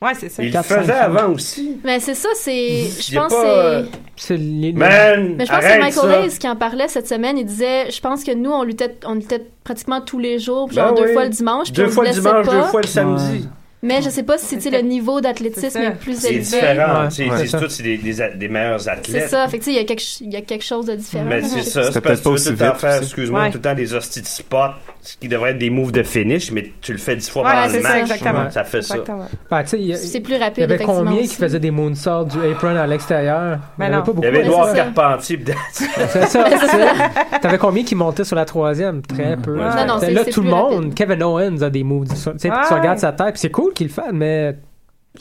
Ouais, c'est ça. Ils le quatre, faisaient cinq avant aussi. Mais c'est ça, c'est... Il Je y a pense pas, que euh, c'est... C'est les- Man, Mais je pense que c'est arrête Michael ça. Hayes qui en parlait cette semaine. Il disait, je pense que nous, on luttait, on luttait pratiquement tous les jours, puis Ben genre deux oui. fois le dimanche, puis Deux on se fois le blessait dimanche, pas. deux fois le samedi. Mais je sais pas si c'était le niveau C'est d'athlétisme ça. est plus C'est élevé. différent. Ouais, C'est, ouais. c'est, c'est tous c'est des, des, a- des meilleurs C'est athlètes. ça, fait que tu sais, il y a quelque ch- il y a quelque chose de différent. Mais là, c'est je- ça, C'était c'est parce peut-être que tu veux tout pas le temps aussi faire, vite, excuse-moi, Ouais. tout le temps des hosties de spot, ce qui devrait être des moves de finish, mais tu le fais dix fois Ouais, pendant c'est le ça, match. exactement. Ça fait ça. Exactement. Ben, tu sais, il y a- C'est plus il y rapide, avait effectivement. combien qui aussi. faisaient des moonsaults du apron à l'extérieur? Ben il y non. en avait pas Il beaucoup. y avait Ouais, Edouard c'est ça. Carpentier. pis- C'est ça. tu sais. T'avais combien qui montaient sur la troisième? Très peu. Non, non, c'est- là, c'est tout le plus monde, rapide. Kevin Owens a des moves. du sol. Tu sais, Ouais. tu regardes sa tête, puis c'est cool qu'il le fasse, mais.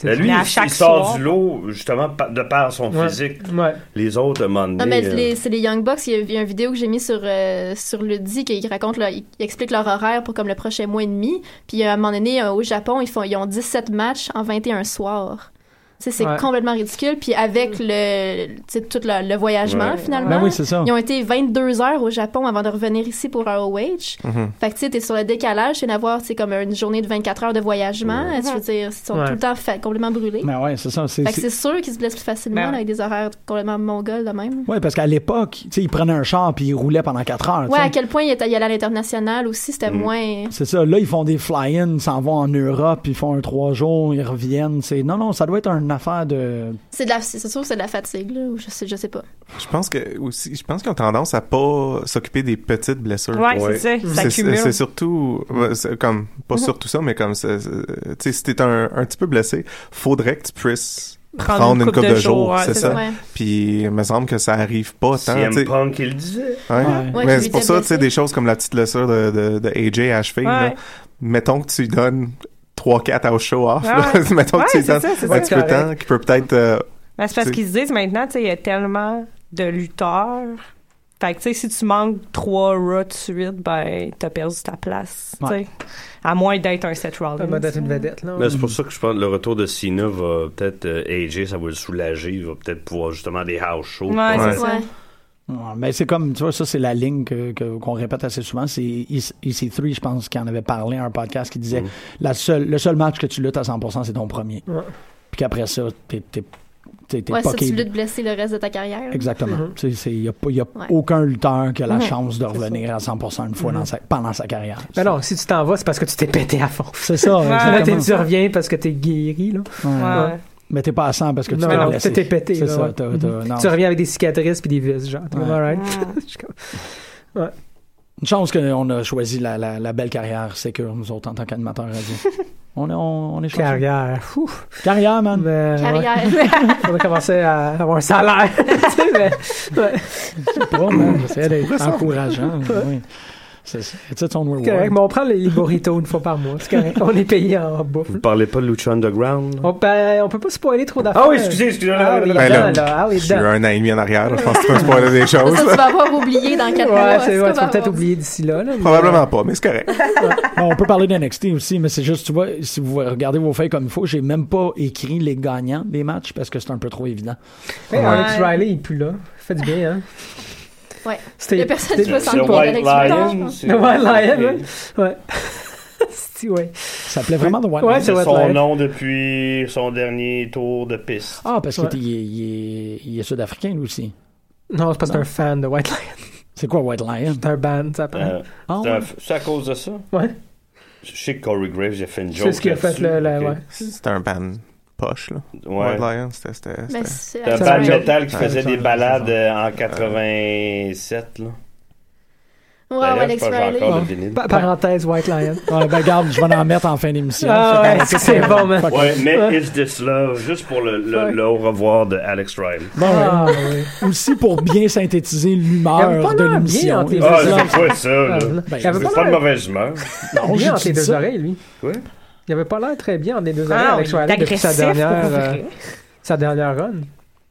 Mais Lui, Mais à il- chaque il sort soir. du lot, justement, par- de par son Ouais. physique. Ouais. Les autres, à un moment donné, Ah, Non, mais euh, les- c'est les Young Bucks. Il y a- il y, a une vidéo que j'ai mise sur, euh, sur Lundi qui raconte, leur, ils expliquent leur horaire pour comme le prochain mois et demi. Puis à un moment donné, euh, au Japon, ils, font, ils ont 17 matchs en 21 soirs. Tu sais, c'est Ouais. complètement ridicule. Puis avec Mm. le, tu sais, tout le, le voyagement, Ouais. finalement. Ben oui, c'est ça. Ils ont été 22 heures au Japon avant de revenir ici pour ROH. mhm. Fait que tu sais, t'es sur le décalage, c'est d'avoir c'est comme une journée de 24 heures de voyagement. Tu veux dire, ils sont Ouais. tout le temps fa- complètement brûlés. Mais Ben ouais, c'est ça. C'est, Fait que c'est- c'est sûr qu'ils se blessent plus facilement Ben ouais. là, avec des horaires complètement mongols de même. Ouais, parce qu'à l'époque, tu sais, ils prenaient un char puis ils roulaient pendant 4 heures. tu Ouais, sais. à quel point il est allé à l'international aussi, Mm. c'était moins. C'est ça. Là, ils font des fly-in, s'en vont en Europe, ils font un trois jours, ils reviennent. C'est non, non, ça doit être une affaire de. C'est de la, c'est sûr, que c'est de la fatigue là, ou je sais, je sais pas. je pense que aussi, je pense qu'ils ont tendance à pas s'occuper des petites blessures. Ouais, c'est ça. Mm-hmm. Ça C'est- cumule. C'est c'est surtout, ouais, c'est comme, pas surtout ça, mais comme, c'est- c'est- tu sais, si t'es un, un petit peu blessé, faudrait que tu puisses prendre, une coupe, de, jours, ouais, c'est c'est ça. ça. Ouais. Puis, il me semble que ça arrive pas tant, tu CM sais. euh, Punk, il le disait. Ouais. Ouais. mais qui c'est lui pour était ça, tu blessé. sais, des choses comme la petite blessure de, de, de AJ à la cheville, là. Ouais. mettons que tu lui donnes 3-4 house show off, Ouais, là. ouais. mettons que tu Ouais, lui c'est donnes ça, c'est un ça. petit peu de temps, qui peut peut-être... euh, Ben, c'est parce C'est- qu'ils se disent maintenant, tu sais, il y a tellement de lutteurs. Fait que, tu sais, si tu manques trois rats de suite, ben, t'as perdu ta place. tu Ouais. sais. À moins d'être un Seth Ça Rollins. m'a donné une vedette, là. Mais c'est pour ça que je pense que le retour de Cena va peut-être euh, AJ, ça va le soulager, il va peut-être pouvoir justement des house shows. Ouais, Ouais. c'est ça. Ouais. Ouais, ben, c'est comme, tu vois, ça, c'est la ligne que, que- qu'on répète assez souvent. C'est E EC- EC3, je pense, qui en avait parlé à un podcast qui disait la seule, le seul match que tu luttes à 100%, c'est ton premier. Ouais. Puis qu'après ça, t'es, t'es, t'es, t'es Ouais, ça, poqué. tu luttes blessé le reste de ta carrière. là. Exactement. Mhm. Tu sais, Il n'y a, pas- y a Ouais. Mm-hmm. aucun lutteur qui a la Mhm. chance de revenir à 100% une fois Mhm. dans sa- pendant sa carrière. Mais Ben non, si tu t'en vas, c'est parce que tu t'es pété à fond. C'est ça. hein, Ouais. Là, exactement. t'es- tu reviens parce que t'es guéri, là. Ouais. Ouais. Mais t'es pas à 100 parce que tu Non, t'es non, blessé. t'étais pété, C'est là, ça. ouais. mm-hmm. t'as- t'as- non. Tu reviens avec des cicatrices puis des vis, genre. T'es comme, Ouais. alright. Mm. Je suis comme- Une chance qu'on a choisi la, la, la belle carrière sécure, nous autres, en tant qu'animateurs radio. on, est- on, on est chanceux. Carrière. Ouf. Carrière, man. Mais, ouais. Carrière. Faudrait commencer à avoir un salaire. Tu sais, mais- ouais. Pas, man. J'essaie pourrais d'être ça. encourageant. oui. C'est ça. It's its own C'est reward. correct. Mais on prend les, les burritos une fois par mois. C'est correct. On est payé en bouffe. Vous parlez pas de Lucha Underground? là? On, ben, on peut pas spoiler trop d'affaires. Ah oui, excusez, excusez. Ah oui, Ben là, dedans, là. Ah oui, Je suis dedans. un an et demi en arrière, là, je pense que tu peux spoiler des choses. Ça, tu vas avoir oublié dans quatre mois. Ouais, c'est ça, ouais, tu tu vas vas peut-être avoir- oublier d'ici là. là mais- Probablement pas, mais c'est correct. Bon, on peut parler d'NXT aussi, mais c'est juste, tu vois, si vous regardez vos feuilles comme il faut, j'ai même pas écrit les gagnants des matchs parce que c'est un peu trop évident. Ouais, Ouais. Alex Riley, il pue là. Fait du bien, hein. Ouais. Il y C'était. a personne qui va C'est s'en le couper White avec du Lion. temps. c'est- Le White Lion, Ok. ouais. Ouais. C'est- ouais. Ça plaît vraiment de White Ouais, Lion. c'est C'est White son Lion. nom depuis son dernier tour de piste. Ah, parce qu'il Ouais. était- il est, il est- il est sud-africain, lui aussi. Non, c'est parce que c'est Non. un fan de White Lion. C'est quoi White Lion? C'est un band, ça paraît. Euh, Ah, c'est un- ouais. C'est à cause de ça? Ouais. Je sais que Corey Graves a fait une joke. C'est ce qu'il a fait, là-dessus. là. là, Ok. ouais. C'était un band poche, là. Ouais. White Lion, c'était- Ben, c'était. Mais c'était- Ben, c'est Ça Le band va, Joe. metal qui Ouais, faisait ça, des ça, balades ça. euh, en 87, là. Ouais, ouais, D'ailleurs, je Alex pense que j'ai Riley. encore le vinyle. Pa- Parenthèse, White Lion. Ouais, ben, garde, je vais en mettre en fin d'émission. Ah Fait ouais, que- c'est bon, man. Fuck. Ouais, mais It's This Love, juste pour le, le- Ouais. le au revoir de Alex Riley. Bon, ouais. Ah, oui. Aussi pour bien synthétiser Il y avait l'humeur pas de l'air bien l'émission. entre les Et Ah, deux voilà. hommes. c'est quoi ça, là? Ben, il c'est avait C'est pas pas de l'air mauvaise humeur. Non, j'ai bien entre les dit deux ça. oreilles, lui. Quoi? Il avait pas l'air très bien entre les deux oreilles Ah, avec il est Riley depuis sa agressif dernière, pour vrai. euh, sa dernière run.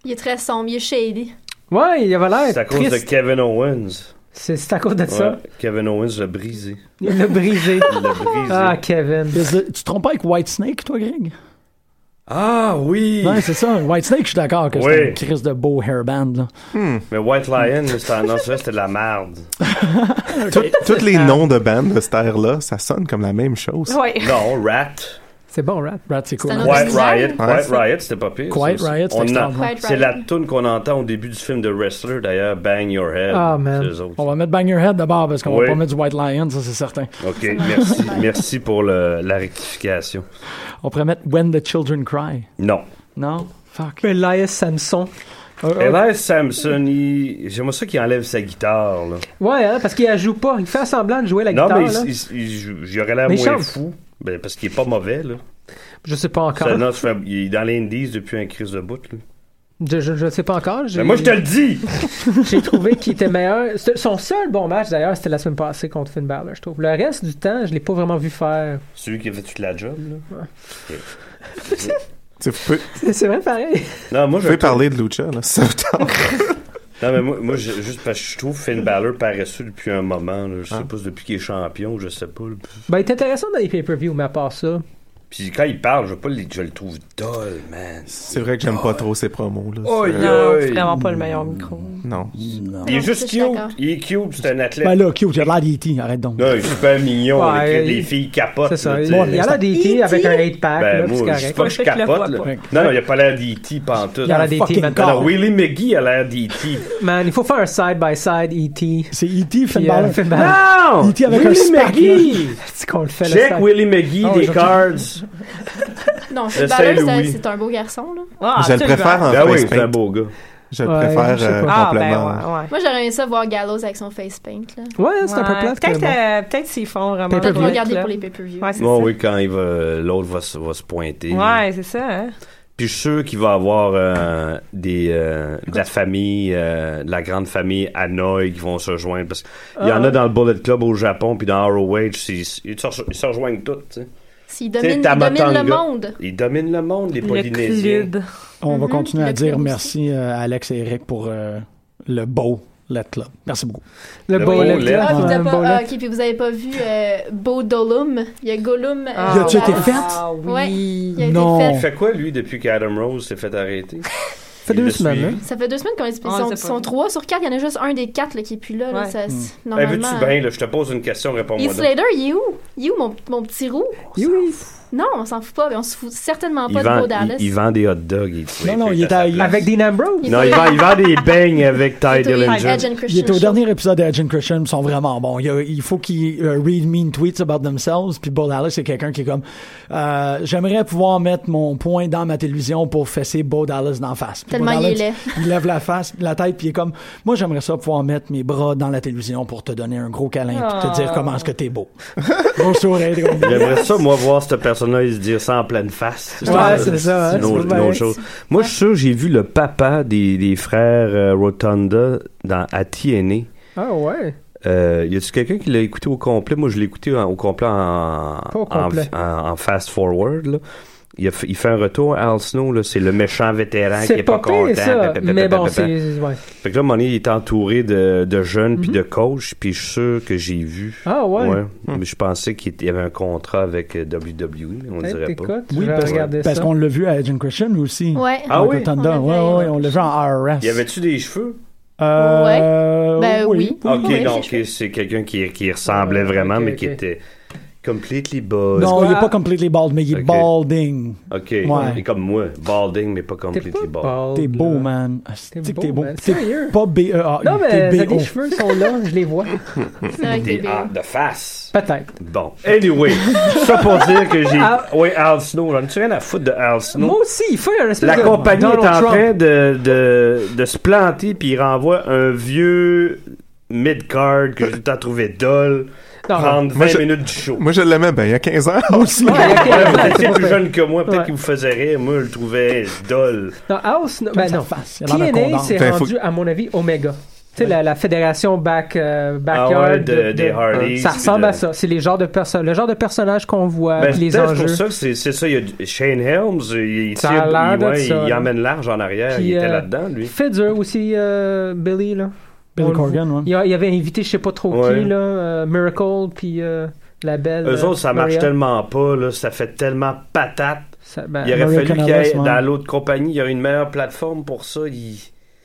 Il est très sombre, il est shady. Ouais, il avait l'air C'est à cause de triste. Kevin Owens. C'est c'est à cause de ça. Ouais, Kevin Owens l'a brisé. Il l'a brisé. Il l'a brisé. Ah, Kevin. Is it- Tu te trompes pas avec White Snake, toi, Greg? Ah, oui! Ouais, c'est ça. White Snake, je suis d'accord que Oui. c'est une crise de beau hairband. Là. Mais White Lion, c'était un- non, ça, c'était de la merde. Tout- Tous les noms de bandes de cette ère-là, ça sonne comme la même chose. Ouais. Non, Rat. C'est bon, rap. Brad, c'est cool. C'est un autre- Quiet bizarre. Riot. Quiet Riot, c'était pas pire. Quiet ça. Riot, On c'est a- extraordinaire. Quiet C'est Riot. la tune qu'on entend au début du film de Wrestler, d'ailleurs, Bang Your Head. Ah, man. C'est eux autres. On va mettre Bang Your Head d'abord parce qu'on Oui. va pas mettre du White Lion, ça c'est certain. Ok, merci. merci pour le- la rectification. On pourrait mettre When the Children Cry. Non. Non? Fuck. Elias Samson. Euh, Elias Samson, il- j'aimerais ça qu'il enlève sa guitare. Là. Ouais, hein, parce qu'il la joue pas. Il fait semblant de jouer la non, guitare. mais là. il- il- il- j- j'aurais l'air Mais moins il chante. fou. Ben, parce qu'il est pas mauvais. Là. Je sais pas encore. Ça, non, ça fait- il est dans l'indice depuis un crise de bout. Là. Je, je, je sais pas encore. J'ai- Mais Ben, moi, je te le dis! J'ai trouvé qu'il était meilleur. C'était- Son seul bon match, d'ailleurs, c'était la semaine passée contre Finn Balor, je trouve. Le reste du temps, je l'ai pas vraiment vu faire. Celui qui a fait toute la job. Là. Tu sais, vous pouvez- C'est c'est vrai pareil. Non, moi, vous je pouvez parler de Lucha, là, si ça vous tente. Non, mais moi, moi je- juste parce que je trouve Finn Balor paresseux depuis un moment. là. Je Ah. sais pas, c'est depuis qu'il est champion, je sais pas. là. Ben, il est intéressant dans les pay-per-views, mais à part ça. Puis quand il parle, je, veux pas, le- je le trouve dull, man. C'est vrai que j'aime pas trop ces promos, là. Oh, C'est- yeah. Non, Ouais. c'est vraiment pas le meilleur micro. Non. Il Non, est juste ça, je suis cute. d'accord. Il est cute, c'est un athlète. Ben là, cute, j'ai l'air d'E.T., arrête donc. non, il est super mignon. Ouais, avec il- les filles capotent. C'est ça. là, Il, tu sais. il y a l'air d'E.T. avec un 8-pack, là, Ben, puis c'est moi, je sais correct. pas que je Fait que le capote. voit là. pas. Non, non, il a pas l'air d'E.T. pantoute. Il y a Non, l'air d'E.T. Fucking maintenant. con. Willie McGee a l'air d'E.T. Man, il faut faire un side-by-side E.T. C'est E E.T. Finn E Puis, euh, Balor. Finn Balor. Non! E.T. E avec un Willie spark, McGee! C'est qu'on le fait, le Check side. Willie McGee Ah, ouais, des je- cards. Non, Le Finn Balor, c'est un- Saint-Louis. c'est un beau garçon, là. Ah, Je le absolument. préfère en Ben oui, face c'est un paint. beau gars. Je le Ouais, préfère je sais euh, pas. Ah, complètement. ben ouais, ouais. Moi, j'aurais aimé ça voir Gallows avec son face paint, là. Ouais, c'est un peu Ouais. plate. Peut-être que, bon. euh, peut-être s'ils font vraiment. Pay-per-view. un Peut-être Public, regarder là. pour les pay-per-view. Ouais, c'est Bon, ça. oui, quand il va, l'autre va, se- va se pointer. Ouais, c'est ça. hein. Puis je suis sûr qu'il va avoir euh, des, euh, de la famille, euh, de la grande famille Hanoï qui vont se joindre. Parce qu'il y en a dans le Bullet Club au Japon, puis dans ROH, c'est- ils se, ils se rejoignent tous. tu sais. S'il T'sais, domine, il Tamatanga. domine le monde. Ils dominent le monde, les Le Polynésiens. club. On va Mhm, continuer à le dire club aussi. merci euh, à Alex et Eric pour euh, le beau Let Club. Merci beaucoup. Le Le beau bowlet. Ah, vous Ouais, avez le pas, ah, bowlet. ok, puis vous avez pas vu euh, Beau Dolum. Il y a Gollum. euh, Ah, a-tu dans- été fait? Ah, Ouais. oui. Il a été Non. Il fait. fait quoi, lui, depuis qu'Adam Rose s'est fait arrêter? fait deux semaines, Ça fait deux semaines hein? qu'on est On le Ils sait sont, pas. sont trois sur quatre. Il y en a juste un des quatre là, qui est plus là. là. Ouais. Hmm. Ça- c'est- Hey, Eh, Veux-tu Normalement. bien, là, je te pose une question, réponds-moi Heath donc. Slater, il est où? Il est où, mon, mon petit roux? hein? Oui. Non, on s'en fout pas. mais On se fout certainement Il pas de vend, Bo Dallas. il, il vend des hot dogs. Il Non, non, il est à- Avec Dean Ambrose. Il Non, est il au- vend, il vend des beignes avec Ty il est au Dillinger. Edge and Christian Il est au Show. dernier épisode de Agent Christian, ils sont vraiment bons. Il, y a- il faut qu'ils euh, read mean tweets about themselves. Puis Bo Dallas, c'est quelqu'un qui est comme euh, J'aimerais pouvoir mettre mon poing dans ma télévision pour fesser Bo Dallas d'en face. Puis Bo Tellement il est Dallas, laid. il lève la face, la tête, puis il est comme Moi, j'aimerais ça pouvoir mettre mes bras dans la télévision pour te donner un gros câlin, puis te Ah. dire comment est-ce que t'es beau. gros sourire, gros J'aimerais ça, moi, voir cette personne-là il se dire ça en pleine face. Ouais, c'est ça, hein, une autre- c'est une autre bien. chose. Moi, je suis sûr, que j'ai vu le papa des, des frères euh, Rotonda dans, à TNA. Ah ouais. Euh, y a-tu quelqu'un qui l'a écouté au complet? Moi, je l'ai écouté en- au complet en, Pas au complet. en, en- en fast-forward. là. Il, a f- il fait un retour, Al Snow, là, c'est le méchant vétéran Hein, qui est pas, pire, content. ben, ça. Pépépépépépé. Mais bon, ben. c'est. Ouais. Fait que là, à un moment donné, il est entouré de, de jeunes puis de coachs, puis je suis sûr que j'ai vu. Ah ouais. Mais je pensais qu'il était- il y avait un contrat avec euh, WWE, mais on Hey, dirait pas. t'écoutes, Oui, je vais parce- regarder Parce ça. qu'on l'a vu à Agent Christian aussi. Ouais. Ah oui? Thunder. On l'a vu Ouais, à ouais, on l'a vu en IRS. Y avait-tu des cheveux? Euh, Ben oui. Ok, Oui, donc c'est c'est quelqu'un qui, qui ressemblait Ouais, vraiment, ok, mais ok. qui était completely bald. Non, il est quoi? pas completely bald, mais il est Ok. balding. Ok, Ouais. il est comme moi, balding, mais pas T'es completely pas bald. bald, T'es beau, là. man. Asti T'es que beau, T'es beau. man. T'es Sérieux? pas B-E-A. Non, mais T'es t'as B-O. des cheveux qui sont là, je les vois. C'est vrai que Des t'es ah, belle. de face. Peut-être. Bon, anyway, ça pour dire que j'ai. Ah. Oui, Al Snow, j'en ai rien à foutre de Al Snow. Moi aussi, il faut un espèce La de compagnie Donald est en Trump. train de, de, de se planter, puis il renvoie un vieux mid-card que j'ai tout le temps trouvé dol Non, prendre 20 Moi, je- minutes du show. Moi, je l'aimais bien il y a 15 ans. Moi aussi. Ouais, ok, Ouais, vous ouais, étiez c'est plus pas jeune que moi, peut-être Ouais. qu'il vous faisait rire. Moi, je le trouvais dol. Non, House, non, Comme ben sa non. face, il a l'air d'un TNA condor. s'est Putain, faut rendu, à mon avis, Omega. Tu sais, la, la fédération back, euh, backyard. Ah ouais, de- des Hardys, Ça puis ressemble de- à ça. C'est les genres de personnes, le genre de personnages qu'on voit, Ben, puis les peut-être enjeux. pour ça que c'est c'est ça. Il y a du- Shane Helms, il, il Ça tire- a l'air il- de ouais, ça, il là. emmène large en arrière. Puis, il était euh, là-dedans, lui. Fait dur aussi, euh, Billy, là. On Billy le Corgan, voit. ouais. Il, a- il avait invité, je sais pas trop Ouais. qui, là, euh, Miracle, puis euh, la belle. Eux euh, autres, ça marche Maria. tellement pas, là, ça fait tellement patate. Ça- ben, Il aurait Euh, Maria fallu qu'il y Canales, ait ouais. dans l'autre compagnie, il y aurait une meilleure plateforme pour ça. il-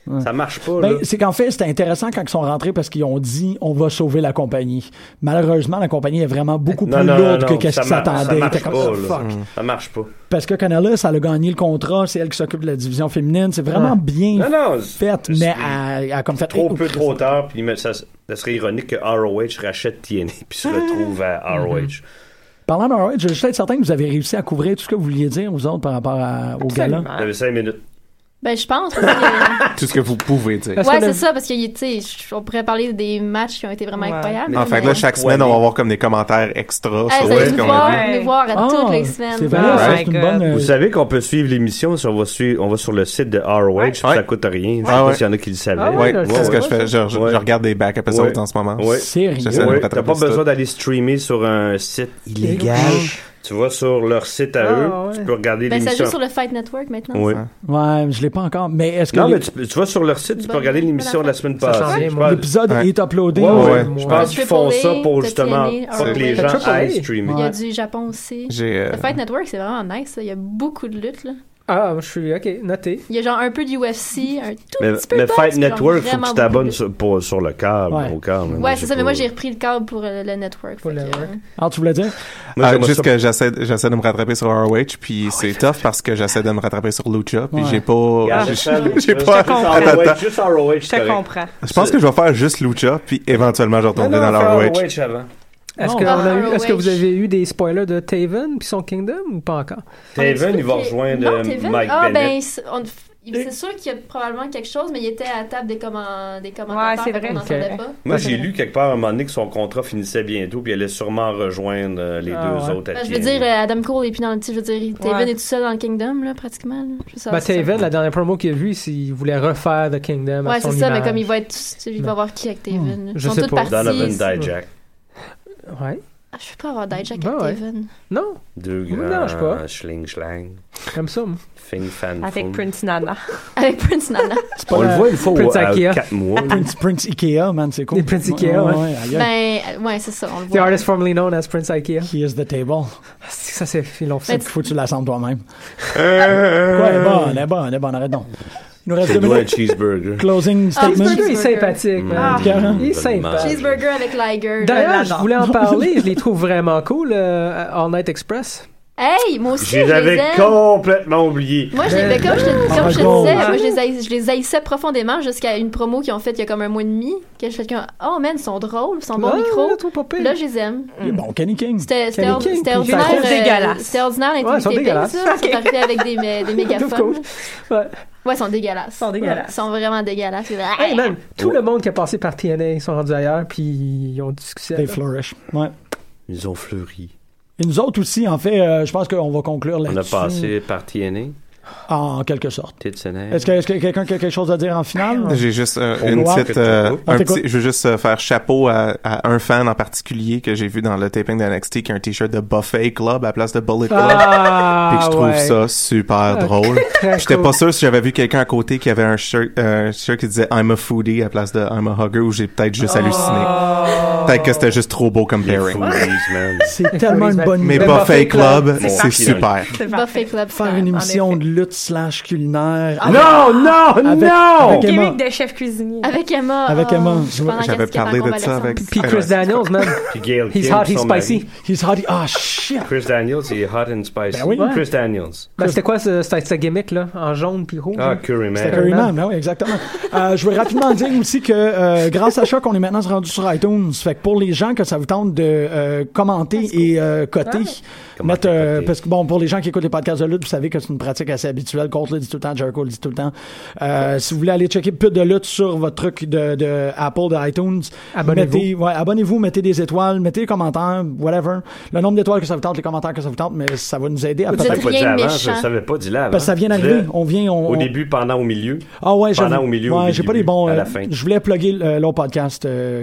Ouais. Ça marche pas. là. Ben, c'est qu'en fait, c'était intéressant quand ils sont rentrés parce qu'ils ont dit on va sauver la compagnie. Malheureusement, la compagnie est vraiment beaucoup Non, plus non, lourde non, que non, qu'est-ce ça qu'ils mar- ça s'attendaient. marche T'es comme, pas, oh, là. Mm. fuck. Ça marche pas. Parce que Canales, elle a gagné le contrat, c'est elle qui s'occupe de la division féminine. C'est vraiment bien Non, non. c'est- fait, mais c'est elle elle a comme fait Trop Eh, peu, oh, trop tard. Puis mais ça, ça serait ironique que ROH rachète TNA puis se retrouve à Mm-hmm. ROH. Parlant d'Arrow, je suis certain que vous avez réussi à couvrir tout ce que vous vouliez dire, vous autres, par rapport à- au gala. Absolument. Vous avez 5 minutes. Ben, je pense. parce que- Tout ce que vous pouvez dire. Parce ouais, qu'on a- c'est ça, parce que, tu sais, je- on pourrait parler des matchs qui ont été vraiment Ouais. incroyables. En fait, mais- là, chaque semaine, Ouais. on va avoir comme des commentaires extra Eh, sur ça, ce nous qu'on a voir, vu. vu. nous voir à Ah, toutes les C'est semaines. vrai, Oh ça, my c'est une God. bonne. euh, Vous savez qu'on peut suivre l'émission si on va, suivre, on va sur le site de ROH, puis Ouais. ça coûte rien. Je sais Ah pas ouais. s'il y en a qui le savaient. Ah Ouais, Ouais, je c'est ce sais que pas, je fais. Je, je- Ouais. je regarde des back episodes Ouais. en ce moment. Ouais. Sérieux? J'essaie de Ouais, me T'as rattraper pas de ça. besoin d'aller streamer sur un site illégal. Mmh. Tu vas sur leur site à Ah, eux, ouais. tu peux regarder Ben, ça l'émission. joue sur le Fight Network maintenant. Ouais. Ouais, je l'ai pas encore. Mais est-ce que Non, les- mais tu, peux- tu vas sur leur site, tu peux Bonne regarder l'émission de la semaine Ça s'en passée. vient, Je moi. pense- l'épisode Ouais. est uploadé? Ouais, ouais, ouais. Je Ouais. pense qu'ils font ça pour Triple A, justement TNA, pas que les Triple gens A. aillent streamer. Il y Ouais. a du Japon aussi. J'ai. euh, Le Fight Network, c'est vraiment nice. ça. Il y a beaucoup de luttes. Là. Ah, je suis, ok, noté. Il y a genre un peu d'UFC, un tout Mais, petit peu mais de boxe, Fight puis genre Network, faut que vraiment tu t'abonnes beaucoup de- sur, pour- sur le câble. Ouais. Au câble Ouais, c'est j'ai ça, mais pas- moi j'ai repris le câble pour euh, le network. Pour fait le- que, euh, ouais. Alors, tu voulais dire? Moi, ah, j'aimerais ça- juste que j'essaie, j'essaie de me rattraper sur ROH, puis c'est tough parce que j'essaie de me rattraper sur Lucha, puis Ouais. j'ai pas. Regarde, j'ai- ça, j'ai ça, pas. juste Attends, ROH, attends. Juste ROH, Je correct. te comprends. Je pense que je vais faire juste Lucha, puis éventuellement je vais Non, retomber non, dans le fais ROH. ROH avant. Est-ce Non. que, on a eu- Ah, est-ce que vous ROH. avez eu des spoilers de Taven puis son Kingdom ou pas encore? Taven, il va Ok. rejoindre Non, euh, Taven? Mike ah, Bennett. Ben, c'est on- il- c'est sûr qu'il y a probablement quelque chose, mais il était à la table des, comment, des Ouais, commentateurs. c'est fait qu'on vrai. n'entendait Ok. pas. Moi, j'ai lu quelque part à un moment donné que son contrat finissait bientôt, puis il allait sûrement rejoindre euh, les Ah, deux ouais. autres à Ben, je veux TNA. dire, euh, Adam Cole et puis dans le petit, je veux dire, Taven Ouais. est tout seul dans le Kingdom, là, pratiquement. Là. Je veux savoir Bah, si ça- Taven, la dernière promo qu'il a vue, c'est qu'il voulait refaire The Kingdom. à Ouais, son c'est ça, mais image. comme il va être. tout- Il va voir qui avec Taven. là. Ils Hmm, Je sont sais tous pas. partis. Donovan Ah, Dijak. Ouais. je peux pas avoir Dijak Ben avec ouais. Taven. Non, Deux Vous me dérangez grands pas. schling-schlang. comme ça. moi. Fing-fan. Avec Prince Nana. Avec Prince Nana. C'est On le la- voit une fois Prince au- à Ikea. 4 mois. là. Prince, Prince Ikea, man, c'est cool. Les Prince Ikea, ouais. aïe, aïe. ben, euh, ouais, c'est ça, on le The voit. artist formerly known as Prince Ikea. He is the table. Ah, c'est- Ça, c'est ils l'ont Mais fait. Euh. Faut que tu l'assembles toi-même. Quoi, elle est bonne, elle est bonne, elle est bonne, arrête donc. Il nous reste Je deux dois un minutes. cheeseburger. Closing Ah, statement. cheeseburger. il est sympathique, Mm. man. Ah. Il est Tellement. sympa. Cheeseburger avec Liger. Ben, D'ailleurs, je j'adore. voulais en parler, je les trouve vraiment cool, euh, All Night Express. Hey, moi aussi, Je je les les avais aime. complètement oubliés. Moi, je les, ben, comme je, te- comme je te Pardon. disais, ben. moi, je les, haïs- je les haïssais profondément jusqu'à une promo qu'ils ont faite il y a comme un mois et demi. Que je fais comme, oh man, ils sont drôles, ils sont bons Ah, micro. ouais, trop pas pire. Là, je les aime. Il est Bon, Kenny King. C'était c'était or- King, c'était puis ordinaire. Jacob. euh, Dégueulasse. C'était ordinaire Ouais, ils sont l'intimité dégueulasses. ça. Ils sont arrivés avec des, mé- des mégaphones. cool. Ouais. Ouais, ils sont dégueulasses. Ils sont dégueulasses. Ils sont vraiment dégueulasses. Hey man, tout le monde qui a passé par TNA, ils sont rendus ailleurs, puis ils ont du succès. They flourish. Ouais. Ils ont fleuri. Et nous autres aussi, en fait, euh, je pense qu'on va conclure On a là-dessus. passé par TNA, En quelque sorte. Titsener. Est-ce que, est-ce que quelqu'un qui a quelque chose à dire en finale? J'ai juste euh, On une voit petite, que euh, t'as- Ah, un t'es quoi? petit- je veux juste euh, faire chapeau à, à un fan en particulier que j'ai vu dans le taping de NXT qui a un t-shirt de Buffet Club à la place de Bullet Club. Ah, Puis que je trouve ouais. ça super drôle. Très J'étais cool. pas sûr si j'avais vu quelqu'un à côté qui avait un shirt, euh, un shirt qui disait I'm a foodie à la place de I'm a hugger ou j'ai peut-être juste halluciné. Peut-être que c'était juste trop beau comme Les pairing. Foodies, man. C'est tellement une bonne Mais nouvelle. Buffet Buffet Club, Club, c'est c'est super. C'est Buffet parfait. Club. Faire une En émission effet. de lutte slash culinaire. Non, non, Avec- non! avec- Emma. Gimmick de chef cuisinier. Avec Emma. Avec oh, Emma. pendant J'avais qu'elle- qu'elle parlé est en de ça avec- convalescence. Puis Chris Daniels, man. Ben, Puis Gail He's Kim, hot, he's son mari. spicy. He's hot. Ah, shit! Chris Daniels, il est hot and spicy. Ben oui. Mm-hmm. Ouais. Chris Daniels. Ben, c'était quoi ce, c'était- ce gimmick, là? En jaune puis rouge? Ah, là? Curry Man. Curry Curryman, ben oui, exactement. Euh, je veux rapidement dire aussi que euh, grâce à Choc, on est maintenant rendu sur iTunes. Fait que pour les gens que ça vous tente de euh, commenter et euh, coter, mettre, euh, coter. parce que bon, pour les gens qui écoutent les podcasts de lutte, vous savez que c'est une pratique assez habituelle. Colt le dit tout le temps, Jericho le dit tout le temps. Euh, Si vous voulez aller checker plus de lutte sur votre truc de, de Apple, de iTunes, Abonnez-vous. mettez- ouais, abonnez-vous, mettez des étoiles, mettez des commentaires, whatever. Le nombre d'étoiles que ça vous tente, les commentaires que ça vous tente, mais ça va nous aider à Vous peut-être- êtes- pas dit rien de avant, méchant. je savais pas dit là avant. Parce que ça vient Je d'arriver. l'ai- On vient, on, Au on- début, pendant, au milieu. ah ouais, j'avoue. Pendant, au milieu, au Ouais, j'ai pas début, les bons. à euh, la fin. Je voulais plugger le- l'autre podcast euh,